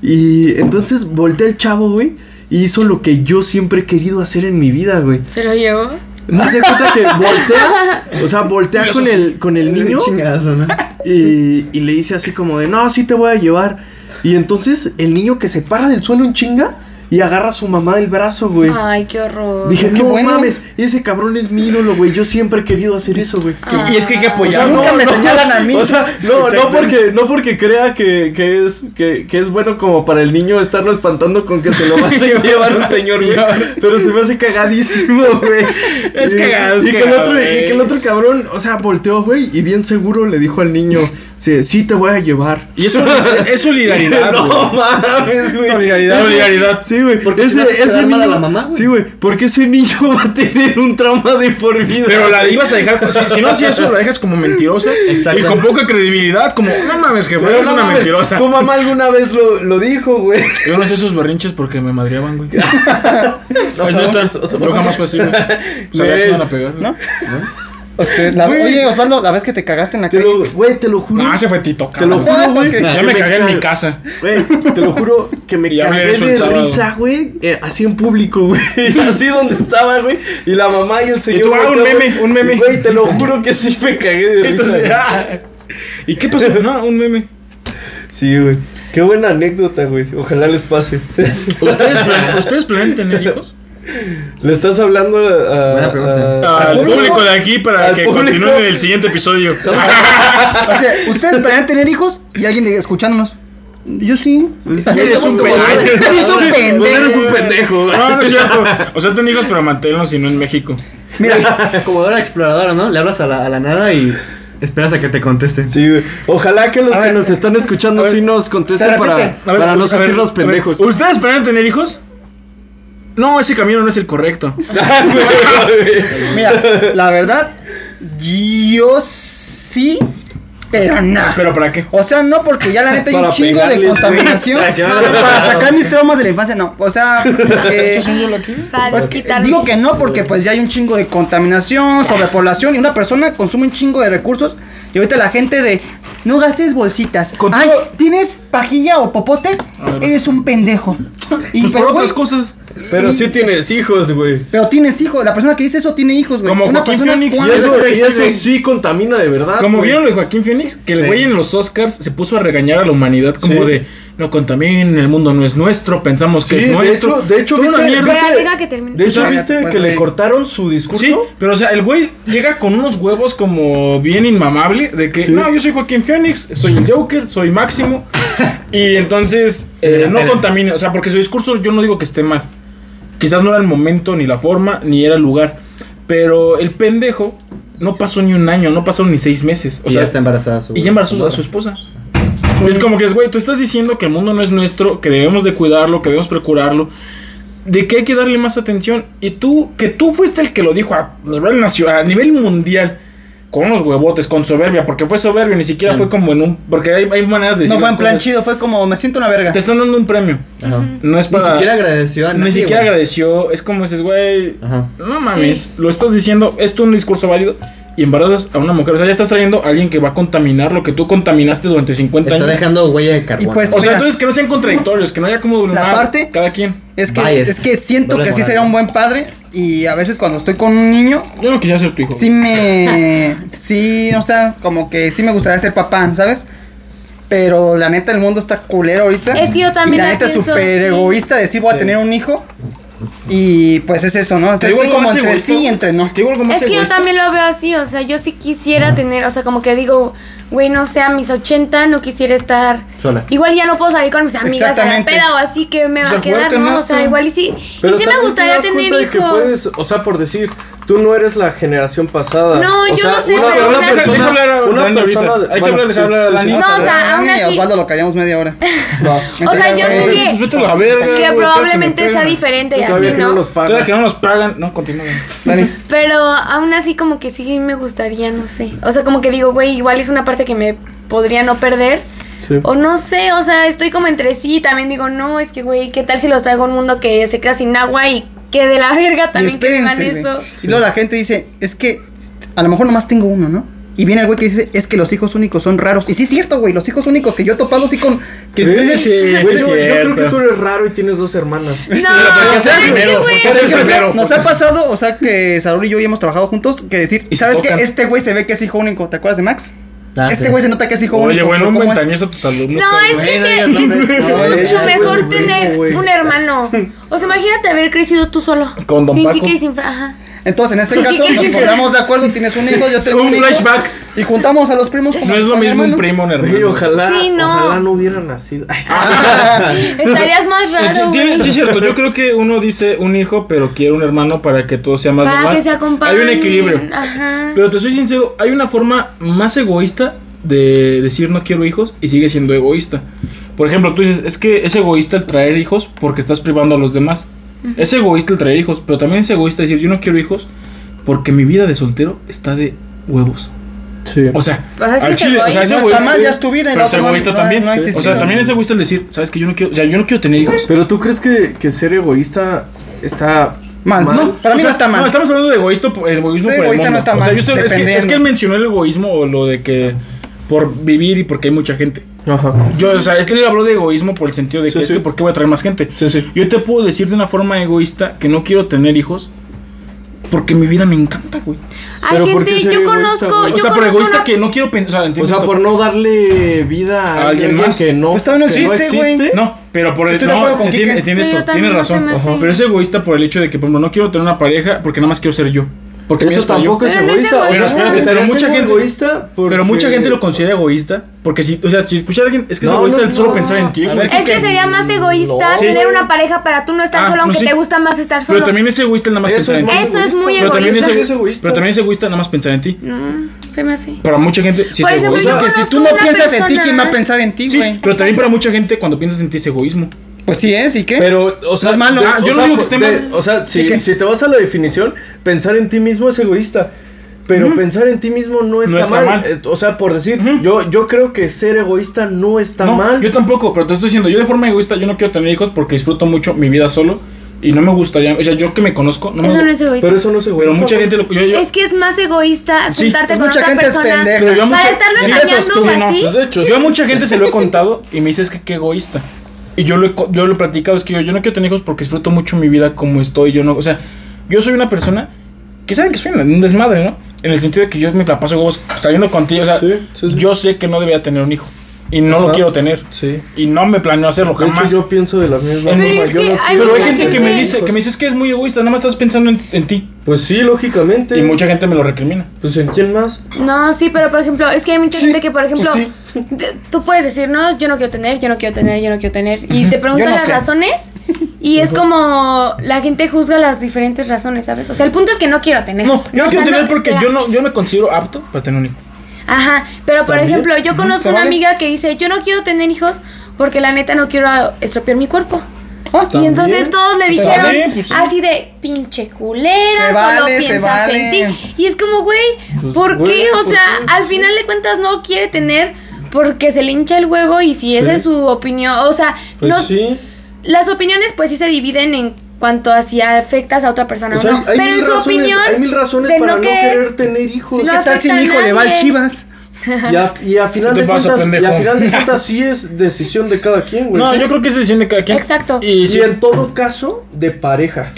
Speaker 5: Y entonces voltea el chavo, güey. Y hizo lo que yo siempre he querido hacer en mi vida, güey.
Speaker 6: ¿Se lo llevó?
Speaker 5: No se cuenta que voltea, o sea, voltea con el, con el niño
Speaker 1: Chingadazo, ¿no?
Speaker 5: y, y le dice así como de, no, sí te voy a llevar. Y entonces el niño que se para del suelo en chinga y agarra a su mamá del brazo, güey.
Speaker 6: Ay, qué horror.
Speaker 5: Dije,
Speaker 2: qué
Speaker 5: no
Speaker 2: bueno".
Speaker 5: mames, ese cabrón es mi ídolo, güey. Yo siempre he querido hacer eso, güey.
Speaker 3: Y es que hay que
Speaker 2: Ah. O sea,
Speaker 3: apoyarlo.
Speaker 2: nunca me señalan a mí.
Speaker 5: Ah. O sea, no, no
Speaker 2: Exactamente.
Speaker 5: porque, no porque crea que, que es, que, que es bueno como para el niño estarlo espantando con que se lo va a llevar un señor, güey. Pero se me hace cagadísimo, güey.
Speaker 3: Es
Speaker 5: Y-
Speaker 3: cagado, es
Speaker 5: y, que el
Speaker 3: cagado,
Speaker 5: otro, y
Speaker 3: güey.
Speaker 5: que el otro cabrón, o sea, volteó, güey, y bien seguro le dijo al niño, sí, sí te voy a llevar.
Speaker 3: Y eso es solidaridad.
Speaker 5: no
Speaker 3: güey.
Speaker 5: mames, güey.
Speaker 3: Solidaridad,
Speaker 5: Ese-
Speaker 3: solidaridad.
Speaker 5: Sí, güey.
Speaker 1: Porque si no haces quedar mal a la mamá, güey.
Speaker 5: Sí, güey. Porque ese niño va a tener un trauma de por vida.
Speaker 3: Pero la ibas a dejar, si, si no hacías eso, la dejas como mentirosa y
Speaker 1: Exacto.
Speaker 3: con poca credibilidad, como, no mames, jefe,
Speaker 5: Pero
Speaker 3: eres
Speaker 5: no
Speaker 3: una
Speaker 5: mames,
Speaker 3: mentirosa.
Speaker 5: Tu mamá alguna vez lo, lo dijo, güey.
Speaker 3: Yo no hacía esos berrinches porque me madreaban, güey. Ay,
Speaker 8: somos
Speaker 3: neta,
Speaker 8: esos,
Speaker 3: yo jamás fue así, güey. Sabía que me iban a pegar.
Speaker 2: ¿No? O sea, la-
Speaker 5: Güey.
Speaker 2: oye, Osvaldo, la vez que te cagaste en la
Speaker 5: Te
Speaker 2: calle.
Speaker 5: lo, güey, te lo juro.
Speaker 3: Ah, se fue Tito,
Speaker 5: te lo
Speaker 3: cabrón.
Speaker 5: juro, güey. que
Speaker 3: Ya me cagué en
Speaker 5: ca-
Speaker 3: mi casa.
Speaker 5: Güey, te lo juro que me
Speaker 3: Y hablé de
Speaker 5: cagué
Speaker 3: eso el
Speaker 5: de
Speaker 3: sábado.
Speaker 5: risa, güey. eh, así en público, güey. Así donde estaba, güey. Y la mamá y el señor.
Speaker 3: tú, ah, un
Speaker 5: volteaban.
Speaker 3: meme, un meme.
Speaker 5: Güey, te lo juro que sí me cagué de risa.
Speaker 3: Entonces,
Speaker 5: güey.
Speaker 3: ah. ¿Y qué pasó? No, un meme.
Speaker 5: Sí, güey. Qué buena anécdota, güey. Ojalá les pase.
Speaker 3: ¿Ustedes, plan- ¿Ustedes planean tener hijos?
Speaker 5: Le estás hablando a. a-
Speaker 1: Buena pregunta.
Speaker 5: a-
Speaker 3: Al público, de aquí para
Speaker 5: al
Speaker 3: que
Speaker 5: público.
Speaker 3: continúen en el siguiente episodio.
Speaker 2: O sea, ustedes planean tener hijos y alguien escuchándonos. Yo sí.
Speaker 5: Eres un pendejo.
Speaker 2: Eres un pendejo.
Speaker 5: Eres un pendejo. güey.
Speaker 3: No, no es cierto. O sea, ten hijos, pero manténlos y no en México.
Speaker 1: Mira, como la exploradora, ¿no? Le hablas a la, a la nada y esperas a que te contesten.
Speaker 5: Sí, güey. Ojalá que los
Speaker 2: A
Speaker 5: que
Speaker 2: ver,
Speaker 5: nos están escuchando
Speaker 2: a ver,
Speaker 5: sí nos
Speaker 2: se
Speaker 5: contesten
Speaker 2: repite.
Speaker 5: para,
Speaker 3: A ver,
Speaker 5: para no
Speaker 3: a ver,
Speaker 5: sentir los
Speaker 3: a ver,
Speaker 5: pendejos.
Speaker 3: ¿Ustedes planean tener hijos? No, ese camino no es el correcto.
Speaker 2: Mira, la verdad, yo sí, pero nada.
Speaker 3: ¿Pero para qué?
Speaker 2: O sea, no porque ya la neta hay un
Speaker 5: Para
Speaker 2: chingo de
Speaker 5: pegarles,
Speaker 2: contaminación
Speaker 1: güey.
Speaker 2: para sacar mis traumas de la infancia, no. O sea, porque-
Speaker 6: Para
Speaker 2: pues,
Speaker 6: quitarle-
Speaker 2: digo que no porque pues ya hay un chingo de contaminación, sobrepoblación y una persona consume un chingo de recursos y ahorita la gente de no gastes bolsitas.
Speaker 5: Con
Speaker 2: Ay,
Speaker 5: todo-
Speaker 2: ¿tienes pajilla o popote? Eres un pendejo. Y
Speaker 3: Pues por
Speaker 2: pero, güey,
Speaker 3: otras cosas.
Speaker 5: Pero sí tienes hijos, güey.
Speaker 2: pero tienes hijos, la persona que dice eso tiene hijos, güey.
Speaker 3: Como
Speaker 2: una
Speaker 3: Joaquín
Speaker 2: persona
Speaker 3: Phoenix,
Speaker 5: Y
Speaker 2: cuando-
Speaker 3: ya
Speaker 5: eso, y
Speaker 3: Sí,
Speaker 5: eso
Speaker 3: güey.
Speaker 5: sí contamina de verdad.
Speaker 3: Ah, Como
Speaker 5: güey.
Speaker 3: vieron lo de Joaquín Phoenix, que el
Speaker 1: Sí.
Speaker 3: güey en los Oscars se puso a regañar a la humanidad como
Speaker 5: Sí.
Speaker 3: de no contaminen, el mundo no es nuestro, pensamos que
Speaker 5: Sí,
Speaker 3: es
Speaker 5: de
Speaker 3: nuestro.
Speaker 5: hecho, de hecho,
Speaker 3: Son una
Speaker 5: ¿viste?
Speaker 3: mierda.
Speaker 6: Espera, deja que termine.
Speaker 5: De hecho,
Speaker 2: Pues,
Speaker 5: ¿viste
Speaker 2: pues,
Speaker 5: que le
Speaker 2: güey.
Speaker 5: cortaron su discurso?
Speaker 3: Sí, pero o sea, el güey llega con unos huevos como bien inmamable de que
Speaker 5: Sí.
Speaker 3: no, yo soy Joaquín Phoenix, soy el Joker, soy Máximo. y entonces eh, no contamine, o sea, porque su discurso yo no digo que esté mal. Quizás no era el momento, ni la forma, ni era el lugar. Pero el pendejo no pasó ni un año, no pasó ni seis meses. O
Speaker 1: y
Speaker 3: sea,
Speaker 1: ya está embarazada su.
Speaker 3: y ya embarazó a su esposa. Es como que es, güey, tú estás diciendo que el mundo no es nuestro, que debemos de cuidarlo, que debemos procurarlo, de que hay que darle más atención. Y tú, que tú fuiste el que lo dijo a nivel nacional, a nivel mundial, con unos huevotes, con soberbia, porque fue soberbio, ni siquiera fue como en un... Porque hay, hay maneras de... decir
Speaker 2: No fue
Speaker 3: las
Speaker 2: en plan
Speaker 3: cosas.
Speaker 2: chido, fue como me siento una verga.
Speaker 3: Te están dando un premio.
Speaker 1: Ajá.
Speaker 3: No es
Speaker 1: Ni
Speaker 3: para...
Speaker 1: siquiera agradeció a
Speaker 3: ni
Speaker 1: nadie,
Speaker 3: siquiera
Speaker 1: güey.
Speaker 3: agradeció. Es como dices, güey,
Speaker 1: Ajá.
Speaker 3: no mames, lo estás diciendo, es tú un discurso válido y embarazas a una mujer. O sea, ya estás trayendo a alguien que va a contaminar lo que tú contaminaste durante 50
Speaker 1: Está
Speaker 3: años.
Speaker 1: dejando huella de carbono.
Speaker 2: Y pues-
Speaker 3: O sea,
Speaker 2: Mira.
Speaker 3: entonces que no sean contradictorios, que no haya como doblar
Speaker 2: parte-
Speaker 3: cada quien.
Speaker 2: Es que,
Speaker 1: Biased.
Speaker 2: es que siento
Speaker 1: Doble
Speaker 2: que sí
Speaker 1: moral.
Speaker 2: sería un buen padre y a veces cuando estoy con un niño,
Speaker 3: Yo no quisiera ser tu hijo.
Speaker 2: sí me... sí, o sea, como que sí me gustaría ser papá, ¿sabes? Pero la neta, el mundo está culero ahorita.
Speaker 6: Es que yo también
Speaker 2: Y la
Speaker 6: la
Speaker 2: neta, es
Speaker 6: pienso,
Speaker 2: súper
Speaker 6: sí.
Speaker 2: egoísta decir voy a tener un hijo. Y pues es eso, ¿no? Entonces
Speaker 3: Te digo
Speaker 2: estoy
Speaker 3: algo
Speaker 2: como
Speaker 3: más
Speaker 2: entre
Speaker 3: egoísta.
Speaker 2: sí y entre no.
Speaker 3: Te digo algo más
Speaker 6: Es que yo
Speaker 3: egoísta.
Speaker 6: también lo veo así, o sea, yo sí quisiera
Speaker 5: Ah.
Speaker 6: tener, o sea, como que digo, güey, no sé, a mis 80 no quisiera estar
Speaker 1: Sola.
Speaker 6: Igual ya no puedo salir con mis amigas a la
Speaker 2: Exactamente.
Speaker 6: peda o así que me
Speaker 3: O
Speaker 6: va
Speaker 3: sea,
Speaker 6: a
Speaker 3: jugar
Speaker 6: quedar, ¿no? O
Speaker 3: canasta.
Speaker 6: sea, igual y sí.
Speaker 5: Pero
Speaker 6: y sí me
Speaker 5: también te
Speaker 6: gustaría
Speaker 5: das
Speaker 6: tener
Speaker 5: cuenta de que
Speaker 6: hijos.
Speaker 5: puedes- o sea, por decir, tú no eres la generación pasada.
Speaker 6: No,
Speaker 5: O
Speaker 6: yo
Speaker 5: sea,
Speaker 6: no sé,
Speaker 5: una,
Speaker 6: pero
Speaker 5: una
Speaker 6: una-
Speaker 5: persona,
Speaker 3: Déjame hablar a
Speaker 5: una
Speaker 3: Dani ahorita.
Speaker 5: persona
Speaker 3: Hay que hablar, dejar hablar a Dani.
Speaker 6: No, o sea,
Speaker 2: Dani
Speaker 6: aún
Speaker 2: y a
Speaker 6: así.
Speaker 2: Osvaldo lo callamos media hora.
Speaker 6: O sea, yo sé
Speaker 3: Güey,
Speaker 6: que-
Speaker 3: pues vete a la verga, güey,
Speaker 6: Que
Speaker 3: todavía
Speaker 6: probablemente
Speaker 3: me
Speaker 6: sea
Speaker 3: pegan.
Speaker 6: diferente y
Speaker 5: Todavía
Speaker 6: así,
Speaker 5: que no
Speaker 6: ¿no?
Speaker 5: los
Speaker 3: Todavía
Speaker 5: pagas.
Speaker 3: que no nos pagan. No, continúa.
Speaker 2: Dani.
Speaker 6: Pero aún así como que sí me gustaría, no sé. O sea, como que digo, güey, igual es una parte que me podría no perder.
Speaker 5: Sí.
Speaker 6: O no sé, o sea, estoy como entre sí. También digo, no, es que, güey, ¿qué tal si los traigo a un mundo que se queda sin agua y que de la verga
Speaker 2: Y
Speaker 6: también que vivan
Speaker 2: espérense, güey.
Speaker 6: eso?
Speaker 2: Y luego la gente dice, es que a lo mejor nomás tengo uno, ¿no? Y viene el güey que dice, es que los hijos únicos son raros. Y sí es cierto, güey, los hijos únicos que yo he topado sí con... que-
Speaker 3: Sí, sí,
Speaker 5: Güey,
Speaker 3: es
Speaker 5: yo- yo creo que
Speaker 3: cierto.
Speaker 5: tú eres raro y tienes dos hermanas.
Speaker 6: No,
Speaker 3: porque sea
Speaker 6: pero es que,
Speaker 3: primero,
Speaker 6: güey,
Speaker 3: porque sea
Speaker 2: Por ejemplo,
Speaker 3: primero,
Speaker 2: nos
Speaker 3: porque-
Speaker 2: ha pasado, o sea, que Saúl y yo ya hemos trabajado juntos, que decir,
Speaker 3: Y se
Speaker 2: ¿sabes qué?
Speaker 3: tocan.
Speaker 2: Este güey se ve que es hijo único, ¿te acuerdas de Max?
Speaker 1: Ah,
Speaker 2: este
Speaker 1: sí.
Speaker 2: güey se nota que es hijo
Speaker 3: Oye,
Speaker 2: único.
Speaker 3: bueno, un
Speaker 2: ¿cómo es?
Speaker 3: ventañez a tus alumnos.
Speaker 6: No, es
Speaker 3: cabrón.
Speaker 6: que se- es mucho mejor tener un hermano. O sea, imagínate haber crecido tú solo.
Speaker 3: Con Don
Speaker 6: sin
Speaker 3: Paco.
Speaker 6: Kike y sin Fra. ajá.
Speaker 2: Entonces, en este caso,
Speaker 6: ¿Qué
Speaker 2: nos
Speaker 6: quieres?
Speaker 2: ponemos de acuerdo, tienes un hijo, yo soy
Speaker 3: Un
Speaker 2: un hijo,
Speaker 3: flashback.
Speaker 2: Y juntamos a los primos como
Speaker 3: No es lo
Speaker 2: con mi
Speaker 3: mismo un
Speaker 2: hermano.
Speaker 3: primo, un
Speaker 5: Güey,
Speaker 3: hermano.
Speaker 5: ojalá,
Speaker 6: Sí, no.
Speaker 5: ojalá no hubiera nacido. Ay, sí.
Speaker 6: Estarías más raro,
Speaker 3: Tiene- Sí,
Speaker 6: güey.
Speaker 3: es cierto. Yo creo que uno dice un hijo, pero quiere un hermano para que todo sea más
Speaker 6: Para
Speaker 3: normal.
Speaker 6: que se acompañen.
Speaker 3: Hay un
Speaker 2: Ah.
Speaker 3: equilibrio.
Speaker 6: Ajá.
Speaker 3: Pero te soy sincero, hay una forma más egoísta de decir no quiero hijos y sigue siendo egoísta. Por ejemplo, tú dices, es que es egoísta el traer hijos porque estás privando a los demás. Es egoísta el traer hijos, pero también es egoísta decir yo no quiero hijos porque mi vida de soltero está de huevos.
Speaker 5: Sí.
Speaker 3: O sea,
Speaker 6: Pues así
Speaker 3: al
Speaker 6: es
Speaker 3: chile, o sea,
Speaker 6: egoísta.
Speaker 3: es
Speaker 2: No está
Speaker 3: egoísta,
Speaker 2: mal, ya es tu vida, y
Speaker 3: pero
Speaker 2: la
Speaker 3: es
Speaker 2: otra no-
Speaker 3: egoísta
Speaker 2: no ha-
Speaker 3: también.
Speaker 2: no ha
Speaker 3: o sea,
Speaker 2: existido.
Speaker 3: también es egoísta el decir, sabes que yo no quiero, o sea, yo no quiero tener hijos.
Speaker 5: Pero tú crees que, que ser egoísta está
Speaker 2: Mal,
Speaker 5: mal?
Speaker 2: ¿no? Para
Speaker 3: O
Speaker 2: mí
Speaker 3: sea,
Speaker 2: no está mal.
Speaker 3: No, estamos hablando de egoísta, egoísmo
Speaker 2: Ser
Speaker 3: por el
Speaker 2: egoísta no
Speaker 3: mundo.
Speaker 2: está
Speaker 3: O sea,
Speaker 2: mal,
Speaker 3: yo estoy- es, que, es
Speaker 2: dependiendo.
Speaker 3: que él mencionó el egoísmo o lo de que por vivir y porque hay mucha gente.
Speaker 5: Ajá.
Speaker 3: Yo, o sea, es que él habló de egoísmo por el sentido de que
Speaker 5: Sí,
Speaker 3: es
Speaker 5: sí.
Speaker 3: que por qué voy a traer más gente.
Speaker 5: Sí, sí.
Speaker 3: Yo te puedo decir de una forma egoísta que no quiero tener hijos porque mi vida me encanta, güey.
Speaker 5: Pero
Speaker 6: Hay
Speaker 5: ¿por qué
Speaker 6: gente,
Speaker 5: ser
Speaker 6: yo
Speaker 5: egoísta,
Speaker 6: conozco.
Speaker 5: güey?
Speaker 6: Yo
Speaker 3: O sea, por
Speaker 6: conozco
Speaker 3: egoísta
Speaker 6: una-
Speaker 3: que no quiero pensar.
Speaker 5: O sea, por no darle vida a,
Speaker 3: ¿A alguien
Speaker 5: alguien
Speaker 3: más?
Speaker 5: que no,
Speaker 2: Pues todavía no
Speaker 5: que
Speaker 2: existe, güey.
Speaker 3: No, pero por el
Speaker 2: Estoy de
Speaker 3: no,
Speaker 2: acuerdo con
Speaker 3: tiene-
Speaker 2: Kike.
Speaker 3: tienes
Speaker 6: Sí, yo
Speaker 3: to-
Speaker 6: también
Speaker 3: tienes
Speaker 6: no se
Speaker 3: razón.
Speaker 6: me hace.
Speaker 3: Ajá. Pero es egoísta por el hecho de que, por ejemplo, no quiero tener una pareja porque nada más quiero ser yo. Porque mi
Speaker 5: Eso
Speaker 3: vida está yo.
Speaker 5: tampoco es
Speaker 6: Pero no es
Speaker 5: egoísta.
Speaker 6: egoísta.
Speaker 5: o sea,
Speaker 3: Pero
Speaker 5: estaría
Speaker 3: mucha
Speaker 5: siendo
Speaker 3: gente-
Speaker 5: egoísta
Speaker 3: Pero
Speaker 5: porque-
Speaker 3: mucha gente lo considera egoísta. Porque si, o sea, si escucha a alguien, es que es
Speaker 5: No,
Speaker 3: egoísta
Speaker 5: no,
Speaker 3: el solo
Speaker 5: no.
Speaker 3: pensar en ti. güey.
Speaker 6: Es que sería más egoísta
Speaker 3: No.
Speaker 6: tener
Speaker 3: Sí.
Speaker 6: una pareja para tú no estar
Speaker 3: Ah,
Speaker 6: solo,
Speaker 3: no,
Speaker 6: aunque
Speaker 3: sí.
Speaker 6: te gusta más estar solo.
Speaker 3: Pero también es egoísta el nada más
Speaker 5: Eso
Speaker 3: pensar
Speaker 5: es
Speaker 3: en ti.
Speaker 5: más
Speaker 6: Eso es muy
Speaker 3: Pero también es
Speaker 6: egoísta.
Speaker 5: Eso es egoísta.
Speaker 3: Pero también es egoísta nada más pensar en ti.
Speaker 6: No, se me hace.
Speaker 3: Para mucha gente sí
Speaker 6: Por
Speaker 3: es
Speaker 6: ejemplo,
Speaker 2: O
Speaker 3: egoísta.
Speaker 2: sea,
Speaker 6: Yo
Speaker 2: que si
Speaker 6: conozco
Speaker 2: tú no
Speaker 6: una
Speaker 2: piensas en ti,
Speaker 6: persona-
Speaker 2: ¿quién va a pensar en ti,
Speaker 3: Sí,
Speaker 2: güey?
Speaker 3: pero también para mucha gente cuando piensas en ti es egoísmo.
Speaker 2: Pues sí es, ¿y qué?
Speaker 5: Pero, o sea,
Speaker 2: es malo.
Speaker 5: de-
Speaker 2: Ah,
Speaker 5: o
Speaker 3: yo no
Speaker 5: sea,
Speaker 3: digo que esté
Speaker 5: de-
Speaker 3: mal.
Speaker 5: O sea, si,
Speaker 2: que-
Speaker 5: si te vas a la definición, pensar en ti mismo es egoísta. Pero pensar en ti mismo no está,
Speaker 3: está
Speaker 5: mal.
Speaker 3: mal.
Speaker 5: Eh, O sea, por decir, yo, yo creo que ser egoísta no está
Speaker 3: No,
Speaker 5: mal.
Speaker 3: yo tampoco, pero te estoy diciendo, yo de forma egoísta yo no quiero tener hijos porque disfruto mucho mi vida solo y no me gustaría, o sea, yo que me conozco, no
Speaker 6: Eso
Speaker 3: me
Speaker 6: no es egoísta.
Speaker 5: Pero eso no es egoísta.
Speaker 3: Pero mucha gente lo yo, yo-
Speaker 6: Es que es más egoísta
Speaker 3: Sí,
Speaker 6: juntarte
Speaker 2: pues
Speaker 6: con
Speaker 2: mucha
Speaker 6: otra
Speaker 2: gente es
Speaker 6: persona
Speaker 2: pendeja.
Speaker 3: pero yo a mucha-
Speaker 6: para estarlo
Speaker 3: Sí,
Speaker 6: engañando
Speaker 3: eso es tú, no,
Speaker 6: así.
Speaker 3: pues, de hecho, Yo a mucha gente se lo he contado y me dices que qué egoísta. Y yo lo he, co- yo lo he platicado, es que yo, yo no quiero tener hijos porque disfruto mucho mi vida como estoy, yo no, o sea, yo soy una persona que saben que soy una- un desmadre, ¿no? En el sentido de que yo me la paso huevos saliendo contigo, o sea,
Speaker 5: Sí, sí, sí.
Speaker 3: yo sé que no debería tener un hijo y no lo
Speaker 5: Ajá.
Speaker 3: quiero tener
Speaker 5: Sí.
Speaker 3: y no me planeo hacerlo
Speaker 5: De hecho,
Speaker 3: jamás.
Speaker 5: yo pienso de la misma
Speaker 3: Pero
Speaker 5: forma.
Speaker 6: es
Speaker 5: yo
Speaker 6: que
Speaker 5: no quiero-
Speaker 6: hay
Speaker 3: Pero hay
Speaker 6: mucha
Speaker 3: gente que pues. me
Speaker 6: gente-
Speaker 3: dice, que me dice "Es que es muy egoísta, nada más estás pensando en, en ti.
Speaker 5: Pues sí, lógicamente.
Speaker 3: Y mucha gente me lo recrimina.
Speaker 5: Pues en quién más.
Speaker 6: No, sí, pero por ejemplo, es que hay mucha gente que, por ejemplo,
Speaker 5: pues
Speaker 6: de- tú puedes decir, no, yo no quiero tener, yo no quiero tener, yo no quiero tener. Y te preguntan
Speaker 2: Yo no
Speaker 6: las
Speaker 2: sé.
Speaker 6: razones y es como la gente juzga las diferentes razones, ¿sabes? O sea, el punto es que no quiero tener.
Speaker 3: No, yo
Speaker 6: O
Speaker 3: no quiero
Speaker 6: sea,
Speaker 3: tener porque
Speaker 6: espera.
Speaker 3: yo no, yo me considero apto para tener un hijo.
Speaker 6: Ajá, pero por ejemplo, yo conozco
Speaker 2: se
Speaker 6: una
Speaker 2: vale.
Speaker 6: amiga que dice, yo no quiero tener hijos porque la neta no quiero estropear mi cuerpo.
Speaker 2: Ah,
Speaker 6: Y entonces todos le
Speaker 3: Está
Speaker 6: dijeron
Speaker 3: bien, pues sí.
Speaker 6: así de pinche culera,
Speaker 2: Se
Speaker 6: solo
Speaker 2: vale, se
Speaker 6: piensas
Speaker 2: vale.
Speaker 6: en ti. Y es como, güey, ¿por
Speaker 5: güey,
Speaker 6: qué? O
Speaker 5: pues
Speaker 6: sea, al final de cuentas no quiere tener porque se le hincha el huevo y si esa es su opinión, o sea,
Speaker 5: Pues
Speaker 6: no,
Speaker 5: sí.
Speaker 6: las opiniones pues sí se dividen en cuanto a si afectas a otra persona
Speaker 5: O
Speaker 6: o,
Speaker 5: sea,
Speaker 6: no.
Speaker 5: hay,
Speaker 6: Pero en
Speaker 5: mil
Speaker 6: su
Speaker 5: razones,
Speaker 6: opinión
Speaker 5: hay mil razones
Speaker 6: de
Speaker 5: para no
Speaker 6: querer-
Speaker 5: querer tener hijos.
Speaker 6: Sí, no
Speaker 2: ¿Qué tal si mi hijo le va al
Speaker 6: afecta a
Speaker 2: Chivas?
Speaker 5: Y a, y a final
Speaker 3: ¿Qué te
Speaker 5: de
Speaker 3: pasa,
Speaker 5: cuentas, y a
Speaker 3: pendejo?
Speaker 5: final de cuentas sí es decisión de cada quien, güey.
Speaker 3: No,
Speaker 5: Sí.
Speaker 3: yo creo que es decisión de cada quien.
Speaker 6: Exacto.
Speaker 3: Y, sí,
Speaker 5: Y en todo caso, de pareja.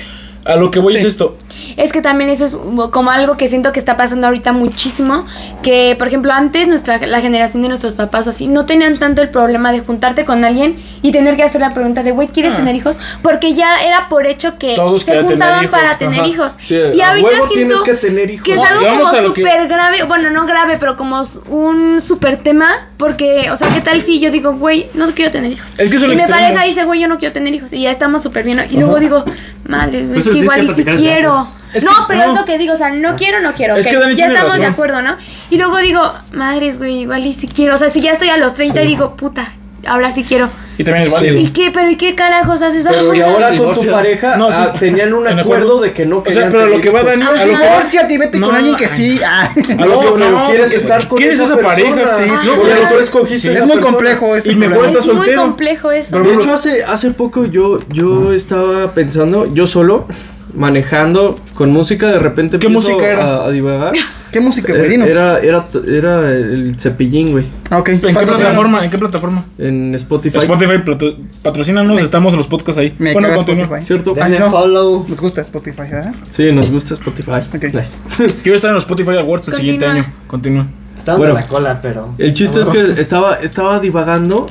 Speaker 3: a lo que voy es esto.
Speaker 6: Es que también eso es como algo que siento que está pasando ahorita muchísimo, que por ejemplo antes nuestra la generación de nuestros papás o así no tenían tanto el problema de juntarte con alguien y tener que hacer la pregunta de, güey, ¿quieres
Speaker 3: Ah.
Speaker 6: tener hijos? Porque ya era por hecho que
Speaker 3: Todos
Speaker 6: se
Speaker 3: querían tener
Speaker 6: juntaban
Speaker 3: hijos,
Speaker 6: para tener
Speaker 3: ajá.
Speaker 6: hijos.
Speaker 5: Sí,
Speaker 6: y
Speaker 5: a
Speaker 6: ahorita
Speaker 5: huevo
Speaker 6: siento
Speaker 5: tienes que tener hijos.
Speaker 6: que es
Speaker 3: No,
Speaker 6: algo
Speaker 3: vamos
Speaker 6: como
Speaker 3: a lo que-
Speaker 6: súper grave, bueno, no grave, pero como s- un súper tema, porque, o sea, ¿qué tal si yo digo, güey, no quiero tener hijos?
Speaker 3: Es que es un
Speaker 6: y mi
Speaker 3: extremo.
Speaker 6: pareja dice, güey, yo no quiero tener hijos. Y ya estamos súper bien. ¿no? Y luego digo, madre, güey,
Speaker 4: Pues
Speaker 6: es
Speaker 4: eso
Speaker 6: que
Speaker 4: tienes
Speaker 6: igual
Speaker 4: que
Speaker 6: y si
Speaker 4: platicar desde
Speaker 6: quiero.
Speaker 4: antes.
Speaker 3: Es que
Speaker 6: no,
Speaker 3: es-
Speaker 6: pero
Speaker 3: no. Ah.
Speaker 6: es lo que digo, o sea, no quiero, no quiero.
Speaker 3: Es
Speaker 6: ok,
Speaker 3: que Dani
Speaker 6: ya
Speaker 3: tiene
Speaker 6: estamos de
Speaker 3: razón.
Speaker 6: acuerdo, ¿no? Y luego digo, madres, güey, igual y si quiero. O sea, si ya estoy a los 30 y digo, puta, ahora sí quiero.
Speaker 3: Y también es válido.
Speaker 6: ¿Y qué? ¿Pero y qué carajos haces
Speaker 5: Pero y
Speaker 6: ahora?
Speaker 5: ahora con tu
Speaker 4: Divorcio.
Speaker 5: pareja
Speaker 3: No, sí.
Speaker 5: ah, tenían un
Speaker 3: En
Speaker 5: acuerdo, de que no
Speaker 3: O sea,
Speaker 5: querían
Speaker 3: pero
Speaker 5: tener
Speaker 3: lo que va
Speaker 5: hijos.
Speaker 3: Dani,
Speaker 6: Ajá.
Speaker 3: a lo que va-
Speaker 2: Divórciate y vete
Speaker 3: No,
Speaker 2: con alguien que
Speaker 3: ay.
Speaker 2: sí. ah.
Speaker 3: A lo
Speaker 5: No,
Speaker 3: que
Speaker 5: pero
Speaker 3: no,
Speaker 5: quieres
Speaker 3: porque
Speaker 5: estar con
Speaker 3: quieres
Speaker 5: esa,
Speaker 3: pareja.
Speaker 5: persona.
Speaker 2: Sí, sí,
Speaker 5: no,
Speaker 2: sí.
Speaker 5: o sea, tú escogiste
Speaker 2: Es
Speaker 5: esa
Speaker 2: muy
Speaker 5: persona.
Speaker 2: complejo ese
Speaker 3: Y me
Speaker 2: problema.
Speaker 3: cuesta
Speaker 6: Es muy
Speaker 3: soltero.
Speaker 6: complejo eso.
Speaker 5: De hecho, hace, hace poco yo, yo estaba pensando, yo solo, manejando con música, de repente
Speaker 3: ¿Qué
Speaker 5: empiezo
Speaker 3: música era?
Speaker 5: A, a divagar.
Speaker 2: ¿Qué música, güey? Dinos.
Speaker 5: Eh, era, era, t- era el cepillín, güey,
Speaker 2: Ah, ok.
Speaker 3: ¿En qué
Speaker 2: Patrocínanos.
Speaker 3: plataforma? ¿En qué plataforma?
Speaker 5: en Spotify.
Speaker 3: Spotify, plato- patrocínanos, estamos los podcasts ahí.
Speaker 2: Me
Speaker 3: bueno,
Speaker 2: caga
Speaker 3: continúa.
Speaker 2: Spotify.
Speaker 5: ¿Cierto?
Speaker 2: Ah,
Speaker 1: Denle
Speaker 2: no.
Speaker 1: follow.
Speaker 2: Nos gusta Spotify, ¿verdad?
Speaker 5: Sí, nos gusta Spotify.
Speaker 2: Ok.
Speaker 5: Nice.
Speaker 3: Quiero estar en los Spotify Awards el siguiente
Speaker 6: Continúa.
Speaker 3: año. Continúa.
Speaker 1: Está dando
Speaker 5: Bueno. Eh,
Speaker 1: la cola, pero.
Speaker 5: El chiste es que estaba, estaba divagando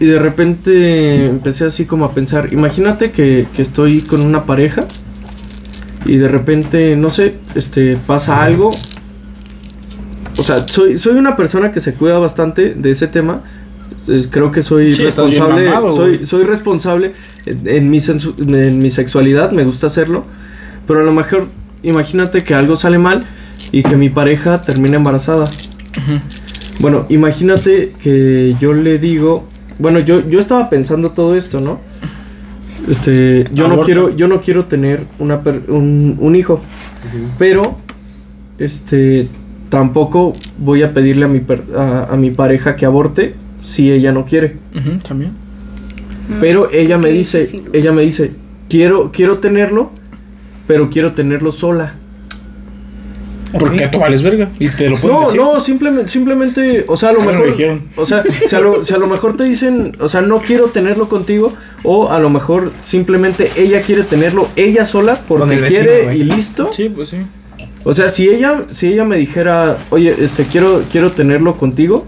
Speaker 5: y de repente empecé así como a pensar, imagínate que, que estoy con una pareja y de repente, no sé, este, pasa algo. O sea, soy, soy una persona que se cuida bastante de ese tema. Entonces, Creo que soy
Speaker 3: Sí, estás bien
Speaker 5: responsable.
Speaker 3: mamado,
Speaker 5: soy,
Speaker 3: güey.
Speaker 5: soy responsable en, en mi sensu- en mi sexualidad, me gusta hacerlo. Pero a lo mejor, imagínate que algo sale mal y que mi pareja termina embarazada. Bueno, imagínate que yo le digo, bueno, yo, yo estaba pensando todo esto, ¿no? Este, yo no
Speaker 3: Aborto.
Speaker 5: quiero, yo no quiero tener una per- un, un hijo, pero, este, tampoco voy a pedirle a mi per- a, a mi pareja que aborte si ella no quiere.
Speaker 3: Ujú, También.
Speaker 5: Pero ella me
Speaker 6: Mm, qué
Speaker 5: dice, eh,
Speaker 6: difícil, güey.
Speaker 5: ella me dice, quiero, quiero tenerlo, pero quiero tenerlo sola.
Speaker 3: Porque tú vales verga y te lo puedo
Speaker 5: No,
Speaker 3: decir.
Speaker 5: no, simplemente, simplemente, o sea, a lo
Speaker 3: Ah, me lo
Speaker 5: mejor,
Speaker 3: dijeron.
Speaker 5: o sea, si a lo, si a lo mejor te dicen, o sea, no quiero tenerlo contigo, o a lo mejor simplemente ella quiere tenerlo ella sola
Speaker 1: Con
Speaker 5: porque
Speaker 1: el vecino,
Speaker 5: quiere
Speaker 1: güey.
Speaker 5: y listo.
Speaker 3: Sí, pues sí.
Speaker 5: O sea, si ella, si ella me dijera, oye, este, quiero, quiero tenerlo contigo,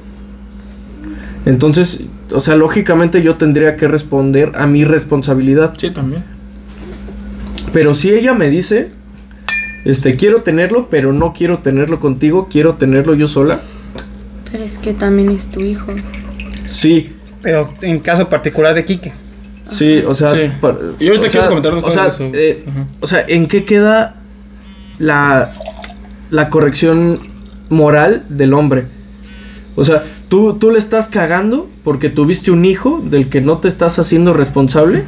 Speaker 5: entonces, o sea, lógicamente yo tendría que responder a mi responsabilidad.
Speaker 3: Sí, también.
Speaker 5: Pero si ella me dice, este, quiero tenerlo, pero no quiero tenerlo contigo, quiero tenerlo yo sola.
Speaker 6: Pero es que también es tu hijo.
Speaker 5: Sí,
Speaker 2: Pero en caso particular de Quique.
Speaker 5: Sí, o sea,
Speaker 3: Sí.
Speaker 5: par-
Speaker 3: Y ahorita quiero
Speaker 5: o sea,
Speaker 3: comentar dos
Speaker 5: o sea,
Speaker 3: cosas de eso.
Speaker 5: eh,
Speaker 3: Ajá.
Speaker 5: o sea, ¿en qué queda la, la corrección moral del hombre? O sea, tú, tú le estás cagando porque tuviste un hijo del que no te estás haciendo responsable.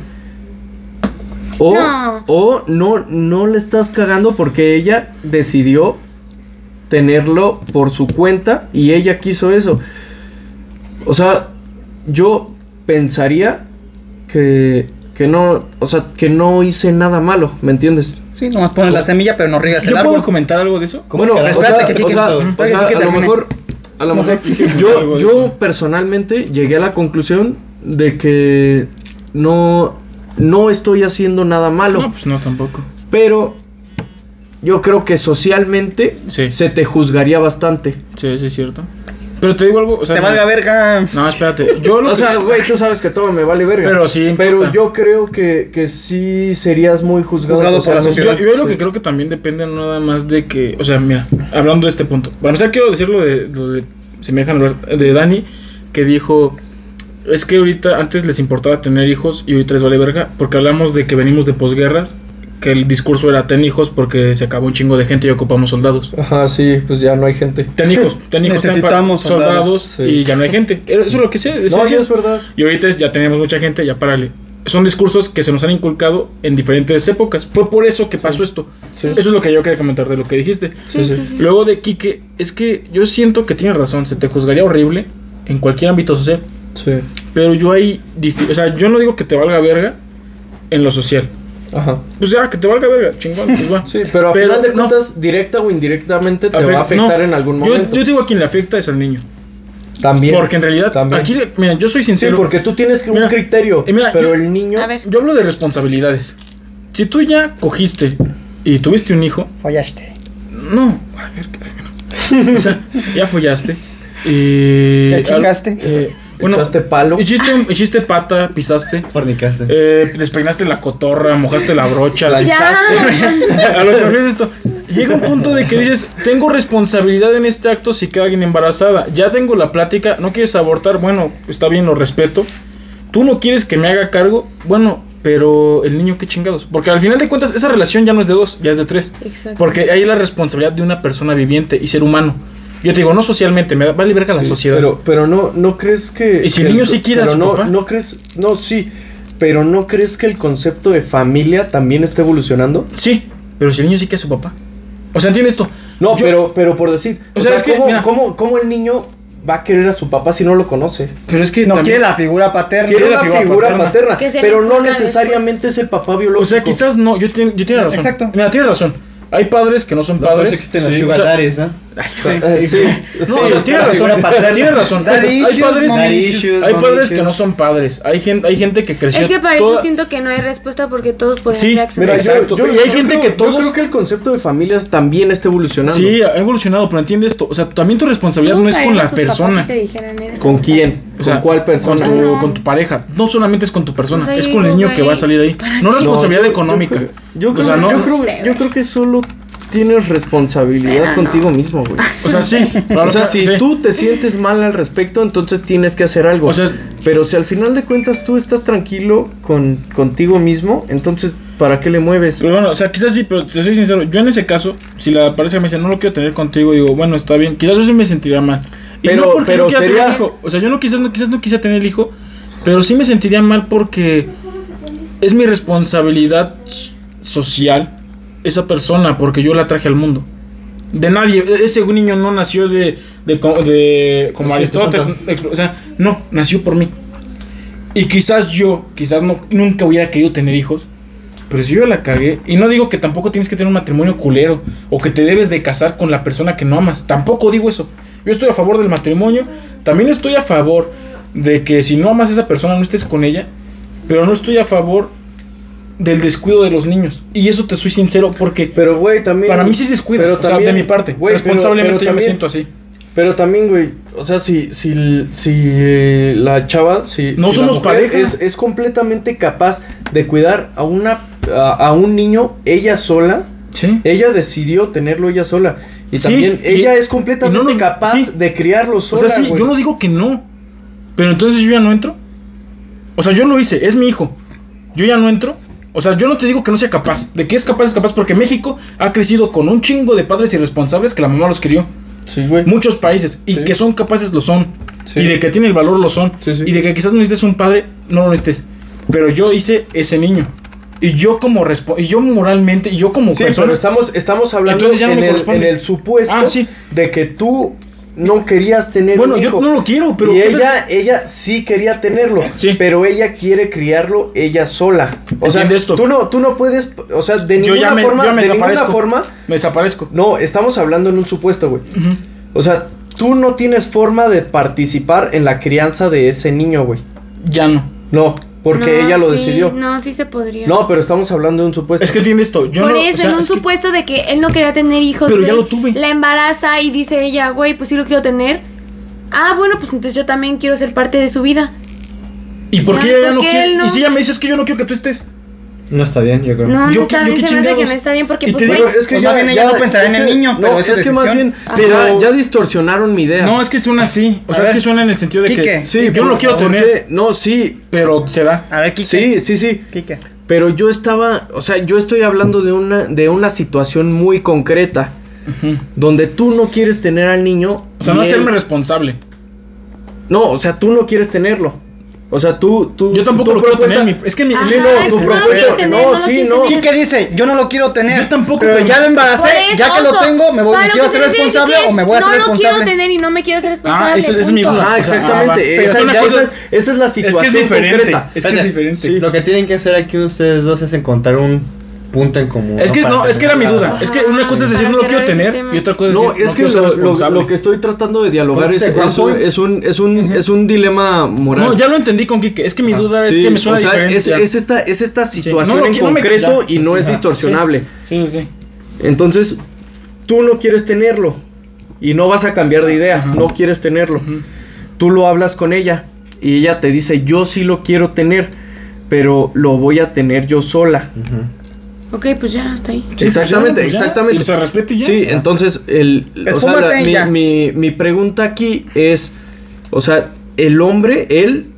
Speaker 5: O
Speaker 6: No.
Speaker 5: o no, no le estás cagando porque ella decidió tenerlo por su cuenta y ella quiso eso. O sea, yo pensaría que, que no, o sea, que no hice nada malo, ¿me entiendes?
Speaker 2: Sí, nomás pones la semilla, pero no riegas el
Speaker 3: ¿Yo puedo
Speaker 2: árbol.
Speaker 3: comentar algo de eso?
Speaker 2: es que-
Speaker 5: o
Speaker 2: espérate
Speaker 5: sea,
Speaker 2: que
Speaker 5: o
Speaker 2: Kike-
Speaker 5: sea,
Speaker 2: espérate
Speaker 5: o sea,
Speaker 2: que Kike
Speaker 5: a lo
Speaker 2: termine.
Speaker 5: mejor, a lo
Speaker 2: No sé.
Speaker 5: mejor, yo, yo personalmente llegué a la conclusión de que no, no estoy haciendo nada malo.
Speaker 3: No, pues no, tampoco.
Speaker 5: Pero yo creo que socialmente
Speaker 3: Sí.
Speaker 5: se te juzgaría bastante.
Speaker 3: Sí, sí, es cierto. Pero te digo algo. O sea,
Speaker 2: Te
Speaker 3: no-
Speaker 2: valga verga.
Speaker 3: No, espérate. Yo lo
Speaker 5: O
Speaker 3: que-
Speaker 5: sea, güey, tú sabes que todo me vale verga.
Speaker 3: Pero sí importa.
Speaker 5: Pero yo creo que, que sí serías muy juzgado,
Speaker 2: Juzgado por la
Speaker 5: socialmente.
Speaker 3: Yo,
Speaker 2: sociedad.
Speaker 3: yo lo que creo que también depende nada más de que, o sea, mira, hablando de este punto. Para empezar, quiero decir lo de, lo de si me dejan hablar, de Dani, que dijo, es que ahorita antes les importaba tener hijos y ahorita les vale verga, porque hablamos de que venimos de posguerras, que el discurso era ten hijos porque se acabó un chingo de gente y ocupamos soldados.
Speaker 5: Ajá, sí, pues ya no hay gente.
Speaker 3: Ten hijos, ten hijos, ten pa-
Speaker 2: Necesitamos soldados,
Speaker 3: soldados,
Speaker 5: sí.
Speaker 3: y ya no hay gente. Era- Eso es lo que sé.
Speaker 5: No, sí, es verdad.
Speaker 3: Y ahorita es- ya tenemos mucha gente, ya párale. Son discursos que se nos han inculcado en diferentes épocas. Fue por eso que pasó esto. Eso es lo que yo quería comentar de lo que dijiste.
Speaker 6: Sí, sí, sí.
Speaker 3: Luego de Quique, es que yo siento que tienes razón, se te juzgaría horrible en cualquier ámbito social.
Speaker 5: Sí,
Speaker 3: Pero yo ahí, difi- o sea, yo no digo que te valga verga en lo social.
Speaker 5: ajá.
Speaker 3: O sea, que te valga verga, chingón, pues va.
Speaker 5: Sí, pero a final de
Speaker 3: no,
Speaker 5: cuentas, directa o indirectamente te va
Speaker 3: afecta-
Speaker 5: a afectar
Speaker 3: no,
Speaker 5: en algún
Speaker 3: yo-
Speaker 5: momento.
Speaker 3: Yo, digo a quien le afecta es al niño.
Speaker 5: también.
Speaker 3: porque en realidad,
Speaker 5: también.
Speaker 3: aquí, mira, yo soy
Speaker 5: Sí,
Speaker 3: sincero.
Speaker 5: porque tú tienes que-
Speaker 3: Mira,
Speaker 5: un criterio,
Speaker 3: eh, mira,
Speaker 5: pero
Speaker 3: yo-
Speaker 5: el niño...
Speaker 6: A ver.
Speaker 3: Yo hablo de responsabilidades. Si tú ya cogiste y tuviste un hijo,
Speaker 2: Fallaste.
Speaker 3: no. A ver, que- que no. O sea, ya follaste. Y,
Speaker 2: Ya chingaste.
Speaker 3: eh, bueno,
Speaker 5: Echaste palo.
Speaker 3: hiciste, hiciste pata, pisaste.
Speaker 1: Fornicaste.
Speaker 3: eh, despeinaste la cotorra, mojaste la brocha.
Speaker 6: Ya.
Speaker 3: A lo que me refiero es esto. Llega un punto de que dices, tengo responsabilidad en este acto si queda alguien embarazada. Ya tengo la plática, no quieres abortar, bueno, está bien, lo respeto. Tú no quieres que me haga cargo, bueno, pero el niño qué chingados. Porque al final de cuentas esa relación ya no es de dos, ya es de tres.
Speaker 6: Exacto.
Speaker 3: Porque hay la responsabilidad de una persona viviente y ser humano. Yo te digo, no socialmente, me va a verga la
Speaker 5: Sí,
Speaker 3: sociedad.
Speaker 5: Pero, pero no, no crees que.
Speaker 3: ¿Y si
Speaker 5: que
Speaker 3: el niño sí quiere a
Speaker 5: pero
Speaker 3: su
Speaker 5: no,
Speaker 3: papá?
Speaker 5: no crees. No, sí. Pero no crees que el concepto de familia también está evolucionando.
Speaker 3: Sí, pero si el niño sí que es su papá. O sea, ¿entiendes esto?
Speaker 5: No,
Speaker 3: Yo-
Speaker 5: pero, pero por decir.
Speaker 3: O
Speaker 5: O,
Speaker 3: sea,
Speaker 5: sea,
Speaker 3: es que,
Speaker 5: ¿cómo,
Speaker 3: mira.
Speaker 5: cómo- cómo el niño va a querer a su papá si no lo conoce?
Speaker 3: Pero es que
Speaker 2: No
Speaker 3: también-
Speaker 2: quiere la figura paterna.
Speaker 5: Quiere una figura, paterna,
Speaker 6: Que se le
Speaker 5: pero no
Speaker 6: inculca
Speaker 5: necesariamente es el papá biológico.
Speaker 3: O sea, quizás no, yo, tiene- yo tiene razón.
Speaker 2: Exacto.
Speaker 3: Mira, tiene razón. Hay padres que no son
Speaker 1: Por eso
Speaker 3: padres.
Speaker 1: existen los
Speaker 3: Sí,
Speaker 1: sugar
Speaker 3: o sea,
Speaker 1: daddies, ¿no?
Speaker 5: Eh,
Speaker 3: No,
Speaker 5: sí. Sí,
Speaker 3: o sea,
Speaker 5: es
Speaker 3: tiene
Speaker 5: la
Speaker 3: razón.
Speaker 5: figura paterna.
Speaker 3: Tiene razón.
Speaker 2: Daddy
Speaker 3: Hay
Speaker 2: issues,
Speaker 3: padres,
Speaker 2: mommy
Speaker 3: hay
Speaker 2: issues,
Speaker 3: hay
Speaker 2: mommy
Speaker 3: padres que
Speaker 2: issues.
Speaker 3: no son padres. Hay gente, hay gente que creció.
Speaker 6: Es que para
Speaker 3: toda-
Speaker 6: eso siento que no hay respuesta porque todos pueden
Speaker 3: Sí,
Speaker 6: reaccionar.
Speaker 5: Mira, yo-
Speaker 3: Exacto.
Speaker 5: Pues yo-
Speaker 3: Y hay
Speaker 5: yo
Speaker 3: gente
Speaker 5: creo-
Speaker 3: que
Speaker 5: Yo
Speaker 3: todos-
Speaker 5: creo que el concepto de familias también está evolucionando.
Speaker 3: Sí, ha evolucionado, pero entiende esto. O sea, también tu responsabilidad no es con la persona.
Speaker 5: ¿Con quién?
Speaker 3: O
Speaker 5: ¿Con
Speaker 3: sea,
Speaker 5: cuál persona?
Speaker 3: Con tu, con tu pareja. No solamente es con tu persona,
Speaker 6: Pues ahí
Speaker 3: es con el niño
Speaker 6: digo,
Speaker 3: que va a
Speaker 6: güey,
Speaker 3: salir ahí. No
Speaker 5: No,
Speaker 3: responsabilidad
Speaker 5: yo-
Speaker 3: económica.
Speaker 5: Yo
Speaker 3: o
Speaker 5: creo,
Speaker 3: sea, no.
Speaker 5: yo, creo,
Speaker 6: sé,
Speaker 5: yo
Speaker 6: güey.
Speaker 5: creo que solo tienes responsabilidad contigo mismo, güey.
Speaker 3: O sea, sí.
Speaker 5: o sea, si
Speaker 3: sí.
Speaker 5: tú te sientes mal al respecto, entonces tienes que hacer algo.
Speaker 3: O sea-
Speaker 5: pero si al final de cuentas tú estás tranquilo con, contigo mismo, entonces ¿para qué le mueves?
Speaker 3: Pero bueno, o sea, quizás sí, pero te soy sincero. Yo en ese caso, si la pareja me dice, no lo quiero tener contigo, digo, bueno, está bien. Quizás yo sí me sentiría mal. Y
Speaker 5: Pero-
Speaker 3: no porque
Speaker 5: pero
Speaker 3: no quiera
Speaker 5: sería-
Speaker 3: tener hijo. O sea, yo no quizás, no quizás no quise tener el hijo, pero sí me sentiría mal porque es mi responsabilidad s- social esa persona, porque yo la traje al mundo. De nadie, E- ese niño no nació de, de, co- de- como
Speaker 1: Espíritu
Speaker 3: Aristóteles, ex- o sea, no, nació por mí. Y quizás yo, quizás no, nunca hubiera querido tener hijos, pero si yo la cagué, y no digo que tampoco tienes que tener un matrimonio culero o que te debes de casar con la persona que no amas, tampoco digo eso. Yo estoy a favor del matrimonio, también estoy a favor de que si no amas a esa persona no estés con ella, pero no estoy a favor del descuido de los niños. Y eso te soy sincero porque
Speaker 5: Pero, güey, también...
Speaker 3: para mí sí es descuido,
Speaker 5: Pero
Speaker 3: o sea, de mi parte.
Speaker 5: güey, pero-
Speaker 3: Responsablemente yo
Speaker 5: pero
Speaker 3: me
Speaker 5: también-
Speaker 3: siento así.
Speaker 5: Pero también, güey, o sea, si, si, si eh, la chava, si...
Speaker 3: No
Speaker 5: si la
Speaker 3: somos
Speaker 5: mujer
Speaker 3: pareja.
Speaker 5: Es, es completamente capaz de cuidar a una... A, a un niño ella sola.
Speaker 3: Sí.
Speaker 5: Ella decidió tenerlo ella sola. Y
Speaker 3: Sí,
Speaker 5: también
Speaker 3: y-
Speaker 5: ella es
Speaker 3: y
Speaker 5: completamente
Speaker 3: no nos-
Speaker 5: capaz
Speaker 3: sí.
Speaker 5: de criarlo
Speaker 3: O
Speaker 5: sola.
Speaker 3: sea, sí,
Speaker 5: güey.
Speaker 3: yo no digo que no. Pero entonces yo ya no entro. O sea, yo lo hice, es mi hijo. Yo ya no entro. O sea, yo no te digo que no sea capaz. De que es capaz, es capaz. Porque México ha crecido con un chingo de padres irresponsables que la mamá los crió.
Speaker 5: Sí, güey.
Speaker 3: Muchos países. Y
Speaker 5: Sí.
Speaker 3: que son capaces lo son.
Speaker 5: Sí.
Speaker 3: Y de que tiene el valor lo son.
Speaker 5: Sí, sí.
Speaker 3: Y de que quizás no necesites un padre, no lo necesites. Pero yo hice ese niño. Y yo como respo- y yo moralmente, y yo como
Speaker 5: Sí,
Speaker 3: persona.
Speaker 5: pero estamos, estamos hablando
Speaker 3: Entonces ya no
Speaker 5: en,
Speaker 3: me
Speaker 5: el,
Speaker 3: corresponde.
Speaker 5: en el supuesto
Speaker 3: Ah, sí.
Speaker 5: de que tú no querías tener
Speaker 3: bueno,
Speaker 5: un
Speaker 3: yo
Speaker 5: hijo.
Speaker 3: no lo quiero, pero
Speaker 5: y
Speaker 3: ¿qué
Speaker 5: ella, ella sí quería tenerlo,
Speaker 3: Sí.
Speaker 5: pero ella quiere criarlo ella sola. O sea,
Speaker 3: Entiende esto.
Speaker 5: tú no, tú no puedes, o sea, de
Speaker 3: Yo
Speaker 5: ninguna
Speaker 3: ya me-
Speaker 5: forma,
Speaker 3: yo me
Speaker 5: de ninguna
Speaker 3: desaparezco.
Speaker 5: forma,
Speaker 3: Me desaparezco.
Speaker 5: no, estamos hablando en un supuesto, güey.
Speaker 3: Ujú.
Speaker 5: O sea, tú no tienes forma de participar en la crianza de ese niño, güey.
Speaker 3: Ya no.
Speaker 5: No, porque
Speaker 6: No,
Speaker 5: ella lo
Speaker 6: sí,
Speaker 5: decidió. No.
Speaker 6: No, sí se podría.
Speaker 5: pero estamos hablando de un supuesto.
Speaker 3: Es que tiene esto. Yo
Speaker 6: Por
Speaker 3: no, o
Speaker 6: eso,
Speaker 3: sea,
Speaker 6: en un
Speaker 3: es que-
Speaker 6: supuesto de que él no quería tener hijos.
Speaker 3: Pero ya
Speaker 6: güey,
Speaker 3: lo tuve.
Speaker 6: La embaraza y dice ella, güey, pues sí lo quiero tener. Ah, bueno, pues entonces yo también quiero ser parte de su vida.
Speaker 3: ¿Y por qué
Speaker 6: Ya,
Speaker 3: ella ya no
Speaker 6: porque
Speaker 3: quiere?
Speaker 6: él no.
Speaker 3: Y si ella me dices que yo no quiero que tú estés.
Speaker 1: No está bien, yo creo.
Speaker 6: No,
Speaker 3: Yo
Speaker 6: no
Speaker 3: qué-
Speaker 6: está
Speaker 3: yo
Speaker 6: bien.
Speaker 3: qué
Speaker 6: se me hace que
Speaker 3: chingados.
Speaker 6: no está bien porque,
Speaker 3: Y
Speaker 6: pues,
Speaker 3: te
Speaker 6: güey.
Speaker 5: Pero es que
Speaker 2: Pues
Speaker 5: ya,
Speaker 2: más bien ella no pensará
Speaker 5: es
Speaker 2: en el
Speaker 5: que-
Speaker 2: niño, pero
Speaker 5: no,
Speaker 2: es su
Speaker 5: es que más
Speaker 2: decisión.
Speaker 5: bien,
Speaker 6: Ajá.
Speaker 5: pero ya distorsionaron mi idea.
Speaker 3: No, es que suena así. O
Speaker 2: A
Speaker 3: sea, es
Speaker 2: ver.
Speaker 3: que suena en el sentido de que
Speaker 2: Quique.
Speaker 5: sí,
Speaker 3: yo no lo
Speaker 5: por-
Speaker 3: quiero
Speaker 5: porque-
Speaker 3: tener,
Speaker 5: No, sí,
Speaker 3: pero se da.
Speaker 2: A ver, Kike.
Speaker 5: sí, sí, sí.
Speaker 2: Kike.
Speaker 5: Pero yo estaba, o sea, yo estoy hablando de una, de una situación muy concreta. Donde tú no quieres tener al niño.
Speaker 3: O sea,
Speaker 5: y
Speaker 3: no
Speaker 5: él-
Speaker 3: hacerme responsable.
Speaker 5: No, o sea, tú no quieres tenerlo. O sea, tú, tú.
Speaker 3: Yo tampoco
Speaker 5: tu
Speaker 3: lo quiero
Speaker 5: propuesta-
Speaker 3: tener. mi- es que mi.
Speaker 6: Ajá,
Speaker 3: sí, no,
Speaker 6: es
Speaker 5: tu
Speaker 6: que ah, no lo
Speaker 5: propuesta-
Speaker 6: quieres tener,
Speaker 5: no,
Speaker 6: no lo
Speaker 5: sí,
Speaker 6: quieres
Speaker 5: no.
Speaker 6: tener.
Speaker 2: Kike dice, yo no lo quiero tener.
Speaker 3: Yo tampoco,
Speaker 2: Pero
Speaker 3: pero-
Speaker 2: ya lo embaracé,
Speaker 6: Por eso,
Speaker 2: ya que lo
Speaker 6: oso,
Speaker 2: tengo, me voy,
Speaker 6: para lo
Speaker 2: quiero
Speaker 6: que
Speaker 2: ser
Speaker 6: se refiere
Speaker 2: responsable
Speaker 6: que
Speaker 2: o me voy a
Speaker 6: no
Speaker 2: ser
Speaker 6: No lo
Speaker 2: responsable.
Speaker 6: quiero tener y no me quiero ser responsable.
Speaker 3: ese- ese es mi
Speaker 6: punto.
Speaker 3: duda.
Speaker 5: Ah,
Speaker 3: O sea, ah, va.
Speaker 5: exactamente.
Speaker 3: Pero
Speaker 5: esa,
Speaker 3: es una
Speaker 5: ya
Speaker 3: cosa-
Speaker 5: esa- esa es la
Speaker 3: es que
Speaker 5: situación
Speaker 3: es diferente.
Speaker 5: concreta.
Speaker 3: Es que es
Speaker 1: Espérate,
Speaker 3: diferente.
Speaker 1: sí. Lo que tienen que hacer aquí ustedes dos es encontrar un punto en común.
Speaker 3: Es que no,
Speaker 1: Para
Speaker 3: es que era mi
Speaker 1: terminar.
Speaker 3: duda. Es que una cosa es decir
Speaker 6: Para
Speaker 3: no lo quiero
Speaker 6: cerrar ese
Speaker 3: tener
Speaker 6: tema.
Speaker 3: y otra cosa es
Speaker 5: No,
Speaker 3: decir
Speaker 5: es que
Speaker 3: quiero ser
Speaker 5: lo- lo,
Speaker 3: responsable.
Speaker 5: lo que estoy tratando de dialogar
Speaker 1: Pues
Speaker 5: es,
Speaker 1: ese
Speaker 5: es,
Speaker 1: one
Speaker 5: un,
Speaker 1: point.
Speaker 5: es, un, es, un, es un dilema moral. Ah,
Speaker 3: No, ya lo entendí con Kike. Es que mi duda es
Speaker 5: Sí,
Speaker 3: que me suena
Speaker 5: o sea,
Speaker 3: diferente.
Speaker 5: es, es esta, es esta
Speaker 3: Sí.
Speaker 5: situación
Speaker 3: No lo
Speaker 5: en
Speaker 3: qui- no me-
Speaker 5: concreto
Speaker 3: ya,
Speaker 5: y
Speaker 3: sí,
Speaker 5: no
Speaker 3: sí,
Speaker 5: es
Speaker 3: ajá.
Speaker 5: distorsionable.
Speaker 3: Sí, sí, sí.
Speaker 5: Entonces, tú no quieres tenerlo y no vas a cambiar de idea, no quieres tenerlo. Tú lo hablas con ella y ella te dice, yo sí lo quiero tener, pero lo voy a tener yo sola.
Speaker 6: Ok, pues ya, hasta ahí.
Speaker 3: Sí, pues ya,
Speaker 5: exactamente,
Speaker 3: pues ya.
Speaker 5: exactamente.
Speaker 3: Y se respeta y ya.
Speaker 5: Sí, entonces el, o sea,
Speaker 2: Esfúmate
Speaker 5: la-
Speaker 2: y
Speaker 5: mi-
Speaker 2: ya.
Speaker 5: mi, mi pregunta aquí es, o sea, el hombre, él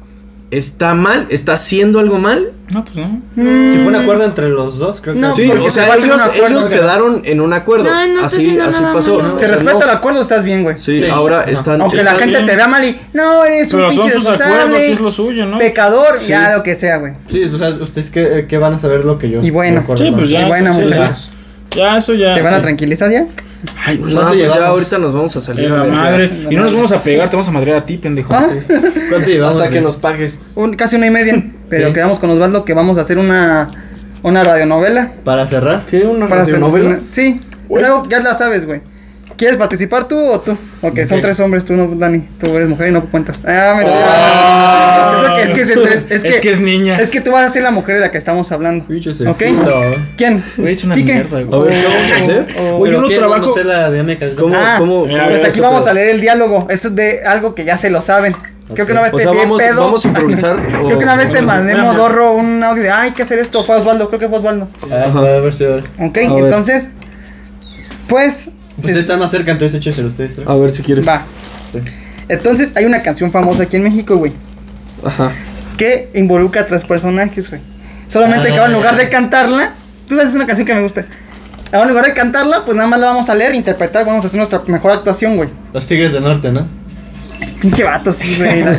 Speaker 5: está mal, está haciendo algo mal.
Speaker 3: No, pues no.
Speaker 1: Si fue un acuerdo entre los dos, creo que
Speaker 2: No,
Speaker 5: sí,
Speaker 2: porque
Speaker 5: o
Speaker 2: se va
Speaker 5: sea,
Speaker 2: a hacer
Speaker 5: ellos,
Speaker 2: un acuerdo,
Speaker 5: ellos
Speaker 2: ¿no?
Speaker 5: quedaron en un acuerdo.
Speaker 6: No, no está
Speaker 5: así
Speaker 6: haciendo
Speaker 5: así
Speaker 6: nada
Speaker 5: pasó.
Speaker 6: malo.
Speaker 5: O
Speaker 2: Se
Speaker 5: sea,
Speaker 2: respeta
Speaker 5: no-
Speaker 2: el acuerdo, estás bien, güey.
Speaker 5: Sí,
Speaker 1: Sí.
Speaker 5: ahora
Speaker 1: Ajá.
Speaker 5: están.
Speaker 2: Aunque la
Speaker 5: están-
Speaker 2: gente
Speaker 3: bien.
Speaker 2: te vea mal y no, eres un
Speaker 3: Pero son
Speaker 2: pinche
Speaker 3: sus acuerdos,
Speaker 2: responsable,
Speaker 3: sí es lo suyo, ¿no?
Speaker 2: pecador,
Speaker 5: Sí.
Speaker 2: ya lo que sea, güey.
Speaker 1: Sí, o sea, ustedes qué, qué van a saber lo que yo.
Speaker 2: Y bueno.
Speaker 1: recuerdo,
Speaker 3: Sí,
Speaker 1: ¿no?
Speaker 3: pues ya.
Speaker 2: Y bueno,
Speaker 3: sí,
Speaker 2: muchachos.
Speaker 3: Ya, Ya, eso ya.
Speaker 2: ¿Se van a
Speaker 3: sí.
Speaker 2: tranquilizar ya?
Speaker 3: Ay, güey.
Speaker 1: No,
Speaker 5: No,
Speaker 1: ¿Cuánto
Speaker 5: pues ya
Speaker 1: llevamos?
Speaker 5: ahorita nos vamos a salir.
Speaker 3: eh, la
Speaker 5: a ver,
Speaker 3: madre. Y no nos vamos a pegar, te vamos a madrear a ti, pendejo.
Speaker 5: ¿Ah?
Speaker 1: ¿Cuánto llevamos?
Speaker 8: Hasta que
Speaker 1: güey?
Speaker 8: nos pagues.
Speaker 2: Un- casi una y media. Pero
Speaker 1: Sí.
Speaker 2: quedamos con Osvaldo que vamos a hacer una, una radionovela.
Speaker 1: Para cerrar.
Speaker 5: ¿Qué? ¿Una
Speaker 2: Para hacer
Speaker 5: radionovela?
Speaker 2: una- Sí, es algo que ya la sabes, güey. ¿Quieres participar tú o tú? Porque son
Speaker 1: Ok.
Speaker 2: tres hombres, tú no, Dani. Tú eres mujer y no cuentas. Ah,
Speaker 3: Ah.
Speaker 5: Ah.
Speaker 2: mentira. Es que- es que se- es- es que-
Speaker 3: es niña.
Speaker 2: Es que tú vas a ser la mujer de la que estamos hablando.
Speaker 1: Pinche
Speaker 2: ¿Ok?
Speaker 1: sexista, güey.
Speaker 2: ¿Quién?
Speaker 3: Güey, es una
Speaker 2: Quique.
Speaker 3: mierda,
Speaker 5: A
Speaker 3: güey.
Speaker 5: ver, ¿qué vamos a hacer?
Speaker 2: O-
Speaker 3: Güey, yo
Speaker 1: ¿Pero
Speaker 3: no
Speaker 1: qué? No,
Speaker 3: trabajo.
Speaker 1: No sé la dinámica.
Speaker 5: ¿Cómo,
Speaker 2: Ah,
Speaker 5: cómo,
Speaker 3: mira, a ver,
Speaker 5: cómo es
Speaker 2: Pues
Speaker 5: este
Speaker 2: aquí vamos
Speaker 5: pedo?
Speaker 2: a leer el diálogo. Eso es de algo que ya se lo saben. Creo que una vez
Speaker 5: O
Speaker 2: te
Speaker 5: sea,
Speaker 2: vi en
Speaker 5: vamos,
Speaker 2: pedo.
Speaker 5: vamos a improvisar.
Speaker 2: Creo que una vez te
Speaker 3: vamos a-
Speaker 2: mandé
Speaker 3: vamos.
Speaker 2: modorro un audio de, ay, hay que hacer esto. Fue Osvaldo, creo que fue Osvaldo.
Speaker 1: Ah, a ver si ahora.
Speaker 2: Ok,
Speaker 5: ver.
Speaker 2: entonces, pues.
Speaker 1: Usted
Speaker 2: se-
Speaker 1: está más cerca, entonces écheselo ustedes. tres.
Speaker 5: A ver si quieres.
Speaker 2: Va. Entonces, hay una canción famosa aquí en México, güey,
Speaker 5: Ajá.
Speaker 2: que involucra a tres personajes, güey. Solamente que ahora en lugar de cantarla, tú sabes, es una canción que me gusta. Ahora en lugar de cantarla, pues nada más la vamos a leer, interpretar, vamos a hacer nuestra mejor actuación, güey.
Speaker 1: Los Tigres del Norte, ¿no?
Speaker 2: Pinche vato, sí, güey. Bueno,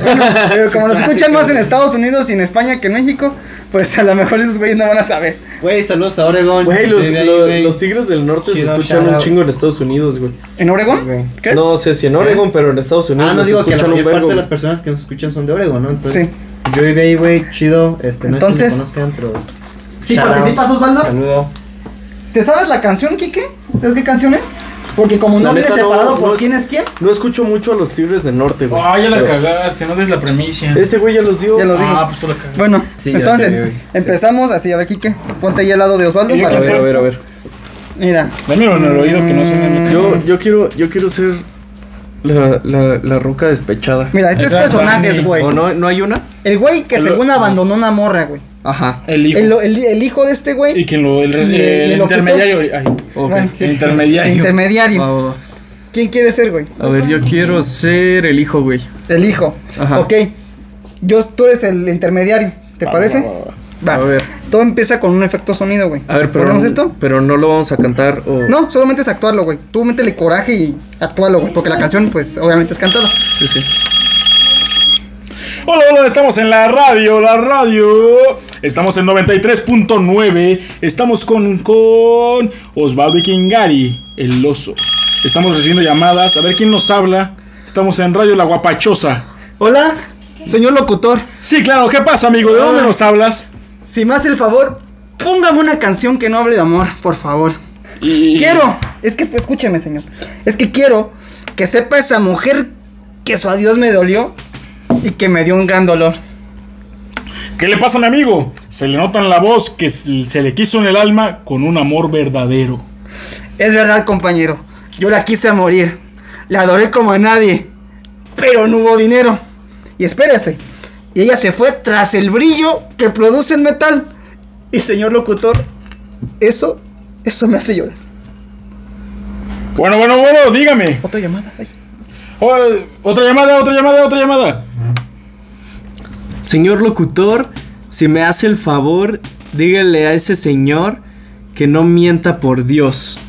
Speaker 2: pero como nos escuchan más en Estados Unidos y en España que en México, pues a lo mejor esos güeyes no van a saber.
Speaker 1: Güey, saludos a Oregon.
Speaker 5: Güey, los,
Speaker 1: Vive ahí,
Speaker 5: lo-
Speaker 1: güey.
Speaker 5: los Tigres del Norte
Speaker 1: Chido,
Speaker 5: se escuchan
Speaker 1: shout
Speaker 5: un
Speaker 1: out.
Speaker 5: chingo en Estados Unidos, güey.
Speaker 2: ¿En Oregón?
Speaker 1: güey.
Speaker 2: ¿Crees?
Speaker 5: No sé si en Oregon, pero en Estados Unidos
Speaker 1: Ah, no
Speaker 5: se
Speaker 1: digo que la
Speaker 5: escuchan
Speaker 1: mayor
Speaker 5: un
Speaker 1: parte
Speaker 5: vergo.
Speaker 1: de las personas que nos escuchan son de Oregon, ¿no? Entonces,
Speaker 2: Sí.
Speaker 1: yo viví ahí, güey, chido. Este, no
Speaker 2: Entonces-
Speaker 1: sé si me conozcan, pero.
Speaker 2: Si
Speaker 1: Shout out.
Speaker 2: participas, Osvaldo,
Speaker 1: Saludo.
Speaker 2: ¿te sabes la canción, Quique? ¿Sabes qué canción es? Porque como
Speaker 5: La
Speaker 2: no viene
Speaker 5: neta, no,
Speaker 2: separado
Speaker 5: no
Speaker 2: por
Speaker 5: es-
Speaker 2: quién es quién,
Speaker 5: No escucho mucho a los Tigres del Norte, güey.
Speaker 3: Ah, ya la
Speaker 5: Pero
Speaker 3: cagaste, no des la premisa.
Speaker 5: Este güey ya los dio.
Speaker 2: ya Oh, lo digo.
Speaker 3: Ah, pues tú la cagaste.
Speaker 2: Bueno,
Speaker 1: Sí, ya
Speaker 2: entonces,
Speaker 1: sé, güey.
Speaker 2: empezamos así. A ver, Quique, ponte ahí al lado de Osvaldo
Speaker 3: Y yo
Speaker 2: para
Speaker 5: A
Speaker 3: quién
Speaker 5: ver,
Speaker 2: ver.
Speaker 5: a ver, a ver.
Speaker 2: Mira,
Speaker 3: Dámelo en el oído que no suena en el
Speaker 5: Yo, yo quiero, yo quiero ser la, la, la roca despechada.
Speaker 2: mira, hay tres
Speaker 3: Esa es
Speaker 2: personajes,
Speaker 3: Dani. ah.
Speaker 2: güey.
Speaker 5: ¿O no, no hay una?
Speaker 2: El güey que según abandonó una morra, güey.
Speaker 5: Ajá.
Speaker 3: El hijo.
Speaker 2: Mm. El, el- el hijo de este güey.
Speaker 3: y quien lo. El, res-
Speaker 2: y- y
Speaker 3: el
Speaker 2: el locutor.
Speaker 3: intermediario. Ay,
Speaker 5: Ok.
Speaker 2: Bueno, sí.
Speaker 3: el intermediario.
Speaker 2: Intermediario.
Speaker 5: Va, va, va.
Speaker 2: ¿Quién quiere ser, güey?
Speaker 5: A ver, yo quiero ser el hijo, güey.
Speaker 2: El hijo.
Speaker 5: Ajá.
Speaker 2: Ok. Yo, tú eres el intermediario. ¿Te
Speaker 3: Ah,
Speaker 2: parece?
Speaker 3: va, va, va.
Speaker 2: Va.
Speaker 5: A ver.
Speaker 2: Todo empieza con un efecto sonido, güey.
Speaker 5: A ver, pero.
Speaker 2: ¿Ponemos esto?
Speaker 5: Pero no lo vamos a cantar o.
Speaker 2: No, solamente es actuarlo, güey. Tú métele coraje y actuarlo, güey. Porque la canción, pues, obviamente es cantada.
Speaker 5: Sí, sí.
Speaker 3: Hola, hola, estamos en la radio, la radio. Estamos en 93.9. Estamos con, con Osvaldo y Kingari, el oso. Estamos recibiendo llamadas, a ver quién nos habla. Estamos en Radio La Guapachosa.
Speaker 2: Hola, señor locutor.
Speaker 3: Sí, claro, ¿qué pasa, amigo? ¿De dónde nos hablas?
Speaker 2: Si me hace el favor, póngame una canción que no hable de amor, por favor.
Speaker 3: Y-
Speaker 2: Quiero, es que pues, escúcheme, señor. Es que quiero que sepa esa mujer que su adiós me dolió y que me dio un gran dolor.
Speaker 3: ¿Qué le pasa a mi amigo? Se le nota en la voz que se se le quiso en el alma con un amor verdadero.
Speaker 2: Es verdad, compañero. Yo la quise a morir. La adoré como a nadie. Pero no hubo dinero. Y espérese. Y ella se fue tras el brillo que produce el metal. Y señor locutor, eso, eso me hace llorar.
Speaker 3: Bueno, bueno, bueno, dígame.
Speaker 2: Otra llamada. ay.
Speaker 3: Oh, otra llamada, otra llamada, otra llamada.
Speaker 5: Señor locutor, si me hace el favor, dígale a ese señor que no mienta por Dios.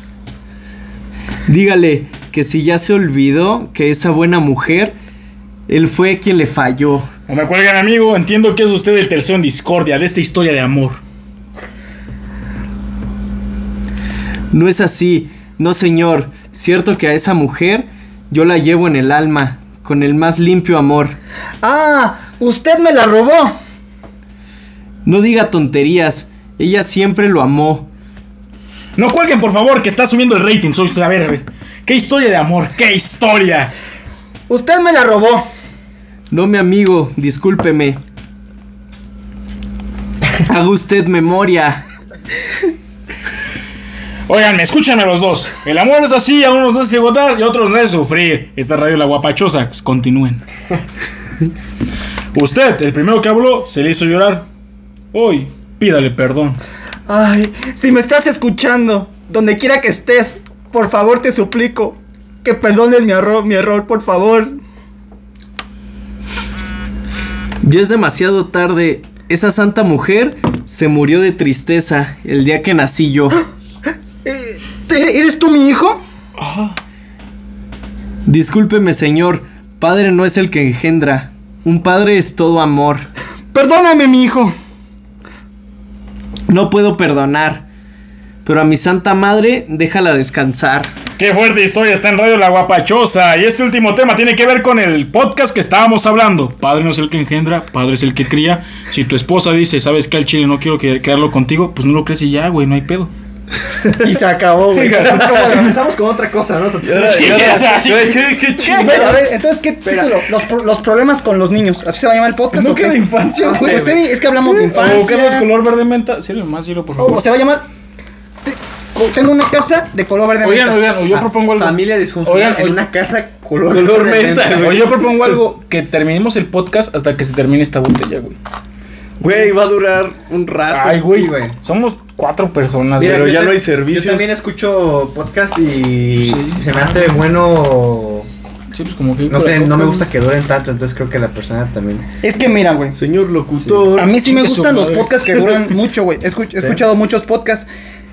Speaker 5: Dígale que si ya se olvidó que esa buena mujer, él fue quien le falló.
Speaker 3: No me cuelguen, amigo. Entiendo que es usted el tercero en discordia de esta historia de amor.
Speaker 5: No es así, no señor. Cierto que a esa mujer yo la llevo en el alma, con el más limpio amor.
Speaker 2: Ah, usted me la robó.
Speaker 5: No diga tonterías, ella siempre lo amó.
Speaker 3: No cuelguen, por favor, que está subiendo el rating. Soy a ver, a ver. ¿Qué historia de amor? ¿Qué historia?
Speaker 2: Usted me la robó.
Speaker 5: No, mi amigo, discúlpeme. Haga usted memoria.
Speaker 3: Óiganme, escúchenme los dos. El amor es así, a unos hace aguantar y a otros les hace sufrir. Esta radio la guapachosa.
Speaker 9: pues,
Speaker 3: Continúen. Usted, el primero que habló, se le hizo llorar. Hoy, pídale perdón.
Speaker 2: Ay, si me estás escuchando, donde quiera que estés, por favor te suplico que perdones mi error, mi error, por favor.
Speaker 5: Ya es demasiado tarde. Esa santa mujer se murió de tristeza el día que nací yo.
Speaker 2: Eh, ¿te- ¿Eres tú mi hijo?
Speaker 5: Discúlpeme, señor. Padre no es el que engendra. Un padre es todo amor.
Speaker 2: Perdóname, mi hijo.
Speaker 5: No puedo perdonar. Pero a mi santa madre, déjala descansar.
Speaker 9: Qué fuerte historia está en Radio La Guapachosa. Y este último tema tiene que ver con el podcast que estábamos hablando. Padre no es el que engendra, padre es el que cría. Si tu esposa dice, ¿sabes qué? Al chile no quiero que- crearlo contigo, pues no lo crees y ya, güey, no hay pedo.
Speaker 2: Y se acabó, güey.
Speaker 1: Empezamos con otra cosa, ¿no?
Speaker 9: Sí, o sea, sí.
Speaker 2: A ver, a ver, entonces, ¿qué título? Los, pro- los problemas con los niños. ¿Así se va a llamar el podcast?
Speaker 3: No
Speaker 2: o qué?
Speaker 3: queda infancia,
Speaker 2: No
Speaker 3: güey.
Speaker 2: sé, sí, es que hablamos de
Speaker 3: O casas
Speaker 2: infancia.
Speaker 3: color verde menta. Sirve más hielo, por
Speaker 2: O, o
Speaker 3: favor.
Speaker 2: se va a llamar. te- co- Tengo una casa de color verde.
Speaker 3: Oigan,
Speaker 2: menta.
Speaker 3: oigan, o yo propongo algo.
Speaker 1: Familia disfuncional
Speaker 3: Oigan,
Speaker 1: en
Speaker 3: oigan.
Speaker 1: una casa color,
Speaker 8: Color
Speaker 1: de
Speaker 8: menta, güey.
Speaker 3: O yo propongo algo que terminemos el podcast hasta que se termine esta botella, güey.
Speaker 8: Güey, va a durar un rato.
Speaker 3: Ay, güey.
Speaker 1: Ah, pues sí, güey.
Speaker 3: Somos cuatro personas,
Speaker 8: Mira,
Speaker 3: güey.
Speaker 8: pero
Speaker 1: yo
Speaker 8: ya
Speaker 1: te-
Speaker 8: no hay servicios.
Speaker 1: Yo también escucho podcast y se me hace bueno.
Speaker 3: Sí, pues como que
Speaker 1: No sé, no me gusta que duren tanto, entonces creo que la persona también.
Speaker 2: Es que mira, güey.
Speaker 8: Señor locutor.
Speaker 2: A mí sí me
Speaker 3: Chingue su
Speaker 2: gustan los
Speaker 3: madre.
Speaker 2: podcasts que duran mucho, güey. He escu- he escuchado muchos podcasts.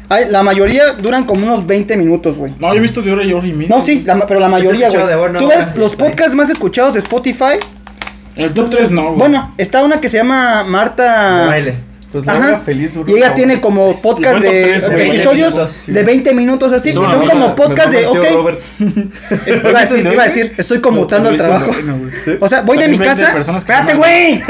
Speaker 2: Ay, la mayoría duran como unos 20 minutos, güey.
Speaker 3: No, yo he visto que dura ya hora y media.
Speaker 2: No, sí, la ma- pero la mayoría,
Speaker 1: escuchado de
Speaker 2: güey.
Speaker 1: una
Speaker 2: Tú
Speaker 1: hora,
Speaker 2: ves los
Speaker 1: güey.
Speaker 2: podcasts más escuchados de Spotify.
Speaker 3: El top 3 no, güey.
Speaker 2: Bueno, está una que se llama Marta.
Speaker 1: Ah, Baile.
Speaker 8: Pues la hora
Speaker 2: Ajá.
Speaker 8: feliz dura
Speaker 2: Y ella
Speaker 8: una
Speaker 2: tiene
Speaker 8: hora.
Speaker 2: como podcast
Speaker 3: cuento
Speaker 2: de
Speaker 3: tres,
Speaker 2: ok,
Speaker 3: güey.
Speaker 1: minutos,
Speaker 2: episodios
Speaker 1: sí.
Speaker 2: de 20 minutos así.
Speaker 3: Son
Speaker 2: son
Speaker 3: amigas,
Speaker 2: como podcast
Speaker 8: Me
Speaker 2: de,
Speaker 8: mama el
Speaker 2: ok,
Speaker 8: tío Robert.
Speaker 2: es- iba a decir, iba a decir, estoy conmutando el trabajo. O sea, voy de mi
Speaker 3: También vende
Speaker 2: casa.
Speaker 3: personas que
Speaker 2: Espérate,
Speaker 3: se
Speaker 2: güey.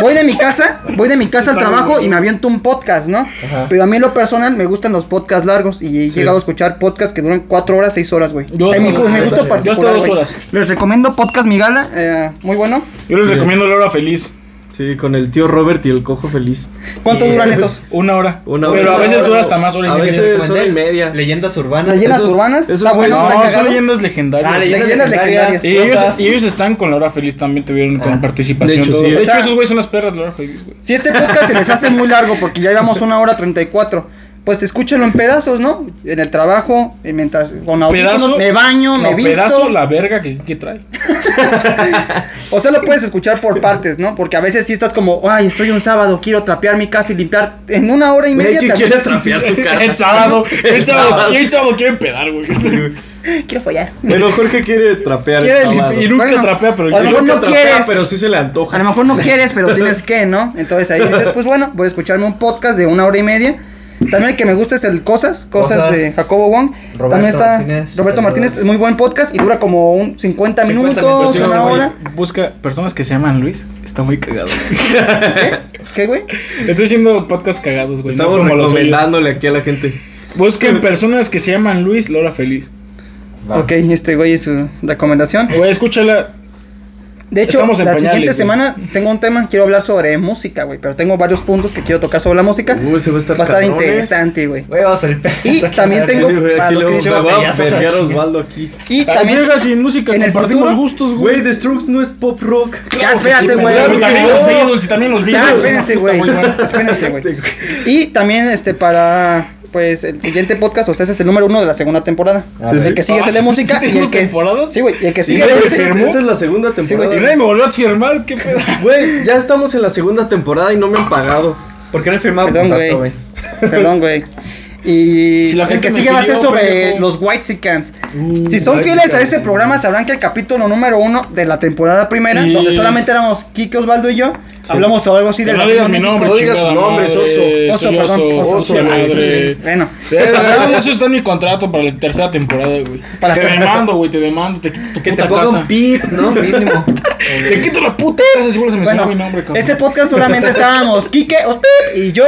Speaker 2: Voy de mi casa, voy de mi casa al
Speaker 3: Está bien,
Speaker 2: trabajo
Speaker 3: güey.
Speaker 2: y me aviento un podcast, ¿no? Pero a mí en lo personal me gustan los podcasts largos y he llegado a escuchar podcasts que duran 4 horas, 6 horas, güey.
Speaker 3: Yo
Speaker 2: En mi,
Speaker 3: hasta-
Speaker 2: gu- mi
Speaker 3: yo
Speaker 2: gusto
Speaker 3: hasta
Speaker 2: particular.
Speaker 3: dos
Speaker 2: güey.
Speaker 3: horas.
Speaker 2: Les recomiendo podcast Mi Gala, eh, muy bueno.
Speaker 3: Yo les recomiendo la hora feliz.
Speaker 5: Sí, con el tío Robert y el cojo feliz.
Speaker 2: ¿Cuánto duran esos?
Speaker 3: Una hora.
Speaker 5: Una
Speaker 3: Pero
Speaker 5: hora.
Speaker 3: a veces dura hasta más Ah, hora y
Speaker 5: A
Speaker 3: media.
Speaker 5: veces- Es hora y
Speaker 1: Mandé
Speaker 5: media.
Speaker 1: Leyendas urbanas.
Speaker 2: Leyendas
Speaker 1: Esos-
Speaker 2: urbanas,
Speaker 5: esos
Speaker 2: está bueno,
Speaker 5: güeyes-
Speaker 2: está
Speaker 3: No,
Speaker 2: cagado.
Speaker 3: son leyendas legendarias.
Speaker 1: Ah, leyendas,
Speaker 2: Leyendas
Speaker 1: legendarias.
Speaker 2: legendarias.
Speaker 3: Y ellos,
Speaker 1: Cosas.
Speaker 3: y ellos están con la hora feliz también, tuvieron
Speaker 1: Ah.
Speaker 3: con participación.
Speaker 5: De hecho,
Speaker 3: todo.
Speaker 5: sí.
Speaker 3: de
Speaker 2: O
Speaker 3: hecho
Speaker 2: sea-
Speaker 3: esos güeyes son las perras de la hora feliz, güey.
Speaker 2: Si este podcast se les hace muy largo porque ya llevamos una hora 34, pues escúchenlo en pedazos, ¿no? En el trabajo, y mientras con audífonos,
Speaker 3: Pedazo-
Speaker 2: me baño, me
Speaker 3: No,
Speaker 2: visto.
Speaker 3: pedazo la verga que, que trae.
Speaker 2: O sea, lo puedes escuchar por partes, ¿no? Porque a veces sí estás como, ay, estoy un sábado, quiero trapear mi casa y limpiar en una hora y media.
Speaker 8: ¿Quién
Speaker 2: te
Speaker 8: quiere
Speaker 2: avientas-
Speaker 8: trapear su
Speaker 3: El
Speaker 8: casa?
Speaker 3: sábado, el sábado, y el sábado quieren pedar, güey.
Speaker 2: Quiero follar.
Speaker 5: Bueno, Jorge quiere trapear
Speaker 3: Quiere
Speaker 5: el sábado.
Speaker 3: limpi- Y nunca
Speaker 2: Bueno,
Speaker 3: trapea, pero
Speaker 2: a lo
Speaker 3: yo-
Speaker 2: mejor no
Speaker 5: Nunca trapea,
Speaker 2: quieres.
Speaker 5: pero sí se le antoja.
Speaker 2: A lo mejor no quieres, pero tienes que, ¿no? Entonces ahí dices, pues bueno, voy a escucharme un podcast de una hora y media. También el que me gusta es el Cosas, Cosas,
Speaker 1: Cosas.
Speaker 2: de Jacobo Wong.
Speaker 1: Roberto
Speaker 2: También está
Speaker 1: Martínez.
Speaker 2: Roberto Martínez, es muy buen podcast y dura como un 50,
Speaker 1: 50
Speaker 2: minutos,
Speaker 1: minutos, sí,
Speaker 2: una
Speaker 3: Oye,
Speaker 2: hora.
Speaker 3: Busca personas que se llaman Luis. Está muy cagado. güey.
Speaker 2: ¿Qué, güey?
Speaker 3: Estoy haciendo podcast cagados, güey. no
Speaker 5: Estamos
Speaker 3: como los suyos.
Speaker 5: recomendándole aquí a la gente.
Speaker 3: Busquen personas que se llaman Luis, la hora feliz.
Speaker 1: Va.
Speaker 2: Ok, este güey es su recomendación.
Speaker 3: Güey, escúchala.
Speaker 2: De hecho,
Speaker 3: Estamos en
Speaker 2: la
Speaker 3: pañales,
Speaker 2: siguiente
Speaker 3: güey.
Speaker 2: semana tengo un tema, quiero hablar sobre música, güey, pero tengo varios puntos que quiero tocar sobre la música.
Speaker 8: Uy, se va a estar
Speaker 2: Va a estar
Speaker 8: cabrón, ¿eh?
Speaker 2: interesante, güey.
Speaker 1: Güey, vamos al pe-
Speaker 2: Y también tengo
Speaker 5: Sí, güey,
Speaker 2: para
Speaker 5: aquí
Speaker 2: los
Speaker 5: le
Speaker 2: que
Speaker 5: vamos
Speaker 2: dicen
Speaker 5: a va a
Speaker 2: batallazos a la
Speaker 5: vergar a
Speaker 2: chingada.
Speaker 5: Osvaldo aquí.
Speaker 2: Y
Speaker 3: También
Speaker 2: también
Speaker 3: sin música,
Speaker 2: en el
Speaker 3: compartimos
Speaker 2: futuro-
Speaker 3: gustos, güey.
Speaker 5: Güey, The Strokes no es pop rock.
Speaker 2: Ya, espérate, güey.
Speaker 3: Y también los
Speaker 2: Ya,
Speaker 3: Beatles, y también los Beatles.
Speaker 2: espérense,
Speaker 3: Está
Speaker 2: güey.
Speaker 3: muy bueno.
Speaker 2: Espérense, güey. Y también, este, para. Pues el siguiente podcast, usted es el número uno de la segunda temporada.
Speaker 1: Sí,
Speaker 2: el
Speaker 1: sí.
Speaker 2: que sigue es el de música. y
Speaker 3: ¿Sí
Speaker 2: el
Speaker 3: tenemos
Speaker 2: que,
Speaker 3: temporadas?
Speaker 2: Sí, güey. Y el que
Speaker 8: Sí,
Speaker 2: sigue
Speaker 8: güey,
Speaker 2: es el-
Speaker 8: esta es la segunda
Speaker 3: Y
Speaker 8: temporada.
Speaker 3: nadie me volvió a firmar, qué pedo.
Speaker 8: Güey, ya estamos en la segunda temporada y no me han pagado.
Speaker 1: ¿Por qué no he firmado
Speaker 2: Perdón,
Speaker 1: contrato,
Speaker 2: güey. Perdón, güey. Y
Speaker 3: Si la
Speaker 2: el
Speaker 3: gente
Speaker 2: que
Speaker 3: me
Speaker 2: sigue va a ser
Speaker 3: pidió,
Speaker 2: sobre
Speaker 3: pendejo.
Speaker 2: los White si son fieles a ese programa, sabrán que el capítulo número uno de la temporada primera,
Speaker 3: Y-
Speaker 2: donde solamente éramos Kike Osvaldo y yo, hablamos sobre algo así de
Speaker 3: Que no
Speaker 2: la
Speaker 3: digas mi
Speaker 2: Ciudad de
Speaker 3: nombre,
Speaker 8: No digas
Speaker 3: chingada
Speaker 8: su nombre,
Speaker 3: madre.
Speaker 8: Soso.
Speaker 2: Oso,
Speaker 3: Soy
Speaker 2: perdón, oso,
Speaker 3: oso,
Speaker 2: güey.
Speaker 3: madre.
Speaker 2: Bueno,
Speaker 3: Eh, Eso está en mi contrato para la tercera temporada, güey.
Speaker 2: Para-
Speaker 3: Te demando, güey, te demando, te quito tu
Speaker 1: Que te
Speaker 3: puta
Speaker 1: ponga
Speaker 3: casa.
Speaker 1: un pip, ¿no? Mínimo.
Speaker 3: Te quito la puta casa, seguro se me
Speaker 2: bueno,
Speaker 3: suena mi nombre, cabrón.
Speaker 2: ese podcast solamente estábamos Quique, Ospip y yo.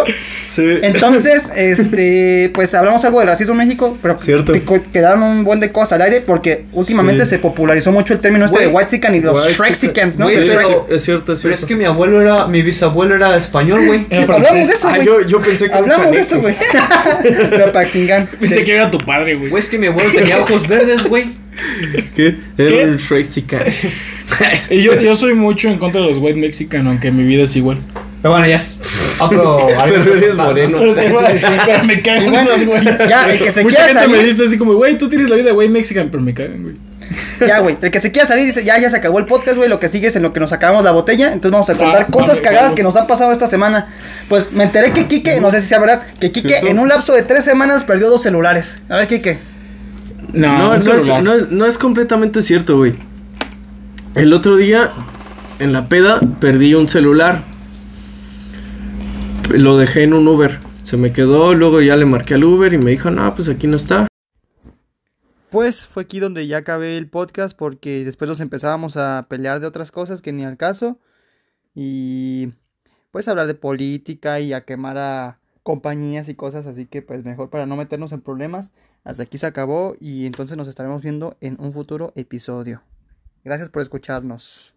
Speaker 5: Sí.
Speaker 2: Entonces, este, pues hablamos algo de racismo en México, pero
Speaker 5: Cierto.
Speaker 2: te co- quedaron un buen de cosas al aire porque últimamente
Speaker 5: Sí.
Speaker 2: se popularizó mucho el término este de
Speaker 1: Güey,
Speaker 2: White y los
Speaker 5: White
Speaker 2: Shrexicans, ¿no?
Speaker 1: Güey,
Speaker 2: Del
Speaker 1: pero-
Speaker 2: Shrek.
Speaker 5: Es cierto,
Speaker 1: Pero
Speaker 5: es cierto.
Speaker 1: es que mi abuelo era, mi bisabuelo era español, güey.
Speaker 3: Era
Speaker 2: Hablamos de
Speaker 3: francés.
Speaker 2: eso,
Speaker 8: Ah,
Speaker 2: güey.
Speaker 8: yo, yo pensé que era un
Speaker 2: Hablamos de
Speaker 8: chaneque.
Speaker 2: eso, güey. de Apaxingán.
Speaker 3: Pensé que era tu padre, güey.
Speaker 1: Güey, es que mi abuelo tenía ojos verdes, güey.
Speaker 5: ¿Qué? Era un Shrek
Speaker 3: Y yo, yo soy mucho en contra de los white mexicanos, aunque mi vida es igual.
Speaker 1: Pero bueno, ya es otro.
Speaker 8: Pero eres moreno.
Speaker 3: Pero me cagan
Speaker 2: bueno,
Speaker 3: esos güeyes.
Speaker 2: ya, el que se
Speaker 3: Mucha
Speaker 2: quiera
Speaker 3: gente me
Speaker 2: salir-
Speaker 3: dice así como, güey, tú tienes la vida de white mexican, pero me cagan, güey.
Speaker 2: Ya, güey. El que se quiera salir dice, ya, ya se acabó el podcast, güey. Lo que sigue es en lo que nos acabamos la botella. Entonces vamos a contar
Speaker 3: Ah,
Speaker 2: cosas
Speaker 3: vale,
Speaker 2: cagadas
Speaker 3: claro.
Speaker 2: que nos han pasado esta semana. Pues me enteré que Quique, no sé si sea verdad, que Quique en un lapso de tres semanas perdió dos celulares. A ver, Quique.
Speaker 3: No,
Speaker 5: No,
Speaker 3: un
Speaker 5: no es,
Speaker 3: celular.
Speaker 5: no es- no es completamente cierto, güey. El otro día, en la peda, perdí un celular. Lo dejé en un Uber. Se me quedó, luego ya le marqué al Uber y me dijo, no, pues aquí no está.
Speaker 10: después fue aquí donde ya acabé el podcast porque después nos empezábamos a pelear de otras cosas que ni al caso. Y pues hablar de política y a quemar a compañías y cosas, así que pues mejor para no meternos en problemas. Hasta aquí se acabó y entonces nos estaremos viendo en un futuro episodio. Gracias por escucharnos.